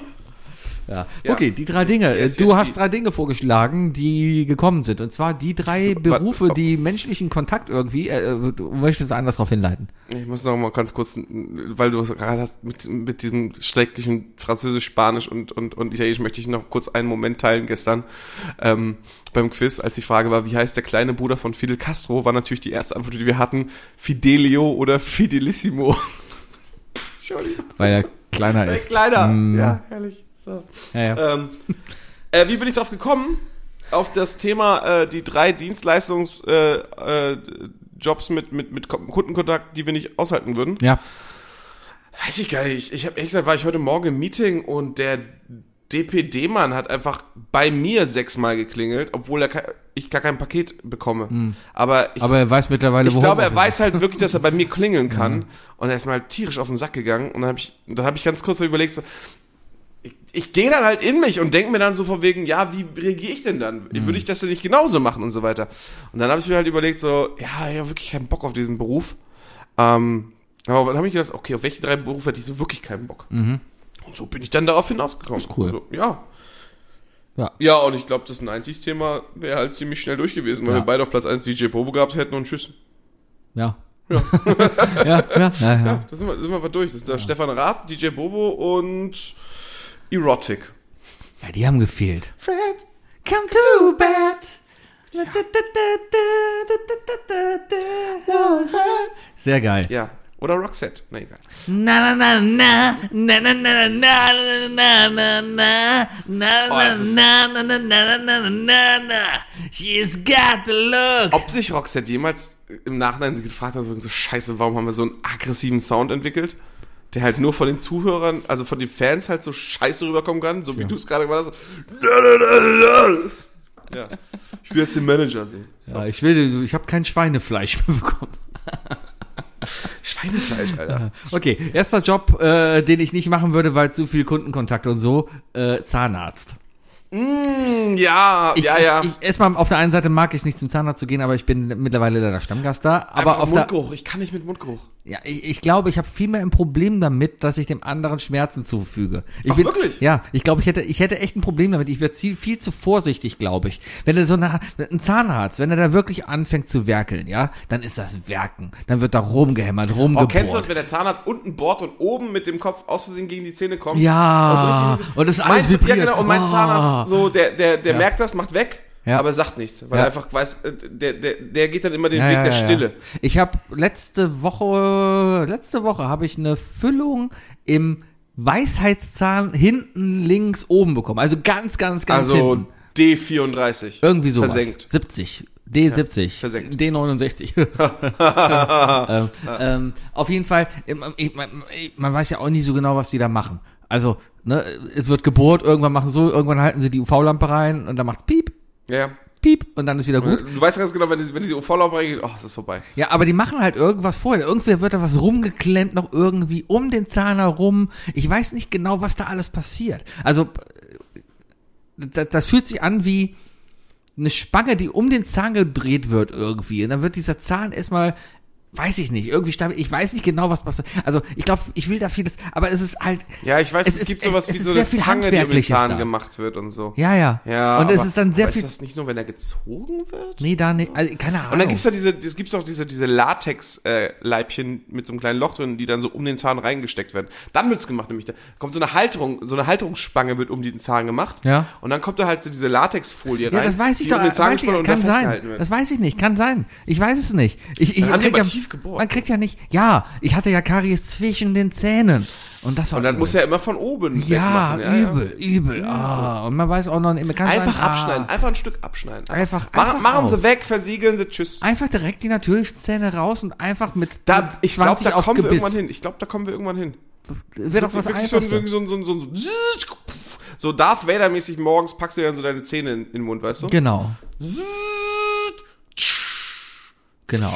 [SPEAKER 4] Ja.
[SPEAKER 3] Ja.
[SPEAKER 4] Okay, die drei Dinge.
[SPEAKER 3] Yes,
[SPEAKER 4] du
[SPEAKER 3] yes,
[SPEAKER 4] hast
[SPEAKER 3] yes.
[SPEAKER 4] drei Dinge vorgeschlagen, die gekommen sind. Und zwar die drei Berufe, die menschlichen Kontakt irgendwie. Äh, du möchtest du anders darauf hinleiten?
[SPEAKER 3] Ich muss noch mal ganz kurz, weil du es gerade hast, mit, mit diesem schrecklichen Französisch, Spanisch und, und, und Italienisch möchte ich noch kurz einen Moment teilen gestern ähm, beim Quiz, als die Frage war, wie heißt der kleine Bruder von Fidel Castro, war natürlich die erste Antwort, die wir hatten, Fidelio oder Fidelissimo. Entschuldigung.
[SPEAKER 4] Weil er kleiner
[SPEAKER 3] Äh,
[SPEAKER 4] ist.
[SPEAKER 3] Kleiner.
[SPEAKER 4] Mm,
[SPEAKER 3] Ja, herrlich. So.
[SPEAKER 4] ja, ja.
[SPEAKER 3] Ähm, äh, wie bin ich drauf gekommen? Auf das Thema äh, die drei Dienstleistungsjobs äh, äh, Jobs mit, mit, mit Ko- Kundenkontakt, die wir nicht aushalten würden.
[SPEAKER 4] ja.
[SPEAKER 3] Weiß ich gar nicht. Ich habe ehrlich gesagt, war ich heute Morgen im Meeting und der DPD-Mann hat einfach bei mir sechsmal geklingelt, obwohl er ke- ich gar kein Paket bekomme. Aber ich,
[SPEAKER 4] Aber er weiß mittlerweile, Mhm.
[SPEAKER 3] ich glaube, er
[SPEAKER 4] Homeoffice
[SPEAKER 3] weiß halt wirklich, dass er bei mir klingeln kann. Und er ist mir halt tierisch auf den Sack gegangen. Und dann habe ich, dann hab ich ganz kurz so überlegt, so, ich, ich gehe dann halt in mich und denke mir dann so von wegen, ja, wie reagiere ich denn dann?
[SPEAKER 4] Mhm.
[SPEAKER 3] Würde ich das denn nicht genauso machen und so weiter? Und dann habe ich mir halt überlegt, so, ja, ich habe wirklich keinen Bock auf diesen Beruf. Ähm, aber dann habe ich gedacht, okay, auf welche drei Berufe hätte ich so wirklich keinen Bock? Und so bin ich dann darauf hinausgekommen. Ist
[SPEAKER 4] Mhm. cool.
[SPEAKER 3] So, ja.
[SPEAKER 4] Ja.
[SPEAKER 3] ja, und ich glaube, das 90s-Thema wäre halt ziemlich schnell durch gewesen, weil
[SPEAKER 4] Ja.
[SPEAKER 3] wir beide auf Platz 1 DJ Probe gehabt hätten und tschüss.
[SPEAKER 4] Ja. Ja. ja, ja, ja, ja.
[SPEAKER 3] Das sind wir, sind wir durch. Das ist der Stefan Raab, DJ Bobo und Erotic.
[SPEAKER 4] Ja, die haben gefehlt.
[SPEAKER 3] Fred.
[SPEAKER 4] Come to bed. Sehr geil.
[SPEAKER 3] Ja. Oder Roxette. Na egal.
[SPEAKER 4] Na na na na na na na na na na na na na
[SPEAKER 3] Oh, das ist-
[SPEAKER 4] na na na na na na na na na She's got the look.
[SPEAKER 3] Ob sich äh, Roxette jemals im Nachhinein gefragt hat, so, so scheiße, warum haben wir so einen aggressiven Sound entwickelt? der halt nur von den Zuhörern, also von den Fans halt so scheiße rüberkommen kann, so wie du es gerade gemacht hast. Ja. Ich will jetzt den Manager sehen.
[SPEAKER 4] Ja, ich will, ich habe kein Schweinefleisch mehr bekommen.
[SPEAKER 3] Schweinefleisch, Alter.
[SPEAKER 4] Okay, erster Job, äh, den ich nicht machen würde, weil zu viel Kundenkontakt und so, äh, Zahnarzt.
[SPEAKER 3] Mm, ja,
[SPEAKER 4] Ich,
[SPEAKER 3] ja, ja.
[SPEAKER 4] Ich, ich, erstmal auf der einen Seite mag ich nicht zum Zahnarzt zu gehen, aber ich bin mittlerweile leider Stammgast da. Aber
[SPEAKER 3] Einfach
[SPEAKER 4] auf der,
[SPEAKER 3] Mundgeruch, ich kann nicht mit Mundgeruch.
[SPEAKER 4] ja, ich, ich glaube, ich habe viel mehr ein Problem damit, dass ich dem anderen Schmerzen zufüge. Ich
[SPEAKER 3] Ach, wirklich?
[SPEAKER 4] Ja, ich glaube, ich hätte, ich hätte echt ein Problem damit. Ich wäre viel, viel zu vorsichtig, glaube ich. Wenn er so eine, ein Zahnarzt, wenn er da wirklich anfängt zu werkeln, ja, dann ist das Werken. Dann wird da rumgehämmert,
[SPEAKER 3] Oh,
[SPEAKER 4] rumgebohrt.
[SPEAKER 3] kennst du das, wenn der Zahnarzt unten bohrt und oben mit dem Kopf aus Versehen gegen die Zähne kommt?
[SPEAKER 4] Ja,
[SPEAKER 3] Und, so richtig-
[SPEAKER 4] und das alles
[SPEAKER 3] Meinst du-
[SPEAKER 4] vibriert.
[SPEAKER 3] Ja, genau, und mein
[SPEAKER 4] Ah.
[SPEAKER 3] Zahnarzt, so, der, der, der merkt das, macht weg,
[SPEAKER 4] Ja.
[SPEAKER 3] aber sagt nichts, weil
[SPEAKER 4] Ja.
[SPEAKER 3] er einfach weiß, äh, der, der, der geht dann immer den
[SPEAKER 4] Ja,
[SPEAKER 3] Weg
[SPEAKER 4] ja,
[SPEAKER 3] der
[SPEAKER 4] ja, ja.
[SPEAKER 3] Stille.
[SPEAKER 4] Ich habe letzte Woche, letzte Woche habe ich eine Füllung im Weisheitszahn hinten links oben bekommen. Also ganz, ganz, ganz
[SPEAKER 3] Also
[SPEAKER 4] hinten.
[SPEAKER 3] D34.
[SPEAKER 4] Irgendwie sowas.
[SPEAKER 3] Versenkt.
[SPEAKER 4] 70. D70.
[SPEAKER 3] versenkt.
[SPEAKER 4] D69. ähm, ähm, auf jeden Fall, ähm, ich, man, ich- man weiß ja auch nie so genau, was die da machen. Also, ne, es wird gebohrt, irgendwann machen sie so, irgendwann halten sie die UV-Lampe rein und dann macht's piep,
[SPEAKER 3] Ja, ja.
[SPEAKER 4] piep und dann ist wieder gut.
[SPEAKER 3] Du weißt ganz genau, wenn diese, wenn diese UV-Laube reingeht, ach, das ist vorbei.
[SPEAKER 4] Ja, aber die machen halt irgendwas vorher. Irgendwer wird da was rumgeklemmt, noch irgendwie um den Zahn herum. Ich weiß nicht genau, was da alles passiert. Also, das, das fühlt sich an wie eine Spange, die um den Zahn gedreht wird irgendwie. Und dann wird dieser Zahn erstmal, weiß ich nicht, irgendwie stabil. Ich weiß nicht genau, was passiert. Also, ich glaube, ich will da vieles, aber es ist halt.
[SPEAKER 3] Ja, ich weiß,
[SPEAKER 4] Es
[SPEAKER 3] es,
[SPEAKER 4] ist-
[SPEAKER 3] gibt
[SPEAKER 4] es-
[SPEAKER 3] sowas
[SPEAKER 4] es
[SPEAKER 3] wie
[SPEAKER 4] ist
[SPEAKER 3] so
[SPEAKER 4] sehr
[SPEAKER 3] eine
[SPEAKER 4] viel
[SPEAKER 3] Zange, die um den
[SPEAKER 4] Handwerkliches
[SPEAKER 3] Zahn
[SPEAKER 4] da.
[SPEAKER 3] gemacht wird und so.
[SPEAKER 4] Ja, ja.
[SPEAKER 3] Ja,
[SPEAKER 4] Und es
[SPEAKER 3] aber-
[SPEAKER 4] ist dann sehr
[SPEAKER 3] aber
[SPEAKER 4] viel.
[SPEAKER 3] Ist das nicht nur, wenn er gezogen wird?
[SPEAKER 4] Nee, da nicht. Also, keine Ahnung.
[SPEAKER 3] Und dann gibt's da diese, es gibt's auch diese, diese Latex-Leibchen mit so einem kleinen Loch drin, die dann so um den Zahn reingesteckt werden. Dann wird's gemacht, nämlich da kommt so eine Halterung, so eine Halterungsspange wird um den Zahn gemacht.
[SPEAKER 4] Ja.
[SPEAKER 3] Und dann kommt da halt so diese Latexfolie
[SPEAKER 4] Ja,
[SPEAKER 3] rein.
[SPEAKER 4] das weiß ich
[SPEAKER 3] die
[SPEAKER 4] doch.
[SPEAKER 3] Um den Zahn
[SPEAKER 4] weiß ich,
[SPEAKER 3] gespannt und
[SPEAKER 4] kann
[SPEAKER 3] da festgehalten
[SPEAKER 4] sein.
[SPEAKER 3] wird.
[SPEAKER 4] Das weiß ich nicht. Kann sein. Ich weiß es nicht. Ich, ich,
[SPEAKER 3] Dann haben die
[SPEAKER 4] krieg
[SPEAKER 3] aber
[SPEAKER 4] ja,
[SPEAKER 3] tief gebohrt.
[SPEAKER 4] Man kriegt ja nicht. Ja, ich hatte ja Karies zwischen den Zähnen. Und das war.
[SPEAKER 3] und dann
[SPEAKER 4] übel.
[SPEAKER 3] muss er immer von oben
[SPEAKER 4] ja,
[SPEAKER 3] wegmachen,
[SPEAKER 4] übel, übel. Ah, und man weiß auch noch nicht. Kann
[SPEAKER 3] Einfach
[SPEAKER 4] sein,
[SPEAKER 3] abschneiden,
[SPEAKER 4] Ah,
[SPEAKER 3] einfach ein Stück abschneiden.
[SPEAKER 4] Einfach-
[SPEAKER 3] Mach-
[SPEAKER 4] einfach
[SPEAKER 3] machen
[SPEAKER 4] raus.
[SPEAKER 3] sie weg, versiegeln sie, tschüss.
[SPEAKER 4] einfach direkt die natürlichen Zähne raus und einfach mit.
[SPEAKER 3] Da,
[SPEAKER 4] mit
[SPEAKER 3] ich glaube,
[SPEAKER 4] 20
[SPEAKER 3] da
[SPEAKER 4] auf
[SPEAKER 3] kommen wir
[SPEAKER 4] Gebiss.
[SPEAKER 3] irgendwann hin. Ich glaube, da kommen wir irgendwann hin.
[SPEAKER 4] Wird doch was
[SPEAKER 3] Wirklich so, ein-
[SPEAKER 4] Einfachste.
[SPEAKER 3] wirklich so, ein- so, ein- so, ein- so Darth Vader-mäßig morgens packst du dir dann so deine Zähne in, in den Mund, weißt du?
[SPEAKER 4] Genau. Genau.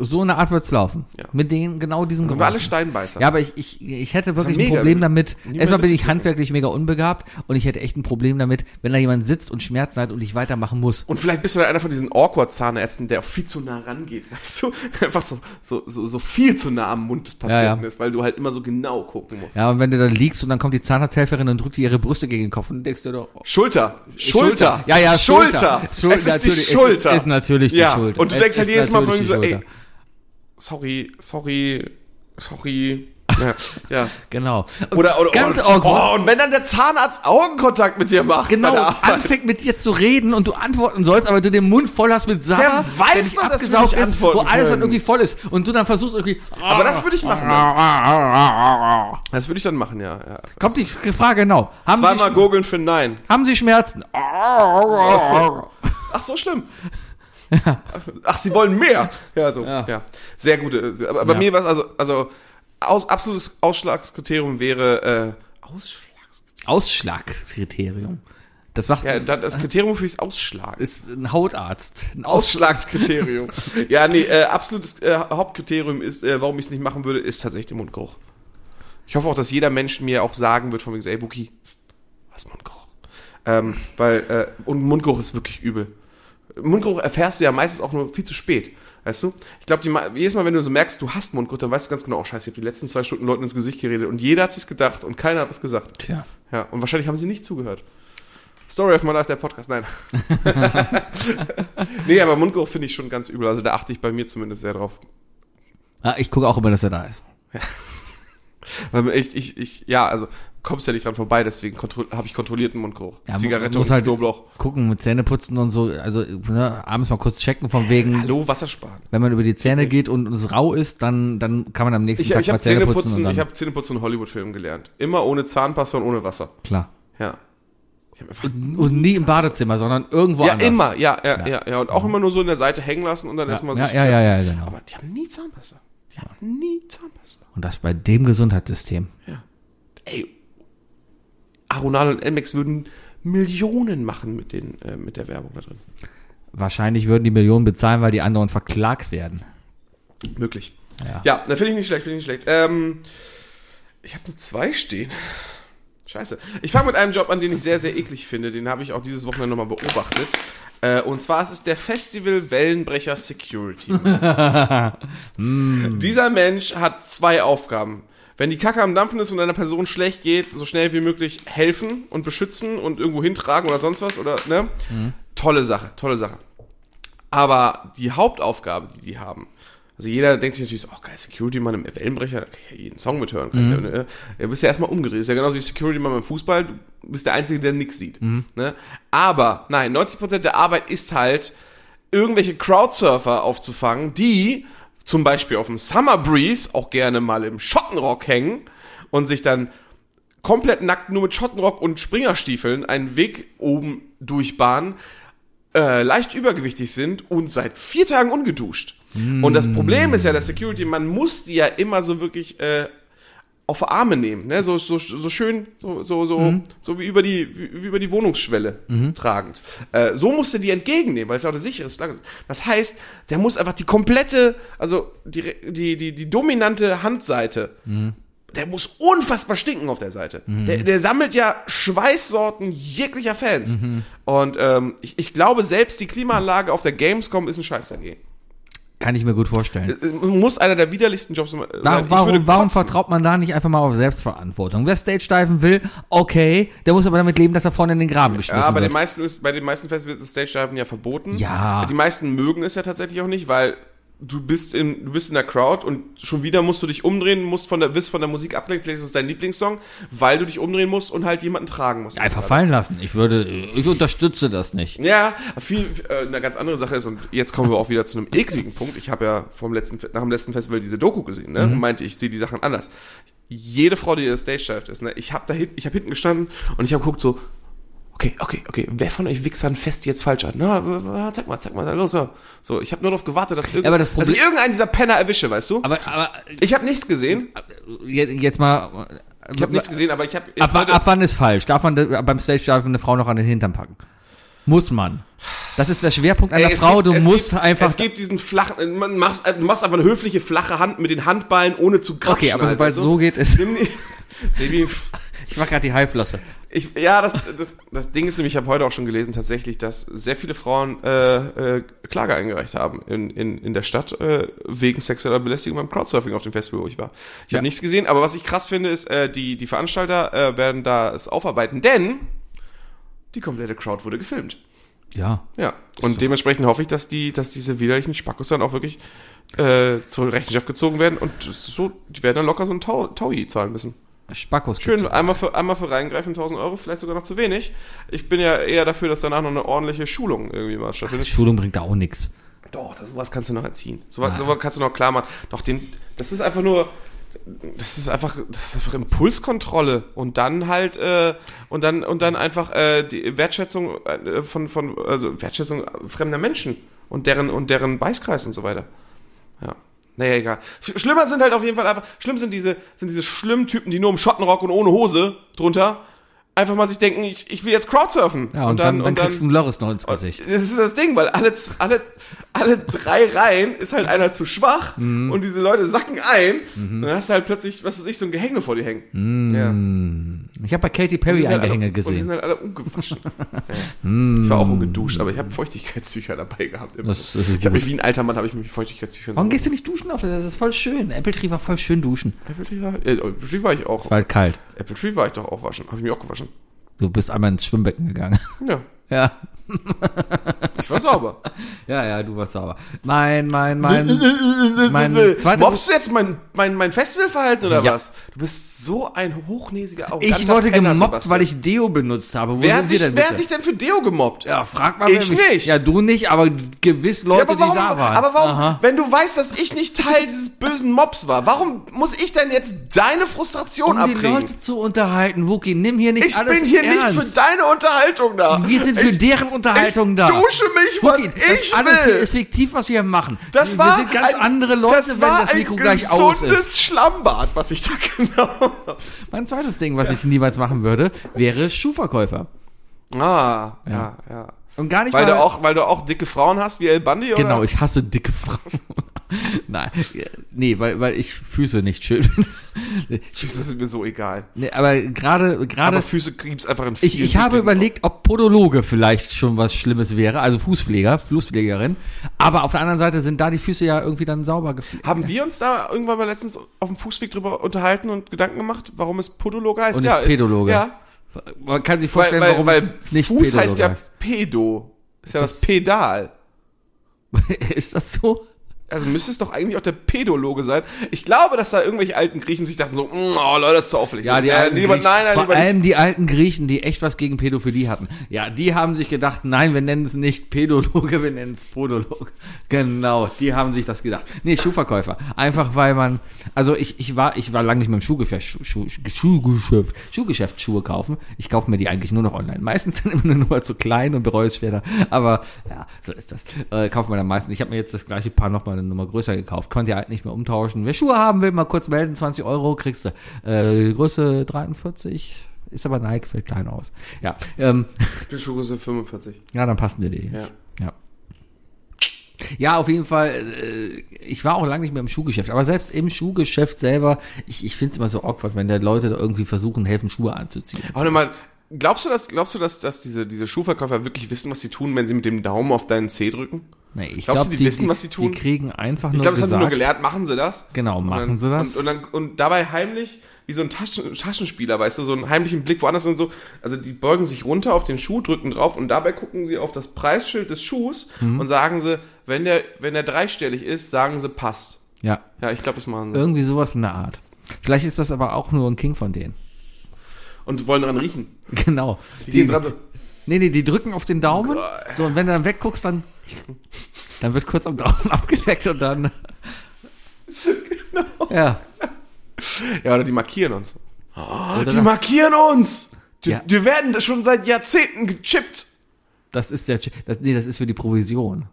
[SPEAKER 4] So eine Art wird's laufen.
[SPEAKER 3] Ja.
[SPEAKER 4] Mit denen genau diesem
[SPEAKER 3] Sind wir alle
[SPEAKER 4] Geräuschen.
[SPEAKER 3] Steinbeißer.
[SPEAKER 4] Ja, aber ich, ich, ich hätte wirklich ein
[SPEAKER 3] mega.
[SPEAKER 4] Problem damit.
[SPEAKER 3] Niemand
[SPEAKER 4] Erstmal bin
[SPEAKER 3] ist
[SPEAKER 4] ich
[SPEAKER 3] glücklich.
[SPEAKER 4] handwerklich mega unbegabt und ich hätte echt ein Problem damit, wenn da jemand sitzt und Schmerzen hat und ich weitermachen muss.
[SPEAKER 3] Und vielleicht bist du dann einer von diesen Awkward-Zahnärzten, der auch viel zu nah rangeht, weißt du? Einfach so, so, so, so viel zu nah am Mund des Patienten
[SPEAKER 4] Ja, ja.
[SPEAKER 3] ist, weil du halt immer so genau gucken musst.
[SPEAKER 4] Ja, und wenn du da liegst und dann kommt die Zahnarzthelferin und drückt dir ihre Brüste gegen den Kopf und denkst du doch, oh,
[SPEAKER 3] Schulter, Schulter,
[SPEAKER 4] Ja, ja,
[SPEAKER 3] Schulter.
[SPEAKER 4] Schulter.
[SPEAKER 3] Es ist die
[SPEAKER 4] Natürlich, es ist-
[SPEAKER 3] Schulter.
[SPEAKER 4] ist natürlich die
[SPEAKER 3] ja.
[SPEAKER 4] Schulter.
[SPEAKER 3] Und du
[SPEAKER 4] Es
[SPEAKER 3] denkst halt
[SPEAKER 4] ist
[SPEAKER 3] jedes Mal von
[SPEAKER 4] natürlich
[SPEAKER 3] so,
[SPEAKER 4] die
[SPEAKER 3] ey,
[SPEAKER 4] Schulter.
[SPEAKER 3] sorry, sorry, sorry. Ja, ja.
[SPEAKER 4] genau. Und
[SPEAKER 3] Oder, oder
[SPEAKER 4] ganz
[SPEAKER 3] oder,
[SPEAKER 4] awkward.
[SPEAKER 3] Oh, und wenn dann der Zahnarzt Augenkontakt mit dir macht,
[SPEAKER 4] Genau,
[SPEAKER 3] bei der
[SPEAKER 4] und
[SPEAKER 3] Arbeit.
[SPEAKER 4] anfängt mit dir zu reden und du antworten sollst, aber du den Mund voll hast mit Sahne,
[SPEAKER 3] Der weiß
[SPEAKER 4] dich
[SPEAKER 3] doch, dass wir
[SPEAKER 4] abgesaugt
[SPEAKER 3] nicht
[SPEAKER 4] ist, wo
[SPEAKER 3] antworten
[SPEAKER 4] alles dann
[SPEAKER 3] können.
[SPEAKER 4] irgendwie voll ist und du dann versuchst irgendwie,
[SPEAKER 3] Aber das würde ich machen.
[SPEAKER 4] Ah.
[SPEAKER 3] Dann. Das würde ich dann machen, ja. ja.
[SPEAKER 4] kommt die Frage genau, haben, Sie,
[SPEAKER 3] Zweimal gurgeln für ein Nein.
[SPEAKER 4] haben Sie Schmerzen?
[SPEAKER 3] Ach, so schlimm. Ach, sie wollen mehr. Ja, so. Ja. Sehr gut. äh, Aber bei mir war es also, also aus, absolutes Ausschlagskriterium wäre äh, Ausschlags.
[SPEAKER 4] Ausschlagskriterium. Das macht
[SPEAKER 3] Ja, da- äh, das Kriterium fürs Ausschlag.
[SPEAKER 4] ist ein Hautarzt. Ein Aus
[SPEAKER 3] Ausschlagskriterium. ja, nee, äh, absolutes äh, Hauptkriterium ist, äh, warum ich es nicht machen würde, ist tatsächlich der Mundgeruch. Ich hoffe auch, dass jeder Mensch mir auch sagen wird von wegen, so, ey, Buki, was ist Mundgeruch? Ähm, weil, äh, und Mundgeruch ist wirklich übel. Mundgeruch erfährst du ja meistens auch nur viel zu spät. Weißt du? Ich glaube, jedes Mal, wenn du so merkst, du hast Mundgeruch, dann weißt du ganz genau, oh scheiße, ich habe die letzten zwei Stunden Leuten ins Gesicht geredet und jeder hat sich's gedacht und keiner hat was gesagt.
[SPEAKER 4] Tja.
[SPEAKER 3] Ja, und wahrscheinlich haben sie nicht zugehört. Story of my life, der Podcast, nein. nee, aber Mundgeruch finde ich schon ganz übel. Also da achte ich bei mir zumindest sehr drauf.
[SPEAKER 4] Ah, ich gucke auch immer, dass er da ist.
[SPEAKER 3] Weil Ähm, ich, ich, ich, ja, also kommst ja nicht dran vorbei, deswegen habe ich kontrollierten Mundgeruch.
[SPEAKER 4] Ja, mu-
[SPEAKER 3] Zigarette
[SPEAKER 4] muss
[SPEAKER 3] und
[SPEAKER 4] halt-
[SPEAKER 3] Knoblauch.
[SPEAKER 4] Gucken mit Zähneputzen und so, also ne, abends mal kurz checken von wegen,
[SPEAKER 3] Hallo, Wassersparen.
[SPEAKER 4] wenn man über die Zähne geht und es rau ist, dann, dann kann man am nächsten
[SPEAKER 3] Ich,
[SPEAKER 4] Tag
[SPEAKER 3] ich habe
[SPEAKER 4] und
[SPEAKER 3] Zähneputzen,
[SPEAKER 4] dann,
[SPEAKER 3] ich hab Zähneputzen in Hollywood-Filmen gelernt. Immer ohne Zahnpasta und ohne Wasser.
[SPEAKER 4] klar.
[SPEAKER 3] Ja. Ich hab einfach
[SPEAKER 4] Und nie im Badezimmer, sondern irgendwo
[SPEAKER 3] ja,
[SPEAKER 4] anders. Mhm.
[SPEAKER 3] immer, ja, ja, ja, ja. Und auch immer nur so in der Seite hängen lassen und dann
[SPEAKER 4] Ja,
[SPEAKER 3] erstmal
[SPEAKER 4] ja,
[SPEAKER 3] so.
[SPEAKER 4] ja, ja, ja, genau.
[SPEAKER 3] Aber die haben nie Zahnpasta. Die haben nie Zahnpasta.
[SPEAKER 4] Und das bei dem Gesundheitssystem.
[SPEAKER 3] Ey, Aronal und Elmex würden Millionen machen mit, den, äh, mit der Werbung da drin.
[SPEAKER 4] Wahrscheinlich würden die Millionen bezahlen, weil die anderen verklagt werden.
[SPEAKER 3] Möglich. Ja, ja na, finde ich nicht schlecht, finde ich nicht schlecht. Ähm, ich habe nur zwei stehen. Scheiße. Ich fange mit einem Job an, den ich sehr, sehr eklig finde. Den habe ich auch dieses Wochenende nochmal beobachtet. Äh, und zwar es ist der Festival Wellenbrecher Security. Man. Dieser Mensch hat zwei Aufgaben. Wenn die Kacke am Dampfen ist und einer Person schlecht geht, so schnell wie möglich helfen und beschützen und irgendwo hintragen oder sonst was oder, ne? Tolle Sache, tolle Sache. Aber die Hauptaufgabe, die die haben, also jeder denkt sich natürlich, so, oh geil, Security Mann im Wellenbrecher, da kann ich ja jeden Song mithören. Kann, ne? Du bist ja erstmal umgedreht. Ist ja genauso wie Security Mann beim Fußball, du bist der Einzige, der nichts sieht. Ne? Aber nein, 90% der Arbeit ist halt, irgendwelche Crowdsurfer aufzufangen, die zum Beispiel auf dem Summer Breeze auch gerne mal im Schottenrock hängen und sich dann komplett nackt nur mit Schottenrock und Springerstiefeln einen Weg oben durchbahnen, äh, leicht übergewichtig sind und seit vier Tagen ungeduscht. Und das Problem ist ja, der Security, man muss die ja immer so wirklich äh, auf Arme nehmen, ne? so, so, so schön, so, so, so, so wie, über die, wie wie über die Wohnungsschwelle tragend. Äh, so musst du die entgegennehmen, weil es ja auch eine sichere Schlange ist. Das heißt, der muss einfach die komplette, also die, die, die, die dominante Handseite der muss unfassbar stinken auf der Seite.
[SPEAKER 4] Mhm.
[SPEAKER 3] Der, der sammelt ja Schweißsorten jeglicher Fans.
[SPEAKER 4] Mhm.
[SPEAKER 3] Und ähm, ich, ich glaube, selbst die Klimaanlage auf der Gamescom ist ein Scheiß dagegen.
[SPEAKER 4] Kann ich mir gut vorstellen.
[SPEAKER 3] Äh, Muss einer der widerlichsten Jobs sein.
[SPEAKER 4] Warum,
[SPEAKER 3] Ich würde
[SPEAKER 4] warum, warum
[SPEAKER 3] kotzen.
[SPEAKER 4] vertraut man da nicht einfach mal auf Selbstverantwortung? Wer Stage diven will, okay, der muss aber damit leben, dass er vorne in den Graben geschmissen
[SPEAKER 3] Ja, bei den
[SPEAKER 4] wird.
[SPEAKER 3] meisten ist, bei den meisten Festivals ist Stage Diven ja verboten.
[SPEAKER 4] Ja.
[SPEAKER 3] Die meisten mögen es ja tatsächlich auch nicht, weil du bist in, du bist in der Crowd und schon wieder musst du dich umdrehen, musst von der, wirst von der Musik abgelenkt, vielleicht ist es dein Lieblingssong, weil du dich umdrehen musst und halt jemanden tragen musst.
[SPEAKER 4] Einfach fallen lassen. Ich würde, ich unterstütze das nicht.
[SPEAKER 3] Ja, viel, äh, eine ganz andere Sache ist, und jetzt kommen wir auch wieder zu einem ekligen Punkt. Ich habe ja vom letzten, nach dem letzten Festival diese Doku gesehen,
[SPEAKER 4] Mhm.
[SPEAKER 3] ne? Und meinte, ich sehe die Sachen anders. Jede Frau, die in der Stage Dive ist, ne? Ich habe da hinten, ich habe hinten gestanden und ich habe geguckt so, okay, okay, okay, wer von euch Wichsern fest jetzt falsch an? Na, w- w- zeig mal, zeig mal, na los, ja. So, ich habe nur darauf gewartet, dass, irgend,
[SPEAKER 4] aber das
[SPEAKER 3] dass ich
[SPEAKER 4] Problem-
[SPEAKER 3] irgendeinen dieser Penner erwische, weißt du?
[SPEAKER 4] Aber, aber äh,
[SPEAKER 3] ich habe nichts gesehen.
[SPEAKER 4] je- jetzt mal. äh,
[SPEAKER 3] Ich habe nichts gesehen, aber ich habe
[SPEAKER 4] ab, wann- ab wann ist falsch? Darf man da- äh, beim Stage Dive eine Frau noch an den Hintern packen? Muss man. Das ist der Schwerpunkt einer
[SPEAKER 3] Ey, es
[SPEAKER 4] Frau.
[SPEAKER 3] gibt-
[SPEAKER 4] du
[SPEAKER 3] es
[SPEAKER 4] musst
[SPEAKER 3] gibt,
[SPEAKER 4] einfach.
[SPEAKER 3] Es gibt diesen flachen, man machst, du machst einfach eine höfliche, flache Hand mit den Handballen, ohne zu kratschen.
[SPEAKER 4] okay, aber
[SPEAKER 3] halt,
[SPEAKER 4] sobald
[SPEAKER 3] weißt du?
[SPEAKER 4] so geht, ist.
[SPEAKER 3] Nimm die- Sebi,
[SPEAKER 4] Ich mach gerade die Haiflosse.
[SPEAKER 3] ich, ja, das, das, das Ding ist nämlich, ich habe heute auch schon gelesen tatsächlich, dass sehr viele Frauen äh, äh, Klage eingereicht haben in, in, in der Stadt äh, wegen sexueller Belästigung beim Crowdsurfing auf dem Festival, wo ich war. Ich habe nichts gesehen, aber was ich krass finde, ist, äh, die, die Veranstalter äh, werden da es aufarbeiten, denn die komplette Crowd wurde gefilmt.
[SPEAKER 4] Ja.
[SPEAKER 3] Ja, und dementsprechend hoffe ich, dass die, dass diese widerlichen Spackos dann auch wirklich äh, zur Rechenschaft gezogen werden und das ist so, die werden dann locker so ein Tau, Taui zahlen müssen.
[SPEAKER 4] Spackos.
[SPEAKER 3] Schön, einmal für, einmal für reingreifen, 1000 Euro, vielleicht sogar noch zu wenig. Ich bin ja eher dafür, dass danach noch eine ordentliche Schulung irgendwie mal stattfindet.
[SPEAKER 4] Schulung bringt da auch nichts.
[SPEAKER 3] Doch, das, sowas kannst du noch erziehen.
[SPEAKER 4] Ah.
[SPEAKER 3] Sowas sowas kannst du noch klar machen. Doch, den, das ist einfach nur, das ist einfach, das ist einfach Impulskontrolle und dann halt, äh, und dann, und dann einfach äh, die Wertschätzung äh, von, von, also Wertschätzung fremder Menschen und deren, und deren Beißkreis und so weiter. Ja. Naja, egal. Sch- Schlimmer sind halt auf jeden Fall einfach, schlimm sind diese, sind diese schlimmen Typen, die nur im Schottenrock und ohne Hose drunter einfach mal sich denken, ich, ich will jetzt Crowdsurfen.
[SPEAKER 4] Ja, und, dann, dann, kriegst du einen Loris noch ins Gesicht.
[SPEAKER 3] Das ist das Ding, weil alle, z- alle, alle drei Reihen ist halt einer zu schwach
[SPEAKER 4] Mhm.
[SPEAKER 3] und diese Leute sacken ein und dann hast du halt plötzlich, was weiß ich, so ein Gehänge vor dir hängen.
[SPEAKER 4] Mhm.
[SPEAKER 3] Ja.
[SPEAKER 4] Ich habe bei Katy Perry
[SPEAKER 3] Die sind halt alle-
[SPEAKER 4] Eingehänge
[SPEAKER 3] Und die
[SPEAKER 4] gesehen. Mhm.
[SPEAKER 3] sind halt alle ungewaschen. ja. Ich war auch ungeduscht, aber ich habe Feuchtigkeitstücher dabei gehabt. Immer.
[SPEAKER 4] Das ist
[SPEAKER 3] ich habe
[SPEAKER 4] gut.
[SPEAKER 3] mich wie ein alter Mann, habe ich mich mit Feuchtigkeitstüchern
[SPEAKER 4] Warum gehst du nicht duschen auf? Das ist voll schön. Apple Tree war voll schön duschen.
[SPEAKER 3] Apple Tree war, äh, Apple Tree war ich auch.
[SPEAKER 4] Es war halt kalt.
[SPEAKER 3] Apple Tree war ich doch auch waschen. Habe ich mich auch gewaschen.
[SPEAKER 4] Du bist einmal ins Schwimmbecken gegangen.
[SPEAKER 3] Ja,
[SPEAKER 4] ja.
[SPEAKER 3] ich war sauber.
[SPEAKER 4] Ja, ja, du warst sauber. Mein, mein,
[SPEAKER 3] Äh,
[SPEAKER 4] mein. mein zweiter-
[SPEAKER 3] Mobst äh, du jetzt mein, mein, mein Festivalverhalten oder
[SPEAKER 4] Ja.
[SPEAKER 3] was? Du bist so ein hochnäsiger Arroganter
[SPEAKER 4] Ich wurde
[SPEAKER 3] Penner,
[SPEAKER 4] gemobbt,
[SPEAKER 3] Sebastian.
[SPEAKER 4] weil ich Deo benutzt habe. Wo
[SPEAKER 3] Wer
[SPEAKER 4] sind
[SPEAKER 3] hat,
[SPEAKER 4] wir
[SPEAKER 3] dich,
[SPEAKER 4] denn
[SPEAKER 3] wer
[SPEAKER 4] bitte?
[SPEAKER 3] hat dich denn für Deo gemobbt?
[SPEAKER 4] ja, frag mal
[SPEAKER 3] Ich
[SPEAKER 4] wer mich-
[SPEAKER 3] nicht.
[SPEAKER 4] Ja, du nicht, aber gewiss
[SPEAKER 3] Ja,
[SPEAKER 4] Leute,
[SPEAKER 3] aber warum,
[SPEAKER 4] die da waren.
[SPEAKER 3] aber warum
[SPEAKER 4] Aha.
[SPEAKER 3] wenn du weißt, dass ich nicht Teil dieses bösen Mobs war, warum muss ich denn jetzt deine Frustration
[SPEAKER 4] Um die
[SPEAKER 3] abkriegen?
[SPEAKER 4] Leute zu unterhalten, Wookie, nimm hier nicht
[SPEAKER 3] Ich
[SPEAKER 4] alles
[SPEAKER 3] bin hier
[SPEAKER 4] ernst.
[SPEAKER 3] nicht für deine Unterhaltung da.
[SPEAKER 4] Wir sind für
[SPEAKER 3] ich,
[SPEAKER 4] deren Unterhaltung
[SPEAKER 3] ich
[SPEAKER 4] da.
[SPEAKER 3] dusche mich, weil
[SPEAKER 4] Wookie,
[SPEAKER 3] ich ich
[SPEAKER 4] alles hier
[SPEAKER 3] will.
[SPEAKER 4] ist fiktiv, was wir machen.
[SPEAKER 3] Das
[SPEAKER 4] wir
[SPEAKER 3] war
[SPEAKER 4] sind ganz
[SPEAKER 3] ein-
[SPEAKER 4] andere Leute,
[SPEAKER 3] das
[SPEAKER 4] wenn
[SPEAKER 3] war
[SPEAKER 4] das Mikro gleich
[SPEAKER 3] ein
[SPEAKER 4] aus ist.
[SPEAKER 3] gesundes Schlammbad, was ich da genau.
[SPEAKER 4] Mein zweites Ding, was ich niemals machen würde, wäre Schuhverkäufer.
[SPEAKER 3] Ah, ja, ja.
[SPEAKER 4] Und gar nicht
[SPEAKER 3] Weil
[SPEAKER 4] mal,
[SPEAKER 3] du auch, weil du auch dicke Frauen hast wie El Bandi, oder?
[SPEAKER 4] Genau, ich hasse dicke Frauen. Nein, nee, weil, weil ich Füße nicht schön finde.
[SPEAKER 3] Das ist mir so egal.
[SPEAKER 4] Nee, aber gerade,
[SPEAKER 3] Aber
[SPEAKER 4] gerade,
[SPEAKER 3] Füße gibt's einfach in
[SPEAKER 4] ich, ich
[SPEAKER 3] vielen
[SPEAKER 4] habe
[SPEAKER 3] ekligen-
[SPEAKER 4] überlegt, ob Podologe vielleicht schon was Schlimmes wäre, also Fußpfleger, Fußpflegerin. Aber auf der anderen Seite sind da die Füße ja irgendwie dann sauber gepflegt.
[SPEAKER 3] Haben wir uns da irgendwann mal letztens auf dem Fußweg drüber unterhalten und Gedanken gemacht, warum es Podologe heißt?
[SPEAKER 4] Und nicht Pädologe.
[SPEAKER 3] Ja,
[SPEAKER 4] Man kann sich
[SPEAKER 3] weil,
[SPEAKER 4] vorstellen,
[SPEAKER 3] weil,
[SPEAKER 4] warum
[SPEAKER 3] weil
[SPEAKER 4] es nicht
[SPEAKER 3] Fuß
[SPEAKER 4] Pädologe
[SPEAKER 3] heißt ja Pedo. Ist, ja das,
[SPEAKER 4] das-
[SPEAKER 3] Pedal.
[SPEAKER 4] heißt. Ist das so?
[SPEAKER 3] Also müsste es doch eigentlich auch der Pädologe sein. Ich glaube, dass da irgendwelche alten Griechen sich dachten so, "Mm, oh Leute, das ist zu auffällig. lieber,
[SPEAKER 4] Griechen,
[SPEAKER 3] nein, nein,
[SPEAKER 4] vor
[SPEAKER 3] lieber nicht.
[SPEAKER 4] allem die alten Griechen, die echt was gegen Pädophilie hatten. Ja, die haben sich gedacht, nein, wir nennen es nicht Pädologe, wir nennen es Podologe. Genau, die haben sich das gedacht. Nee, Schuhverkäufer. Einfach weil man, also ich, ich war, ich war lange nicht mehr im Schuhgeschäft, Schuh, Schuh, Schuhgeschäft, Schuhgeschäft Schuhe kaufen. Ich kaufe mir die eigentlich nur noch online. Meistens dann immer nur zu klein und bereue es später. Aber ja, so ist das. Äh, kauft man am meisten. Ich habe mir jetzt das gleiche Paar nochmal eine Nummer größer gekauft. Konnte ja halt nicht mehr umtauschen. Wer Schuhe haben will, mal kurz melden. 20 Euro kriegst du. Äh, Größe 43. Ist aber Nike, fällt klein aus. Ja, ähm,
[SPEAKER 3] Ich bin Schuhgröße 45.
[SPEAKER 4] ja dann passen dir die.
[SPEAKER 3] Ja.
[SPEAKER 4] ja. Ja, auf jeden Fall. äh, Ich war auch lange nicht mehr im Schuhgeschäft. Aber selbst im Schuhgeschäft selber, ich, ich finde es immer so awkward, wenn da Leute da irgendwie versuchen, helfen, Schuhe anzuziehen.
[SPEAKER 3] Aber nochmal, glaubst du, dass, glaubst du, dass, dass diese, diese Schuhverkäufer wirklich wissen, was sie tun, wenn sie mit dem Daumen auf deinen Zeh drücken?
[SPEAKER 4] Nee, ich
[SPEAKER 3] Glaubst
[SPEAKER 4] glaube,
[SPEAKER 3] du, die wissen, was sie tun?
[SPEAKER 4] Die kriegen einfach nur
[SPEAKER 3] Ich glaube, das haben sie nur
[SPEAKER 4] gesagt,
[SPEAKER 3] gelernt, machen sie das.
[SPEAKER 4] Genau,
[SPEAKER 3] Und
[SPEAKER 4] machen
[SPEAKER 3] dann,
[SPEAKER 4] sie das.
[SPEAKER 3] Und, und, dann, und dabei heimlich, wie so ein Taschen, Taschenspieler, weißt du, so einen heimlichen Blick woanders und so. Also die beugen sich runter auf den Schuh, drücken drauf und dabei gucken sie auf das Preisschild des Schuhs
[SPEAKER 4] Mhm.
[SPEAKER 3] und sagen sie, wenn der, wenn der dreistellig ist, sagen sie, passt.
[SPEAKER 4] Ja,
[SPEAKER 3] Ja, ich glaube, das machen sie.
[SPEAKER 4] irgendwie sowas in der Art. Vielleicht ist das aber auch nur ein King von denen.
[SPEAKER 3] Und wollen dran riechen.
[SPEAKER 4] Genau.
[SPEAKER 3] Die, gehen dran so.
[SPEAKER 4] nee, nee, die drücken auf den
[SPEAKER 3] Oh
[SPEAKER 4] Daumen. So, und wenn du dann wegguckst, dann, dann wird kurz am Daumen abgeleckt und dann. Genau. Ja.
[SPEAKER 3] Ja, oder die markieren uns.
[SPEAKER 4] Oder
[SPEAKER 3] Ah, Die
[SPEAKER 4] das,
[SPEAKER 3] markieren uns! Die,
[SPEAKER 4] Ja.
[SPEAKER 3] die werden schon seit Jahrzehnten gechippt.
[SPEAKER 4] das ist der. Das, nee, das ist für die Provision.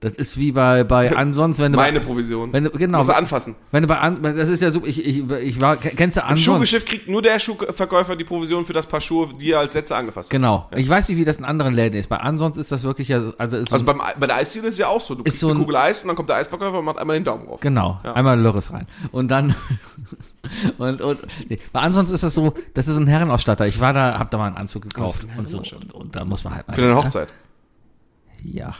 [SPEAKER 4] Das ist wie bei, bei ansonst, wenn du.
[SPEAKER 3] Meine
[SPEAKER 4] bei,
[SPEAKER 3] Provision.
[SPEAKER 4] wenn du, genau.
[SPEAKER 3] Muss er anfassen.
[SPEAKER 4] Wenn du bei an, das ist ja so, ich, ich, ich war, kennst du ansonst?
[SPEAKER 3] Schuhgeschäft kriegt nur der Schuhverkäufer die Provision für das Paar Schuhe, die er als letzter angefasst hat.
[SPEAKER 4] Genau. Ich weiß nicht, wie das in anderen Läden ist. Bei ansonst ist das wirklich ja, also ist so
[SPEAKER 3] Also
[SPEAKER 4] ein-
[SPEAKER 3] beim, Ei- bei der Eisdiele ist es ja auch so. Du kriegst
[SPEAKER 4] so
[SPEAKER 3] eine
[SPEAKER 4] ein-
[SPEAKER 3] Kugel Eis und dann kommt der Eisverkäufer und macht einmal den Daumen rauf.
[SPEAKER 4] Genau,
[SPEAKER 3] Ja.
[SPEAKER 4] einmal Lörres rein. Und dann und, und nee. aber ansonsten ist das so, das ist ein Herrenausstatter. Ich war da, hab da mal einen Anzug gekauft und so und, und da muss man halt mal ne?
[SPEAKER 3] Für deine Hochzeit.
[SPEAKER 4] Ja.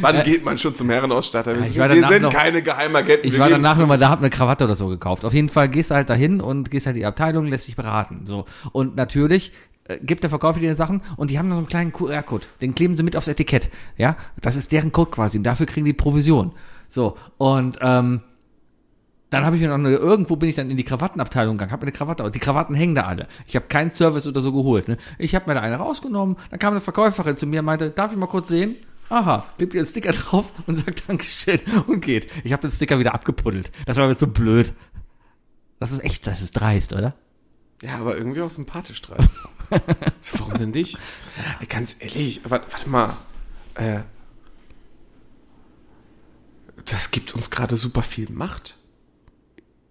[SPEAKER 3] Wann geht man schon zum Herrenausstatter? Wir,
[SPEAKER 4] ich
[SPEAKER 3] sind-
[SPEAKER 4] war
[SPEAKER 3] wir
[SPEAKER 4] danach
[SPEAKER 3] sind
[SPEAKER 4] noch-
[SPEAKER 3] keine Geheimagenten.
[SPEAKER 4] Ich
[SPEAKER 3] wir
[SPEAKER 4] war
[SPEAKER 3] geben's
[SPEAKER 4] danach
[SPEAKER 3] zu.
[SPEAKER 4] nochmal da, hab eine Krawatte oder so gekauft. Auf jeden Fall gehst du halt dahin und gehst halt in die Abteilung, lässt dich beraten. So und natürlich äh, gibt der Verkäufer dir Sachen und die haben noch einen kleinen QR-Code. Den kleben sie mit aufs Etikett. Ja, das ist deren Code quasi und dafür kriegen die Provision. So und ähm, Dann habe ich mir noch eine, irgendwo bin ich dann in die Krawattenabteilung gegangen, habe mir eine Krawatte, aus- die Krawatten hängen da alle. Ich habe keinen Service oder so geholt. Ne? Ich habe mir da eine rausgenommen, dann kam eine Verkäuferin zu mir und meinte, darf ich mal kurz sehen? Aha, klebt ihr einen Sticker drauf und sagt Dankeschön und geht. Ich habe den Sticker wieder abgepuddelt. Das war mir zu blöd. Das ist echt, das ist dreist, oder?
[SPEAKER 3] Ja, aber irgendwie auch sympathisch dreist. Warum denn nicht? Ey, Ganz ehrlich, warte, warte mal. Äh, das gibt uns gerade super viel Macht.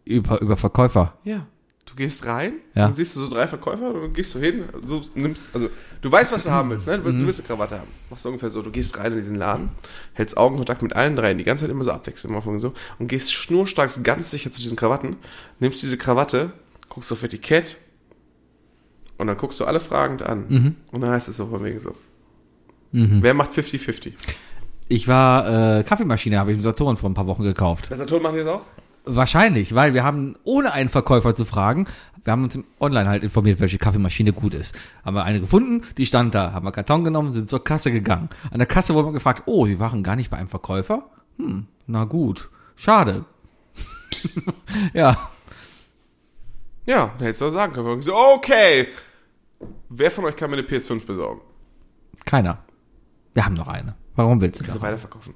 [SPEAKER 4] Über, über Verkäufer.
[SPEAKER 3] Ja. Du gehst rein,
[SPEAKER 4] Ja.
[SPEAKER 3] dann siehst du so drei Verkäufer und dann gehst du hin, so nimmst, also du weißt, was du haben willst, ne? Du, willst- du willst eine Krawatte haben. Machst du ungefähr so, du gehst rein in diesen Laden, hältst Augenkontakt mit allen dreien, die ganze Zeit immer so abwechselnd, immer von so, und gehst schnurstracks ganz sicher zu diesen Krawatten, nimmst diese Krawatte, guckst auf Etikett und dann guckst du alle fragend an. Und dann heißt es so von wegen so. Wer macht 50-50?
[SPEAKER 4] Ich war, äh, Kaffeemaschine habe ich im Saturn vor ein paar Wochen gekauft.
[SPEAKER 3] Das Saturn machen die das auch?
[SPEAKER 4] Wahrscheinlich, weil wir haben, ohne einen Verkäufer zu fragen, wir haben uns im online halt informiert, welche Kaffeemaschine gut ist. Haben wir eine gefunden, die stand da, haben wir Karton genommen, sind zur Kasse gegangen. An der Kasse wurden wir gefragt, oh, wir waren gar nicht bei einem Verkäufer? Hm, na gut, schade. ja,
[SPEAKER 3] Ja, dann hättest du auch sagen können. Von wegen So, okay, wer von euch kann mir eine PS5 besorgen?
[SPEAKER 4] keiner. Wir haben noch eine. Warum willst du
[SPEAKER 3] Also
[SPEAKER 4] das?
[SPEAKER 3] weiterverkaufen.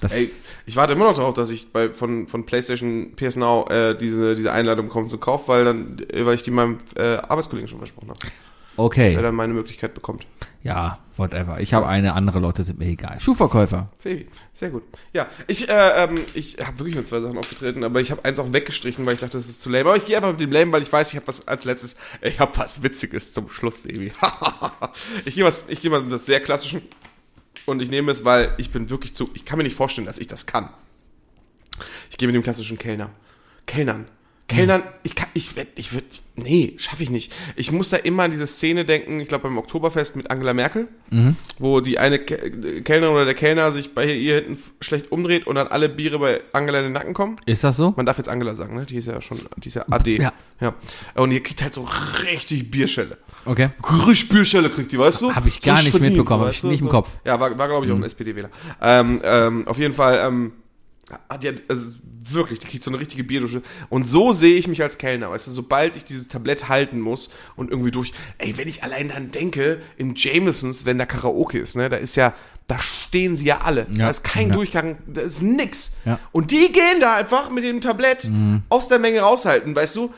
[SPEAKER 4] das
[SPEAKER 3] Ey, ich warte immer noch darauf, dass ich bei, von, von PlayStation PS Now äh, diese, diese Einladung bekomme zum Kauf, weil dann, äh, weil ich die meinem äh, Arbeitskollegen schon versprochen habe. der
[SPEAKER 4] Okay.
[SPEAKER 3] dann meine Möglichkeit bekommt.
[SPEAKER 4] Ja, whatever. Ich habe eine, andere Leute sind mir egal. Schuhverkäufer.
[SPEAKER 3] Sebi, sehr gut. Ja, ich, äh, ähm, ich habe wirklich nur zwei Sachen aufgetreten, aber ich habe eins auch weggestrichen, weil ich dachte, das ist zu lame. Aber ich gehe einfach mit dem lame, weil ich weiß, ich habe was als letztes, ich habe was Witziges zum Schluss, Sebi. ich gehe was, ich gehe mal mit das sehr klassischen und ich nehme es, weil ich bin wirklich zu, ich kann mir nicht vorstellen, dass ich das kann. Ich gehe mit dem klassischen Kellner. Kellnern. Kellnern, ich kann, ich werd, ich werd, nee, schaffe ich nicht. Ich muss da immer an diese Szene denken, ich glaube beim Oktoberfest mit Angela Merkel, wo die eine Ke Kellnerin oder der Kellner sich bei ihr hinten f- schlecht umdreht und dann alle Biere bei Angela in den Nacken kommen.
[SPEAKER 4] Ist das so?
[SPEAKER 3] Man darf jetzt Angela sagen, ne? Die ist ja schon, die ist ja AD.
[SPEAKER 4] Ja.
[SPEAKER 3] ja. Und ihr kriegt halt so richtig Bierschelle.
[SPEAKER 4] Okay.
[SPEAKER 3] Richtig Bierschelle kriegt die, weißt du?
[SPEAKER 4] Hab ich gar
[SPEAKER 3] Frisch
[SPEAKER 4] nicht
[SPEAKER 3] verdient,
[SPEAKER 4] mitbekommen, hab
[SPEAKER 3] weißt
[SPEAKER 4] ich
[SPEAKER 3] du,
[SPEAKER 4] nicht im Kopf. Mhm.
[SPEAKER 3] Ja, war, war glaube ich, auch ein SPD-Wähler. Ähm, ähm, auf jeden Fall, ähm, hat die, also wirklich, die kriegt so eine richtige Bierdusche. Und so sehe ich mich als Kellner, weißt du, sobald ich dieses Tablett halten muss und irgendwie durch. Ey, wenn ich allein dann denke, in Jamesons, wenn da Karaoke ist, ne, da ist ja, da stehen sie ja alle. Da ist kein Durchgang, da ist nix.
[SPEAKER 4] Ja. Mhm.
[SPEAKER 3] Und die gehen da einfach mit dem Tablett aus der Menge raushalten, weißt du?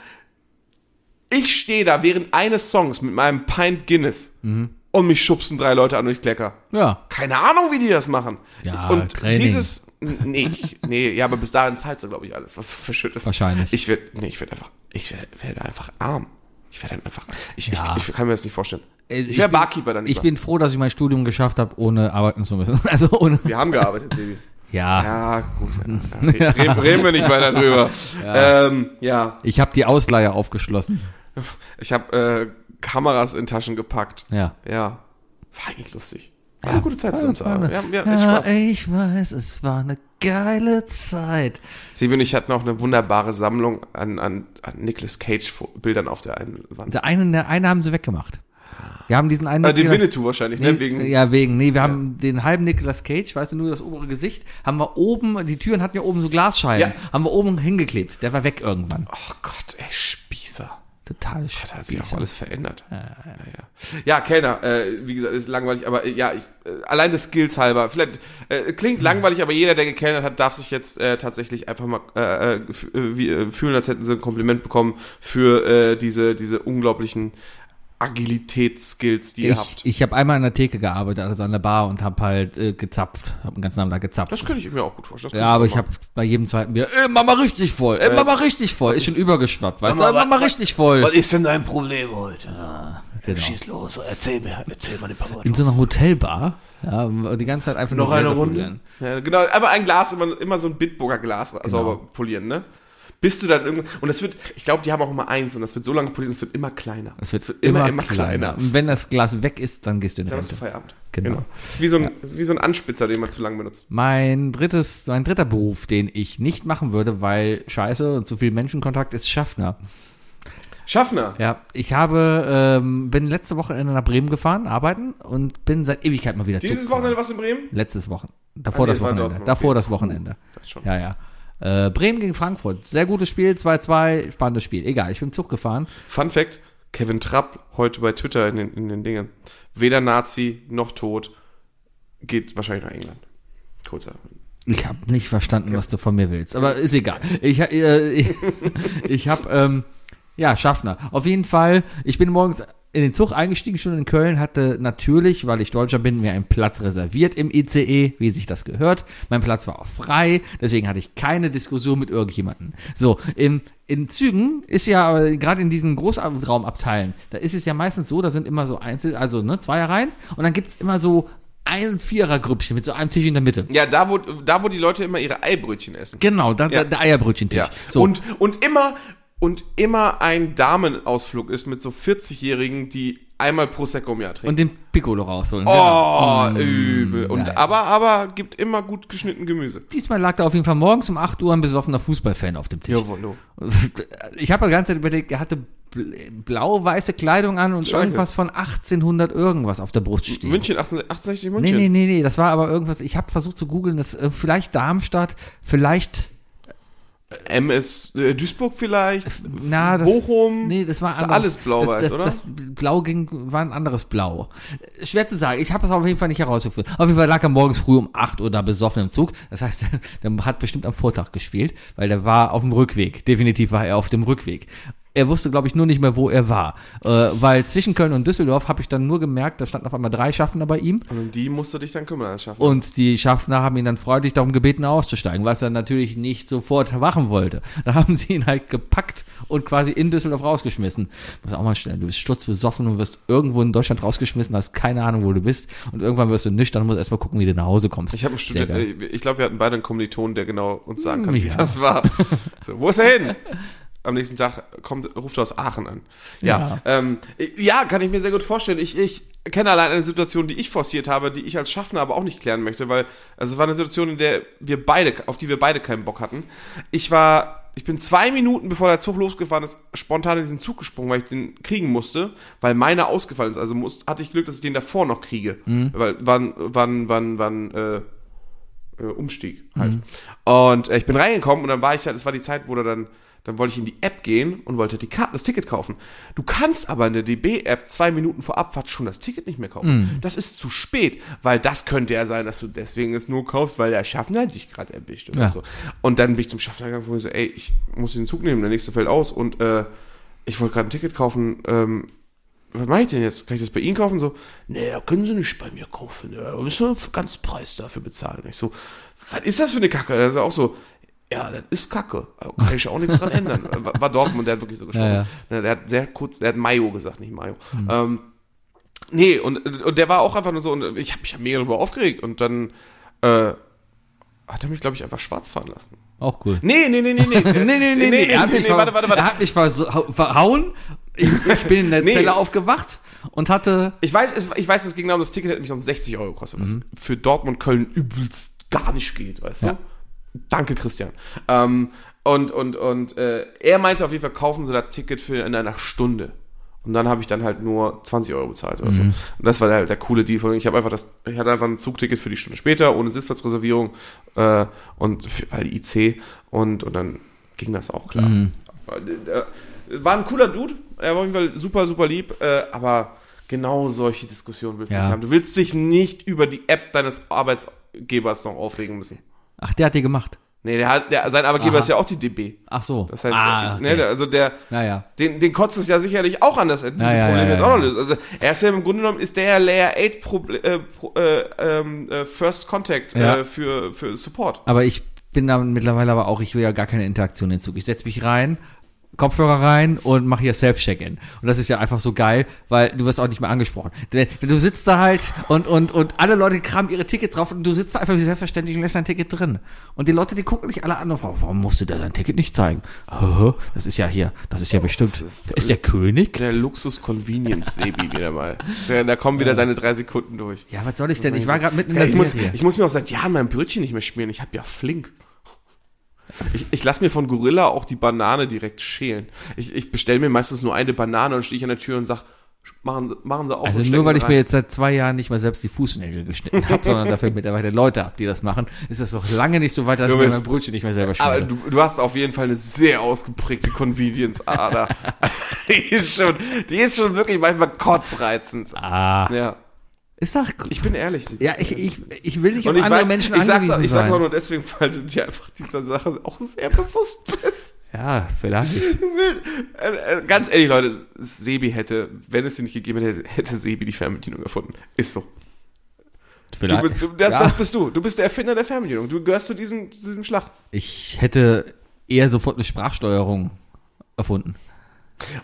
[SPEAKER 3] Ich stehe da während eines Songs mit meinem Pint Guinness
[SPEAKER 4] Mhm.
[SPEAKER 3] und mich schubsen drei Leute an und ich klecker.
[SPEAKER 4] Ja.
[SPEAKER 3] Keine Ahnung, wie die das machen.
[SPEAKER 4] Ja,
[SPEAKER 3] und
[SPEAKER 4] Training.
[SPEAKER 3] dieses. Nee, ich- nee, ja, aber bis dahin zahlst du, glaube ich, alles, was du verschüttest.
[SPEAKER 4] Wahrscheinlich.
[SPEAKER 3] Ich werde nee, ich werd einfach, ich werde werd einfach arm. Ich werde einfach, ich,
[SPEAKER 4] Ja.
[SPEAKER 3] ich, ich kann mir das nicht vorstellen. Ich
[SPEAKER 4] bin-
[SPEAKER 3] wäre Barkeeper dann
[SPEAKER 4] Äh, Ich bin froh, dass ich mein Studium geschafft habe, ohne arbeiten zu müssen. Also ohne.
[SPEAKER 3] Wir haben gearbeitet, Sebi.
[SPEAKER 4] Ja.
[SPEAKER 3] Ja, gut. Ja, okay. reden, reden wir nicht weiter drüber. Ja. Ähm, ja.
[SPEAKER 4] Ich habe die Ausleihe aufgeschlossen.
[SPEAKER 3] Ich habe äh, Kameras in Taschen gepackt.
[SPEAKER 4] Ja.
[SPEAKER 3] Ja. War eigentlich lustig. War eine gute Zeit zusammen.
[SPEAKER 4] war eine-
[SPEAKER 3] Wir haben, wir hatten echt
[SPEAKER 4] Ja,
[SPEAKER 3] Spaß.
[SPEAKER 4] ich weiß, es war eine geile Zeit.
[SPEAKER 3] Sebi und ich hatten auch eine wunderbare Sammlung an, an, an Nicolas Cage Fo- Bildern auf der einen Wand.
[SPEAKER 4] Der eine, der eine haben sie weggemacht. Wir haben diesen einen.
[SPEAKER 3] äh, den
[SPEAKER 4] Nicolas-
[SPEAKER 3] Winnetou wahrscheinlich,
[SPEAKER 4] Nee,
[SPEAKER 3] ne? Wegen,
[SPEAKER 4] ja, wegen. Nee, wir haben den halben Nicolas Cage, weißt du, nur das obere Gesicht, haben wir oben, die Türen hatten ja oben so Glasscheiben,
[SPEAKER 3] Ja.
[SPEAKER 4] haben wir oben hingeklebt. Der war weg irgendwann.
[SPEAKER 3] Oh Gott, ey, Spießer.
[SPEAKER 4] Total
[SPEAKER 3] Da hat sich auch
[SPEAKER 4] scheiße.
[SPEAKER 3] alles verändert. Ja, ja. ja Kellner, äh, wie gesagt, ist langweilig, aber äh, ja, ich, äh, allein des Skills halber. Vielleicht äh, klingt langweilig, aber jeder, der gekellnert hat, darf sich jetzt äh, tatsächlich einfach mal äh, äh, f- äh, wie, äh, fühlen, als hätten sie ein Kompliment bekommen für äh, diese, diese unglaublichen Agilitätsskills, die ihr
[SPEAKER 4] Ich,
[SPEAKER 3] habt.
[SPEAKER 4] ich habe einmal an der Theke gearbeitet, also an der Bar und habe halt äh, gezapft, habe den ganzen Abend da gezapft.
[SPEAKER 3] Das könnte ich mir auch gut vorstellen. Das
[SPEAKER 4] ja, aber
[SPEAKER 3] könnte
[SPEAKER 4] ich habe bei jedem zweiten Bier, ey, mach mal richtig voll, ey, mach mal richtig voll, ist schon übergeschwappt, weißt du, Äh, mach mal richtig voll. Genau.
[SPEAKER 10] Was ist denn dein Problem heute? Schieß los, erzähl mir, erzähl mal den Papa.
[SPEAKER 4] In so einer Hotelbar, ja, die ganze Zeit einfach
[SPEAKER 3] Noch
[SPEAKER 4] nur
[SPEAKER 3] eine
[SPEAKER 4] Gläser
[SPEAKER 3] Runde?
[SPEAKER 4] polieren.
[SPEAKER 3] Ja, genau, aber ein Glas, immer, immer so ein Bitburger Glas äh,
[SPEAKER 4] Genau.
[SPEAKER 3] sauber polieren, ne? Bis du dann irgendwann. Und das wird, ich glaube, die haben auch immer eins und das wird so lange poliert, und es wird immer kleiner.
[SPEAKER 4] Es wird, immer, immer kleiner.
[SPEAKER 3] Dann
[SPEAKER 4] Und wenn das Glas weg ist, dann gehst du in die
[SPEAKER 3] hast
[SPEAKER 4] Rente.
[SPEAKER 3] du Feierabend.
[SPEAKER 4] Genau.
[SPEAKER 3] Das ist wie so, ein, wie so ein Anspitzer, den man zu lange benutzt.
[SPEAKER 4] Mein drittes, mein dritter Beruf, den ich nicht machen würde, weil Scheiße und zu viel Menschenkontakt ist Schaffner.
[SPEAKER 3] Schaffner.
[SPEAKER 4] Ja, ich habe, ähm, bin letzte Wochenende nach Bremen gefahren, arbeiten und bin seit Ewigkeit mal wieder
[SPEAKER 3] Dieses
[SPEAKER 4] zurückgekommen.
[SPEAKER 3] Wochenende was in Bremen?
[SPEAKER 4] Letztes Wochenende. Davor
[SPEAKER 3] Ah, nee,
[SPEAKER 4] das
[SPEAKER 3] es war in
[SPEAKER 4] Wochenende.
[SPEAKER 3] Dortmund,
[SPEAKER 4] Davor
[SPEAKER 3] okay.
[SPEAKER 4] das Wochenende.
[SPEAKER 3] Das schon.
[SPEAKER 4] Ja, ja. Äh, Bremen gegen Frankfurt. Sehr gutes Spiel, 2-2, spannendes Spiel. Egal, ich bin im Zug gefahren.
[SPEAKER 3] Fun Fact: Kevin Trapp heute bei Twitter in den, in den Dingen. Weder Nazi noch tot. Geht wahrscheinlich nach England. Kurzer.
[SPEAKER 4] Ich habe nicht verstanden, was du von mir willst, aber ist egal. Ich, äh, ich, ich habe, ähm, ja, Schaffner. Auf jeden Fall, ich bin morgens in den Zug eingestiegen, schon in Köln, hatte natürlich, weil ich Deutscher bin, mir einen Platz reserviert im ICE, wie sich das gehört. Mein Platz war auch frei, deswegen hatte ich keine Diskussion mit irgendjemandem. So, im, in Zügen ist ja, äh, gerade in diesen Großraumabteilen, da ist es ja meistens so, da sind immer so Einzel-, also ne, Zweierreihen und dann gibt's immer so ein Vierergrüppchen mit so einem Tisch in der Mitte.
[SPEAKER 3] Ja, da wo, da, wo die Leute immer ihre Eibrötchen essen.
[SPEAKER 4] Genau, da, da, der Eierbrötchentisch.
[SPEAKER 3] Ja. Und, und immer und immer ein Damenausflug ist mit so 40-Jährigen, die einmal Prosecco im Jahr
[SPEAKER 4] und
[SPEAKER 3] trinken.
[SPEAKER 4] den Piccolo rausholen. Genau.
[SPEAKER 3] oh, übel. Und aber aber gibt immer gut geschnitten Gemüse.
[SPEAKER 4] Diesmal lag da auf jeden Fall morgens um 8 Uhr ein besoffener Fußballfan auf dem Tisch.
[SPEAKER 3] Jawollo.
[SPEAKER 4] Ich habe die ganze Zeit überlegt, er hatte bl- blau-weiße Kleidung an und
[SPEAKER 3] Schalke.
[SPEAKER 4] irgendwas von 1800 irgendwas auf der Brust stehen.
[SPEAKER 3] München 68
[SPEAKER 4] nee,
[SPEAKER 3] München.
[SPEAKER 4] nee, nee, nee, das war aber irgendwas, ich habe versucht zu googeln, das äh, vielleicht Darmstadt, vielleicht
[SPEAKER 3] MS äh, Duisburg vielleicht.
[SPEAKER 4] na, das,
[SPEAKER 3] Bochum.
[SPEAKER 4] Nee, das war
[SPEAKER 3] Ist
[SPEAKER 4] anderes.
[SPEAKER 3] alles blau-weiß,
[SPEAKER 4] das, das,
[SPEAKER 3] oder?
[SPEAKER 4] Das Blau ging, war ein anderes Blau. Äh, Schwer zu sagen. Ich habe es auf jeden Fall nicht herausgefunden. Auf jeden Fall lag er morgens früh um 8 Uhr da besoffen im Zug. Das heißt, der hat bestimmt am Vortag gespielt, weil der war auf dem Rückweg. Definitiv war er auf dem Rückweg. Er wusste, glaube ich, nur nicht mehr, wo er war. Äh, weil zwischen Köln und Düsseldorf habe ich dann nur gemerkt, da standen auf einmal drei Schaffner bei ihm.
[SPEAKER 3] Und um die musst du dich dann kümmern, als Schaffner.
[SPEAKER 4] Und die Schaffner haben ihn dann freundlich darum gebeten, auszusteigen, was er natürlich nicht sofort machen wollte. Da haben sie ihn halt gepackt und quasi in Düsseldorf rausgeschmissen. Muss auch mal stellen, du bist stutzbesoffen und wirst irgendwo in Deutschland rausgeschmissen, hast keine Ahnung, wo du bist. Und irgendwann wirst du nüchtern und musst erstmal gucken, wie du nach Hause kommst.
[SPEAKER 3] Ich habe einen
[SPEAKER 4] Sehr
[SPEAKER 3] Student,
[SPEAKER 4] geil.
[SPEAKER 3] äh, ich glaube, wir hatten beide einen Kommilitonen, der genau uns sagen kann, wie
[SPEAKER 4] ja.
[SPEAKER 3] das war. So, wo ist er hin? Am nächsten Tag kommt, ruft er aus Aachen an. Ja, ähm, äh, ja, kann ich mir sehr gut vorstellen. Ich, ich kenne allein eine Situation, die ich forciert habe, die ich als Schaffner aber auch nicht klären möchte, weil also es war eine Situation, in der wir beide, auf die wir beide keinen Bock hatten. Ich war, ich bin zwei Minuten bevor der Zug losgefahren ist, spontan in diesen Zug gesprungen, weil ich den kriegen musste, weil meiner ausgefallen ist. Also muss, hatte ich Glück, dass ich den davor noch kriege, weil wann, wann, wann, wann. Äh, äh, Umstieg halt. Und äh, ich bin reingekommen und dann war ich halt, es war die Zeit, wo da dann, dann wollte ich in die App gehen und wollte halt die Karte, das Ticket kaufen. Du kannst aber in der DB-App zwei Minuten vor Abfahrt schon das Ticket nicht mehr kaufen. Das ist zu spät, weil das könnte ja sein, dass du deswegen es nur kaufst, weil der Schaffner dich gerade erwischt oder
[SPEAKER 4] Ja.
[SPEAKER 3] so. Und dann bin ich zum Schaffner gegangen und hab gesagt, ey, ich muss den Zug nehmen, der nächste fällt aus und äh, ich wollte gerade ein Ticket kaufen, ähm, was mache ich denn jetzt? Kann ich das bei Ihnen kaufen? So, naja, können Sie nicht bei mir kaufen. Ja, Da müssen wir einen ganzen Preis dafür bezahlen. Und Ich so, was ist das für eine Kacke? Das ist er auch so, ja, das ist Kacke. Also Kann ich auch nichts dran ändern. War war Dortmund, der hat wirklich so gesprochen.
[SPEAKER 4] Ja, Hm. ja.
[SPEAKER 3] Na, Der hat sehr kurz, der hat Mayo gesagt, nicht Mayo. Ähm, nee, und, und der war auch einfach nur so, und ich habe mich ja mega darüber aufgeregt. Und dann äh, hat er mich, glaube ich, einfach schwarz fahren lassen.
[SPEAKER 4] Auch cool.
[SPEAKER 3] Nee, nee, nee, nee, nee.
[SPEAKER 4] Nee, nee, nee, nee, er, hat mich ver-
[SPEAKER 3] warte, warte, warte.
[SPEAKER 4] er hat mich verso- verhauen. Ich, ich bin in der
[SPEAKER 3] Nee.
[SPEAKER 4] Zelle aufgewacht und hatte.
[SPEAKER 3] Ich weiß, es, ich weiß, es ging darum, das Ticket hätte mich sonst 60 Euro gekostet, was für Dortmund Köln übelst gar nicht geht, weißt
[SPEAKER 4] Ja.
[SPEAKER 3] du? Danke, Christian. Ähm, und und, und äh, er meinte auf jeden Fall, kaufen Sie das Ticket für in einer Stunde. Und dann habe ich dann halt nur 20 Euro bezahlt oder so. Und das war halt der coole Deal. von ihm. Ich habe einfach das, ich hatte einfach ein Zugticket für die Stunde später, ohne Sitzplatzreservierung äh, und für, weil IC und, und dann ging das auch klar. Äh, War ein cooler Dude, er war auf jeden Fall super, super lieb, äh, aber genau solche Diskussionen willst du
[SPEAKER 4] Ja.
[SPEAKER 3] nicht haben. Du willst dich nicht über die App deines Arbeitgebers noch aufregen müssen.
[SPEAKER 4] Ach, der hat dir gemacht.
[SPEAKER 3] Nee, der hat, der, sein Arbeitgeber
[SPEAKER 4] Aha.
[SPEAKER 3] ist ja auch die DB.
[SPEAKER 4] Ach so.
[SPEAKER 3] Das heißt,
[SPEAKER 4] ah,
[SPEAKER 3] der, ne,
[SPEAKER 4] okay.
[SPEAKER 3] der- also der,
[SPEAKER 4] Naja.
[SPEAKER 3] den, den kotzt es ja sicherlich auch an, dass er diese
[SPEAKER 4] Ja, ja,
[SPEAKER 3] Probleme
[SPEAKER 4] ja,
[SPEAKER 3] jetzt
[SPEAKER 4] ja,
[SPEAKER 3] auch noch
[SPEAKER 4] ja.
[SPEAKER 3] löst. Also er ist ja im Grunde genommen, ist der ja Layer 8 Proble äh, Pro, äh, ähm, äh, First Contact
[SPEAKER 4] Ja.
[SPEAKER 3] äh, für, für Support.
[SPEAKER 4] Aber ich bin da mittlerweile aber auch, ich will ja gar keine Interaktion in den Zug. Ich setze mich rein, Kopfhörer rein und mache hier Self-Check-In. Und das ist ja einfach so geil, weil du wirst auch nicht mehr angesprochen. Denn Du sitzt da halt und, und, und alle Leute kramen ihre Tickets drauf und du sitzt da einfach wie selbstverständlich und lässt dein Ticket drin. Und die Leute, die gucken dich alle an und fragen, warum musst du da sein Ticket nicht zeigen? Oh, das ist ja hier, das ist ja bestimmt,
[SPEAKER 3] ist-
[SPEAKER 4] ist, ist der König?
[SPEAKER 3] Der Luxus Convenience, Sebi, wieder mal. Da kommen wieder deine drei Sekunden durch.
[SPEAKER 4] Ja, was soll ich denn? Ich war gerade mitten in der
[SPEAKER 3] Ich muss,
[SPEAKER 4] Serie.
[SPEAKER 3] ich muss mir auch seit Jahren mein Brötchen nicht mehr schmieren. Ich habe ja flink. Ich, ich lasse mir von Gorilla auch die Banane direkt schälen. Ich, ich bestelle mir meistens nur eine Banane und stehe ich an der Tür und sag, machen, Sie- machen Sie auf.
[SPEAKER 4] Also
[SPEAKER 3] und
[SPEAKER 4] nur
[SPEAKER 3] stecken
[SPEAKER 4] weil
[SPEAKER 3] Sie
[SPEAKER 4] ich
[SPEAKER 3] rein.
[SPEAKER 4] mir jetzt seit zwei Jahren nicht mal selbst die Fußnägel geschnitten habe, sondern dafür mittlerweile Leute habe, die das machen, ist das doch lange nicht so weit, dass
[SPEAKER 3] Du
[SPEAKER 4] ich mir
[SPEAKER 3] bist-
[SPEAKER 4] mein Brötchen nicht mehr selber
[SPEAKER 3] Aber
[SPEAKER 4] schneide.
[SPEAKER 3] du, du hast auf jeden Fall eine sehr ausgeprägte Convenience-Ader. die, ist schon, die ist schon wirklich manchmal kotzreizend.
[SPEAKER 4] Ah,
[SPEAKER 3] Ja,
[SPEAKER 4] ist doch
[SPEAKER 3] ich bin ehrlich. Sebi.
[SPEAKER 4] Ja, ich, ich, ich will nicht auf
[SPEAKER 3] Und ich
[SPEAKER 4] andere
[SPEAKER 3] weiß,
[SPEAKER 4] Menschen
[SPEAKER 3] ich sag's,
[SPEAKER 4] angewiesen
[SPEAKER 3] ich
[SPEAKER 4] sein.
[SPEAKER 3] sag's auch nur deswegen, weil du dir einfach dieser Sache auch sehr bewusst bist.
[SPEAKER 4] ja, vielleicht.
[SPEAKER 3] Du willst- äh, äh, Ganz ehrlich, Leute, Sebi hätte, wenn es sie nicht gegeben hätte, hätte Sebi die Fernbedienung erfunden. Ist so. Du
[SPEAKER 4] vielleicht.
[SPEAKER 3] bist, du, das,
[SPEAKER 4] ja,
[SPEAKER 3] das bist du. Du bist der Erfinder der Fernbedienung. Du gehörst zu diesem, zu diesem Schlag.
[SPEAKER 4] ich hätte eher sofort eine Sprachsteuerung erfunden.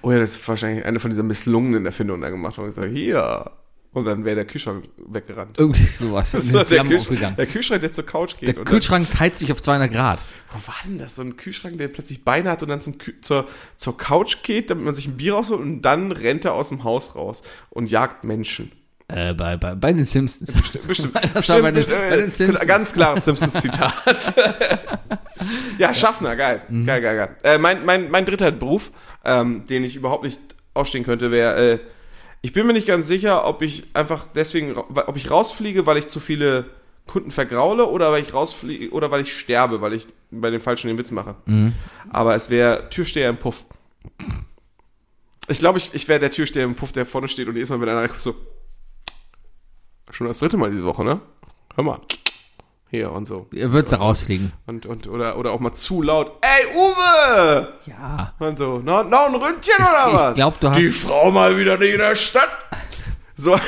[SPEAKER 3] Oh ja, das ist wahrscheinlich eine von dieser misslungenen Erfindungen da gemacht worden. Ich sage, hier. Und dann wäre der Kühlschrank weggerannt.
[SPEAKER 4] Irgendwie sowas. Und in
[SPEAKER 3] der,
[SPEAKER 4] Flammen
[SPEAKER 3] Kühlsch-
[SPEAKER 4] aufgegangen.
[SPEAKER 3] der Kühlschrank, der zur Couch geht.
[SPEAKER 4] Der
[SPEAKER 3] und
[SPEAKER 4] Kühlschrank teilt sich auf 200 Grad.
[SPEAKER 3] dann, wo war denn das? So ein Kühlschrank, der plötzlich Beine hat und dann zum Kü zur, zur Couch geht, damit man sich ein Bier rausholt und dann rennt er aus dem Haus raus und jagt Menschen.
[SPEAKER 4] Äh, bei, bei, bei den Simpsons.
[SPEAKER 3] Bestimmt.
[SPEAKER 4] Das war
[SPEAKER 3] Bestimmt,
[SPEAKER 4] bei den-
[SPEAKER 3] äh,
[SPEAKER 4] bei den Simpsons.
[SPEAKER 3] Ganz klares Simpsons-Zitat. ja, Schaffner, geil.
[SPEAKER 4] Mhm.
[SPEAKER 3] Geil, geil, geil. Äh, mein, mein, mein dritter Beruf, ähm, den ich überhaupt nicht ausstehen könnte, wäre, äh, ich bin mir nicht ganz sicher, ob ich einfach deswegen, ra- ob ich rausfliege, weil ich zu viele Kunden vergraule oder weil ich rausfliege oder weil ich sterbe, weil ich bei den Falschen den Witz mache.
[SPEAKER 4] Mhm.
[SPEAKER 3] Aber es wäre Türsteher im Puff. Ich glaube, ich, ich wäre der Türsteher im Puff, der vorne steht und jedes Mal, wenn einer reinkommt, so, Schon das dritte Mal diese Woche, ne? Hör mal. hier und so.
[SPEAKER 4] Er wird's da rausfliegen.
[SPEAKER 3] Und, und, oder, oder auch mal zu laut, ey, Uwe!
[SPEAKER 4] Ja.
[SPEAKER 3] Und so, noch, noch ein Ründchen oder
[SPEAKER 4] ich
[SPEAKER 3] was?
[SPEAKER 4] glaub, du hast-
[SPEAKER 3] Die Frau mal wieder nicht in der Stadt. So,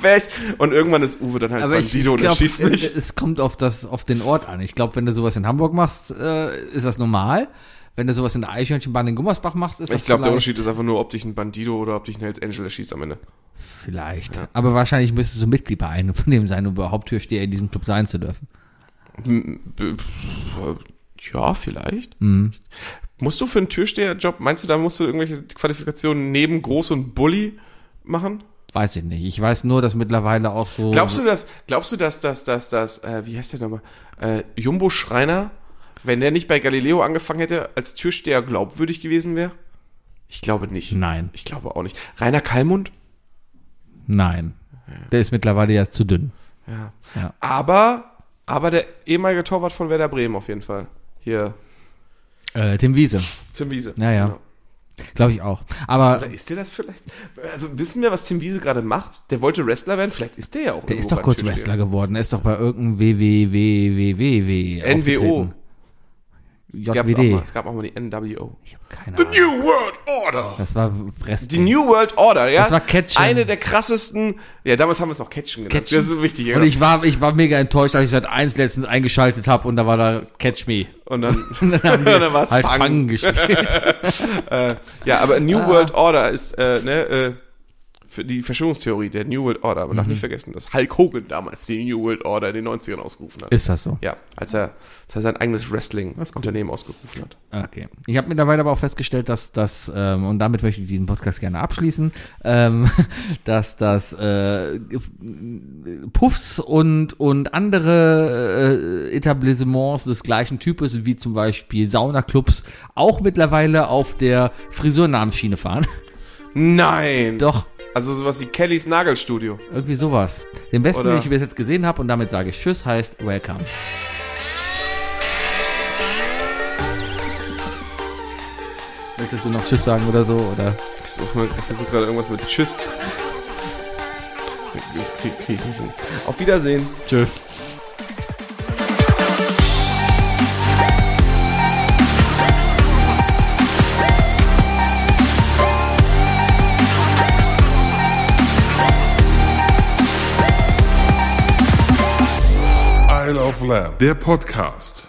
[SPEAKER 3] wär ich. Und irgendwann ist Uwe dann halt
[SPEAKER 4] Aber ich, ich
[SPEAKER 3] Bandido und er
[SPEAKER 4] glaub, es,
[SPEAKER 3] schießt mich.
[SPEAKER 4] es kommt auf, das, auf den Ort an. Ich glaube, wenn du sowas in Hamburg machst, äh, ist das normal. Wenn du sowas in der Eichhörnchenbahn in Gummersbach machst, ist das
[SPEAKER 3] Ich glaube, der
[SPEAKER 4] vielleicht-
[SPEAKER 3] Unterschied ist einfach nur, ob dich ein Bandido oder ob dich ein Hells Angel erschießt am Ende.
[SPEAKER 4] Vielleicht. Aber wahrscheinlich müsstest du Mitglied bei einem von dem sein, um überhaupt Türsteher in diesem Club sein zu dürfen.
[SPEAKER 3] B- pf, Ja, vielleicht.
[SPEAKER 4] Mhm.
[SPEAKER 3] Musst du für einen Türsteherjob, meinst du, da musst du irgendwelche Qualifikationen neben Groß und Bulli machen?
[SPEAKER 4] Weiß ich nicht. Ich weiß nur, dass mittlerweile auch so.
[SPEAKER 3] Glaubst du, dass, glaubst du, dass, dass, dass, dass, äh, wie heißt der nochmal, äh, Jumbo Schreiner, wenn der nicht bei Galileo angefangen hätte, als Türsteher glaubwürdig gewesen wäre? Ich glaube nicht.
[SPEAKER 4] Nein.
[SPEAKER 3] Ich glaube auch nicht. Rainer Kallmund?
[SPEAKER 4] Nein. Der ist mittlerweile ja zu dünn.
[SPEAKER 3] Aber, aber der ehemalige Torwart von Werder Bremen auf jeden Fall. Hier,
[SPEAKER 4] Äh, Tim Wiese.
[SPEAKER 3] Tim Wiese.
[SPEAKER 4] Ja, ja.
[SPEAKER 3] Genau.
[SPEAKER 4] Glaube ich auch. Aber
[SPEAKER 3] Oder ist der das vielleicht? Also wissen wir, was Tim Wiese gerade macht? Der wollte Wrestler werden, vielleicht ist der ja auch.
[SPEAKER 4] der ist doch kurz Wrestler geworden. Er ist doch bei irgendeinem WWWWW.
[SPEAKER 3] NWO. Gab's auch mal.
[SPEAKER 4] JWD.
[SPEAKER 3] Es gab auch mal die NWO.
[SPEAKER 4] Ich habe keine
[SPEAKER 3] The
[SPEAKER 4] Ahnung.
[SPEAKER 3] New World Order.
[SPEAKER 4] Das war Wrestling.
[SPEAKER 3] Die New World Order, ja?
[SPEAKER 4] Das war Catchen.
[SPEAKER 3] Eine der krassesten. Ja, damals haben wir es noch Catchen genannt.
[SPEAKER 4] Catchen.
[SPEAKER 3] Das ist so wichtig, ja.
[SPEAKER 4] Und ich war, ich war mega enttäuscht, als ich seit 1 letztens eingeschaltet habe und da war da Catch Me.
[SPEAKER 3] Und dann,
[SPEAKER 4] Und dann haben wir
[SPEAKER 3] dann war's
[SPEAKER 4] halt
[SPEAKER 3] Fangen.
[SPEAKER 4] Fangen, gespielt.
[SPEAKER 3] Ja, aber New
[SPEAKER 4] Ah.
[SPEAKER 3] World Order ist, äh, ne, äh, für die Verschwörungstheorie der New World Order. Aber
[SPEAKER 4] Mhm.
[SPEAKER 3] darf nicht vergessen, dass Hulk Hogan damals die New World Order in den 90ern ausgerufen hat.
[SPEAKER 4] Ist das so?
[SPEAKER 3] ja, als er, als er sein eigenes Wrestling-Unternehmen ausgerufen hat.
[SPEAKER 4] Okay. Ich habe mittlerweile aber auch festgestellt, dass das, ähm, und damit möchte ich diesen Podcast gerne abschließen, ähm, dass das äh, Puffs und, und andere äh, Etablissements des gleichen Types, wie zum Beispiel Saunaclubs, auch mittlerweile auf der Friseurnammenschiene fahren.
[SPEAKER 3] Nein!
[SPEAKER 4] Doch,
[SPEAKER 3] Also sowas wie Kellys Nagelstudio.
[SPEAKER 4] irgendwie sowas. Den besten,
[SPEAKER 3] Oder-
[SPEAKER 4] den ich bis jetzt gesehen habe, und damit sage ich Tschüss, heißt Welcome. Möchtest du noch Tschüss sagen oder so? Oder?
[SPEAKER 3] Ich suche versuche gerade irgendwas mit Tschüss. Ich krieg- krieg ich nicht hin. Auf Wiedersehen. Tschüss.
[SPEAKER 1] Der Podcast.